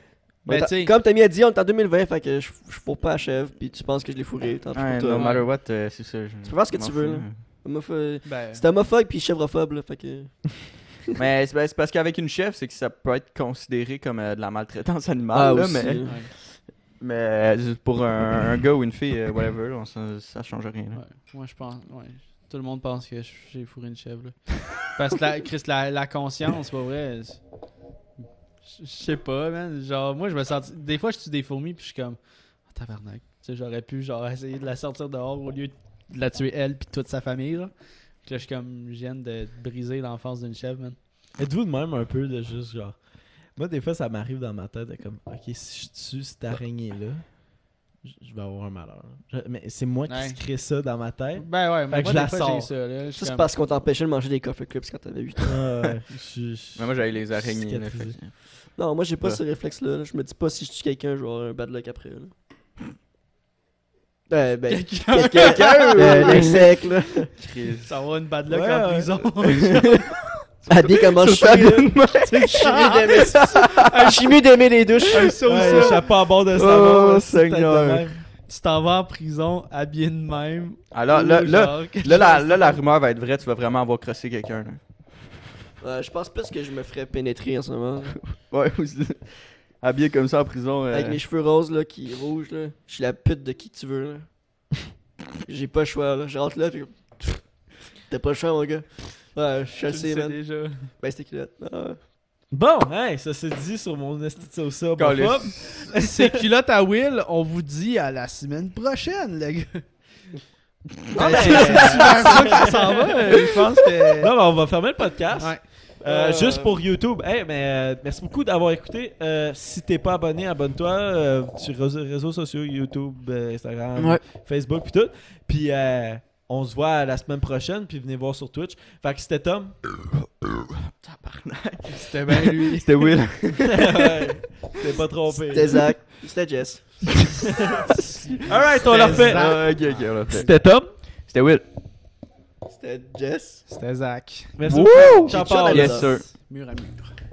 S1: Mais
S3: on t'a-
S1: t'sais-
S3: comme t'as mis à dire, on est en 2020, fait que je, je fourre pas à chèvre, puis tu penses que je l'ai fourré. Tant pis
S4: Ouais,
S3: pour toi.
S4: no matter what, euh, c'est ça.
S3: Tu peux faire ce que tu veux, là.
S4: hein.
S3: Homopho-
S1: Ben,
S3: C'est homophobe puis chèvrophobe, là, fait que...
S4: [LAUGHS] Mais c'est ben, c'est parce qu'avec une chef, c'est que ça peut être considéré comme euh, de la maltraitance animale,
S3: Ah,
S4: là,
S3: aussi.
S4: mais...
S1: ouais.
S4: Mais euh, pour un, un gars ou une fille, euh, whatever, là, on s'en- ça change rien. là.
S1: Ouais, moi je pense. Ouais. Tout le monde pense que je- j'ai fourré une chèvre. là. Parce que
S2: [LAUGHS]
S1: la, Chris, la, la conscience, pas vrai. c'est- Je je sais pas, man. Genre, moi je me sens. Des fois, je tue des fourmis, puis je suis comme. Ah, tabarnak. Tu sais, j'aurais pu, genre, essayer de la sortir dehors au lieu de la tuer elle, puis toute sa famille, là. Puis là, je suis comme. Je viens de briser l'enfance d'une chèvre, man.
S2: Êtes-vous de même un peu de juste genre. Moi, des fois, ça m'arrive dans ma tête de comme, ok, si je tue cette araignée-là, je je vais avoir un malheur. Je- mais c'est moi qui
S1: Ouais.
S2: se crée ça dans ma tête.
S1: Ben ouais, mais
S2: que
S1: moi,
S2: je la
S1: des fois, j'ai
S2: sors.
S1: ça, là. Je suis
S3: Ça, c'est
S1: comme-
S3: parce qu'on t'empêchait de manger des coffee clips quand t'avais 8 ans.
S2: Ah ouais, je- je-
S4: Mais moi, j'avais les araignées. là,
S2: Cicatrisé.
S4: fait que-
S3: Non, moi, j'ai pas
S4: Ouais.
S3: ce réflexe-là. là. Je me dis pas si je tue quelqu'un, je vais avoir un bad luck après. là. Ben, [LAUGHS] ben. Quelqu'un! euh, L'insecte, là.
S1: Ça va une bad luck
S2: Ouais,
S1: en
S2: ouais.
S1: prison.
S2: [LAUGHS]
S3: Adé, Ah, comment je fais? [LAUGHS] Chimie d'aimer. [LAUGHS] Chimie d'aimer les douches.
S1: Un saut,
S2: Ouais,
S1: ça.
S2: échappé à bord de sa
S4: Oh,
S2: mort, c'est peut-être
S4: Seigneur.
S2: de même.
S1: Tu t'en vas en prison, habillé de même.
S4: Alors
S1: ou
S4: là, là,
S1: genre quelque
S4: là, la,
S1: chose
S4: là, la rumeur va être vraie, tu vas vraiment avoir crossé quelqu'un. là.
S3: Euh, je pense plus que je me ferais pénétrer en ce moment.
S4: Ouais, [LAUGHS] aussi. Habillé comme ça en prison. euh,
S3: Avec mes cheveux roses, là, qui rougent, là. Je suis la pute de qui tu veux, là. [LAUGHS] J'ai pas le choix, là. Je rentre là, pis. T'as pas le choix, mon gars. Ouais, je le
S1: Tu le
S3: sais,
S1: sais
S3: man.
S1: déjà.
S3: Ben, c'était culotte. Ah, ouais.
S2: Bon, hey, ça s'est dit sur mon esthétique ça.
S4: Calisse.
S1: [LAUGHS] C'est culotte à Will, on vous dit à la semaine prochaine, les gars. Ben,
S2: s'en
S1: [LAUGHS]
S2: va.
S1: je pense que.
S2: Non, mais on va fermer le podcast.
S1: Ouais.
S2: Euh,
S3: Euh,
S2: Juste pour YouTube. Hey, mais euh, merci beaucoup d'avoir écouté. Euh, si t'es pas abonné, abonne-toi euh, sur les réseaux, réseaux sociaux, YouTube, euh, Instagram,
S4: Ouais.
S2: Facebook, puis tout. Puis euh, on se voit la semaine prochaine, puis venez voir sur Twitch. Fait que c'était Tom. [LAUGHS]
S1: C'était bien lui.
S4: C'était Will.
S2: Ouais, T'es pas
S3: C'était
S2: trompé.
S3: [LAUGHS] Zach. C'était Jess.
S2: Alright, on l'a refait.
S4: Ah, ok, ok, on l'a fait.
S2: C'était Tom.
S4: C'était Will.
S3: C'était Jess.
S1: C'était Zach.
S2: Merci.
S4: Wouh!
S2: Ciao,
S3: J'ai déjà
S2: Paul.
S3: la-
S4: Yes, sir.
S1: Mur à mur.